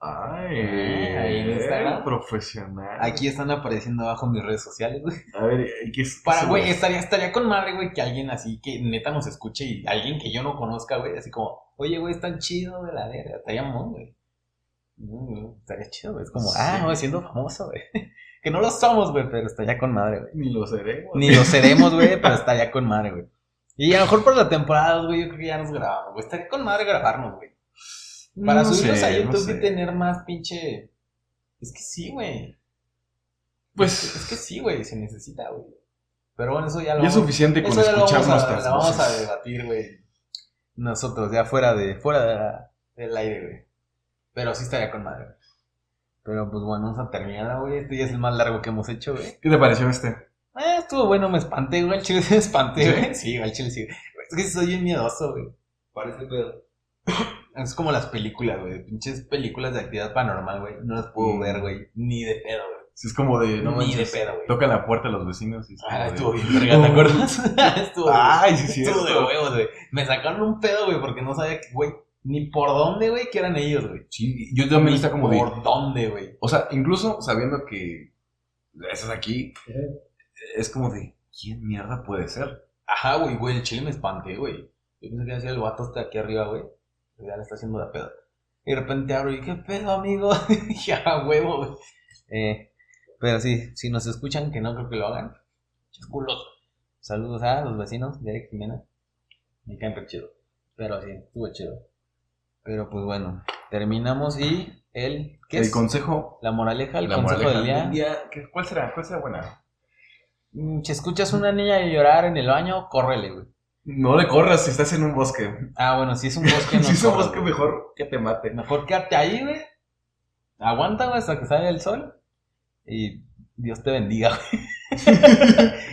[SPEAKER 2] Ay,
[SPEAKER 1] Ah, ahí en Instagram.
[SPEAKER 2] profesional.
[SPEAKER 1] Aquí están apareciendo abajo mis redes sociales, güey.
[SPEAKER 2] A ver, ¿y ¿qué es?
[SPEAKER 1] Para, güey,
[SPEAKER 2] es...
[SPEAKER 1] estaría, estaría con madre, güey, que alguien así, que neta nos escuche y alguien que yo no conozca, güey, así como, oye, güey, están chido de la verga, estaría mamón, güey. Mm, Estaría chido, güey, es como, ah,
[SPEAKER 2] Sí.
[SPEAKER 1] no, siendo famoso, güey. Que no lo somos, güey, pero estaría con madre, güey.
[SPEAKER 2] Ni lo seré. güey.
[SPEAKER 1] Ni lo seremos, güey, pero estaría con madre, güey. Y a lo mejor por la temporada, güey, yo creo que ya nos grabamos, güey. Estaría con madre grabarnos, güey. Para
[SPEAKER 2] No
[SPEAKER 1] subirnos
[SPEAKER 2] sé,
[SPEAKER 1] a
[SPEAKER 2] no
[SPEAKER 1] YouTube
[SPEAKER 2] sé.
[SPEAKER 1] y tener más pinche. Es que sí, güey.
[SPEAKER 2] Pues-
[SPEAKER 1] Es que sí, güey, se necesita, güey. Pero bueno, eso ya lo
[SPEAKER 2] Ya es suficiente con
[SPEAKER 1] eso ya lo vamos
[SPEAKER 2] escuchar
[SPEAKER 1] a-
[SPEAKER 2] nuestras
[SPEAKER 1] la vamos a
[SPEAKER 2] voces.
[SPEAKER 1] debatir, güey. Nosotros, ya fuera de fuera de la- del aire, güey. Pero sí estaría con madre, güey. Pero pues bueno, vamos a terminar, güey. Este ya es el más largo que hemos hecho, güey.
[SPEAKER 2] ¿Qué te pareció este?
[SPEAKER 1] Ah, estuvo bueno, me espanté, güey. Al chile sí me espanté, güey. Sí, güey, al chile sí. Es que soy bien miedoso, güey. Parece pedo. Es como las películas, güey. Pinches películas de actividad paranormal, güey. No las puedo
[SPEAKER 2] Mm.
[SPEAKER 1] ver, güey. Ni de pedo, güey.
[SPEAKER 2] Si es como de. No
[SPEAKER 1] Ni
[SPEAKER 2] manches,
[SPEAKER 1] de pedo, güey.
[SPEAKER 2] Toca la puerta a los vecinos. Y es como
[SPEAKER 1] Ah,
[SPEAKER 2] de-
[SPEAKER 1] estuvo bien, verga, ¿te acuerdas? estuvo bien.
[SPEAKER 2] Ay, sí, sí.
[SPEAKER 1] estuvo de huevos, güey. Me sacaron un pedo, güey, porque no sabía, que, güey, ni por dónde, güey, que eran ellos, güey.
[SPEAKER 2] Sí, yo también
[SPEAKER 1] Ni
[SPEAKER 2] está como de.
[SPEAKER 1] por dónde, güey.
[SPEAKER 2] O sea, incluso sabiendo que estás aquí, es como de. ¿Quién mierda puede ser?
[SPEAKER 1] Ajá, güey, güey, el chile me espanté, güey. Yo pensé que iba a ser el vato hasta aquí arriba, güey. Pero ya le está haciendo la pedo. Y de repente abro y ¿qué pedo, amigo? ya, huevo, güey. Eh, pero sí, si nos escuchan, que no creo que lo hagan. Pinches culos. Saludos a los vecinos de Eric Jimena. Me caen re chido. Pero sí, estuvo chido. Pero pues bueno, terminamos y el... ¿Qué
[SPEAKER 2] el
[SPEAKER 1] es?
[SPEAKER 2] consejo.
[SPEAKER 1] La moraleja, el
[SPEAKER 2] la
[SPEAKER 1] consejo
[SPEAKER 2] moraleja
[SPEAKER 1] del día.
[SPEAKER 2] ¿qué- ¿Cuál será? ¿Cuál será buena?
[SPEAKER 1] Mm, Si escuchas una niña llorar en el baño, córrele, güey.
[SPEAKER 2] No le corras si estás en un bosque.
[SPEAKER 1] Ah, bueno, si es un bosque, no
[SPEAKER 2] si es un
[SPEAKER 1] corras,
[SPEAKER 2] bosque,
[SPEAKER 1] güey.
[SPEAKER 2] mejor que te maten.
[SPEAKER 1] Mejor quédate ahí, güey. Aguanta, güey, hasta que salga el sol. Y Dios te bendiga, güey.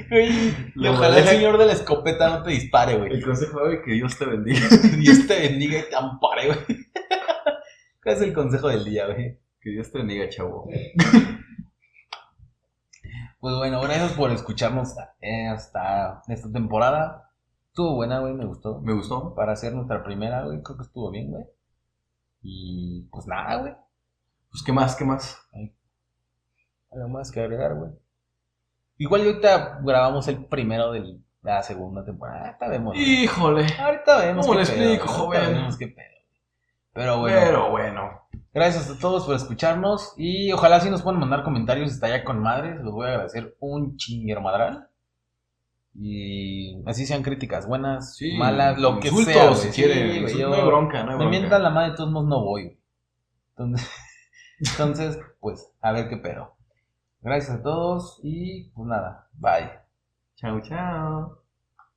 [SPEAKER 1] Güey, y
[SPEAKER 2] La
[SPEAKER 1] ojalá el
[SPEAKER 2] moraleja-
[SPEAKER 1] señor de la escopeta no te dispare,
[SPEAKER 2] El
[SPEAKER 1] güey.
[SPEAKER 2] consejo de que Dios te bendiga.
[SPEAKER 1] Dios te bendiga y te ampare, güey. ¿Cuál es el consejo del día, güey?
[SPEAKER 2] Que Dios te bendiga, chavo.
[SPEAKER 1] Pues bueno, gracias por escucharnos eh, hasta esta temporada. Estuvo buena, güey, me gustó.
[SPEAKER 2] Me gustó.
[SPEAKER 1] Para hacer nuestra primera, güey, creo que estuvo bien, güey. Y pues nada, güey.
[SPEAKER 2] Pues, ¿qué más? ¿Qué más?
[SPEAKER 1] Algo más que agregar, güey. Igual y ahorita grabamos el primero de la segunda temporada. Ah, Ahorita vemos. güey.
[SPEAKER 2] Híjole.
[SPEAKER 1] Ahorita vemos.
[SPEAKER 2] ¿Cómo
[SPEAKER 1] qué
[SPEAKER 2] le
[SPEAKER 1] pedo,
[SPEAKER 2] explico,
[SPEAKER 1] güey.
[SPEAKER 2] joven?
[SPEAKER 1] Ahorita vemos qué pedo. güey. Pero bueno,
[SPEAKER 2] Pero bueno.
[SPEAKER 1] gracias a todos por escucharnos. Y ojalá si nos puedan mandar comentarios. Está ya con madres. Los voy a agradecer un chinguero madral. Y así sean críticas buenas, malas, lo que
[SPEAKER 2] Insultos,
[SPEAKER 1] sea. güey.
[SPEAKER 2] si
[SPEAKER 1] Sí,
[SPEAKER 2] quieren.
[SPEAKER 1] güey,
[SPEAKER 2] Insultos,
[SPEAKER 1] yo-
[SPEAKER 2] No hay bronca, no hay
[SPEAKER 1] me
[SPEAKER 2] bronca.
[SPEAKER 1] mientan la madre, de todos modos no voy. güey. Entonces, entonces, pues, a ver qué pedo. Gracias a todos y pues nada, bye.
[SPEAKER 2] Chao, chao.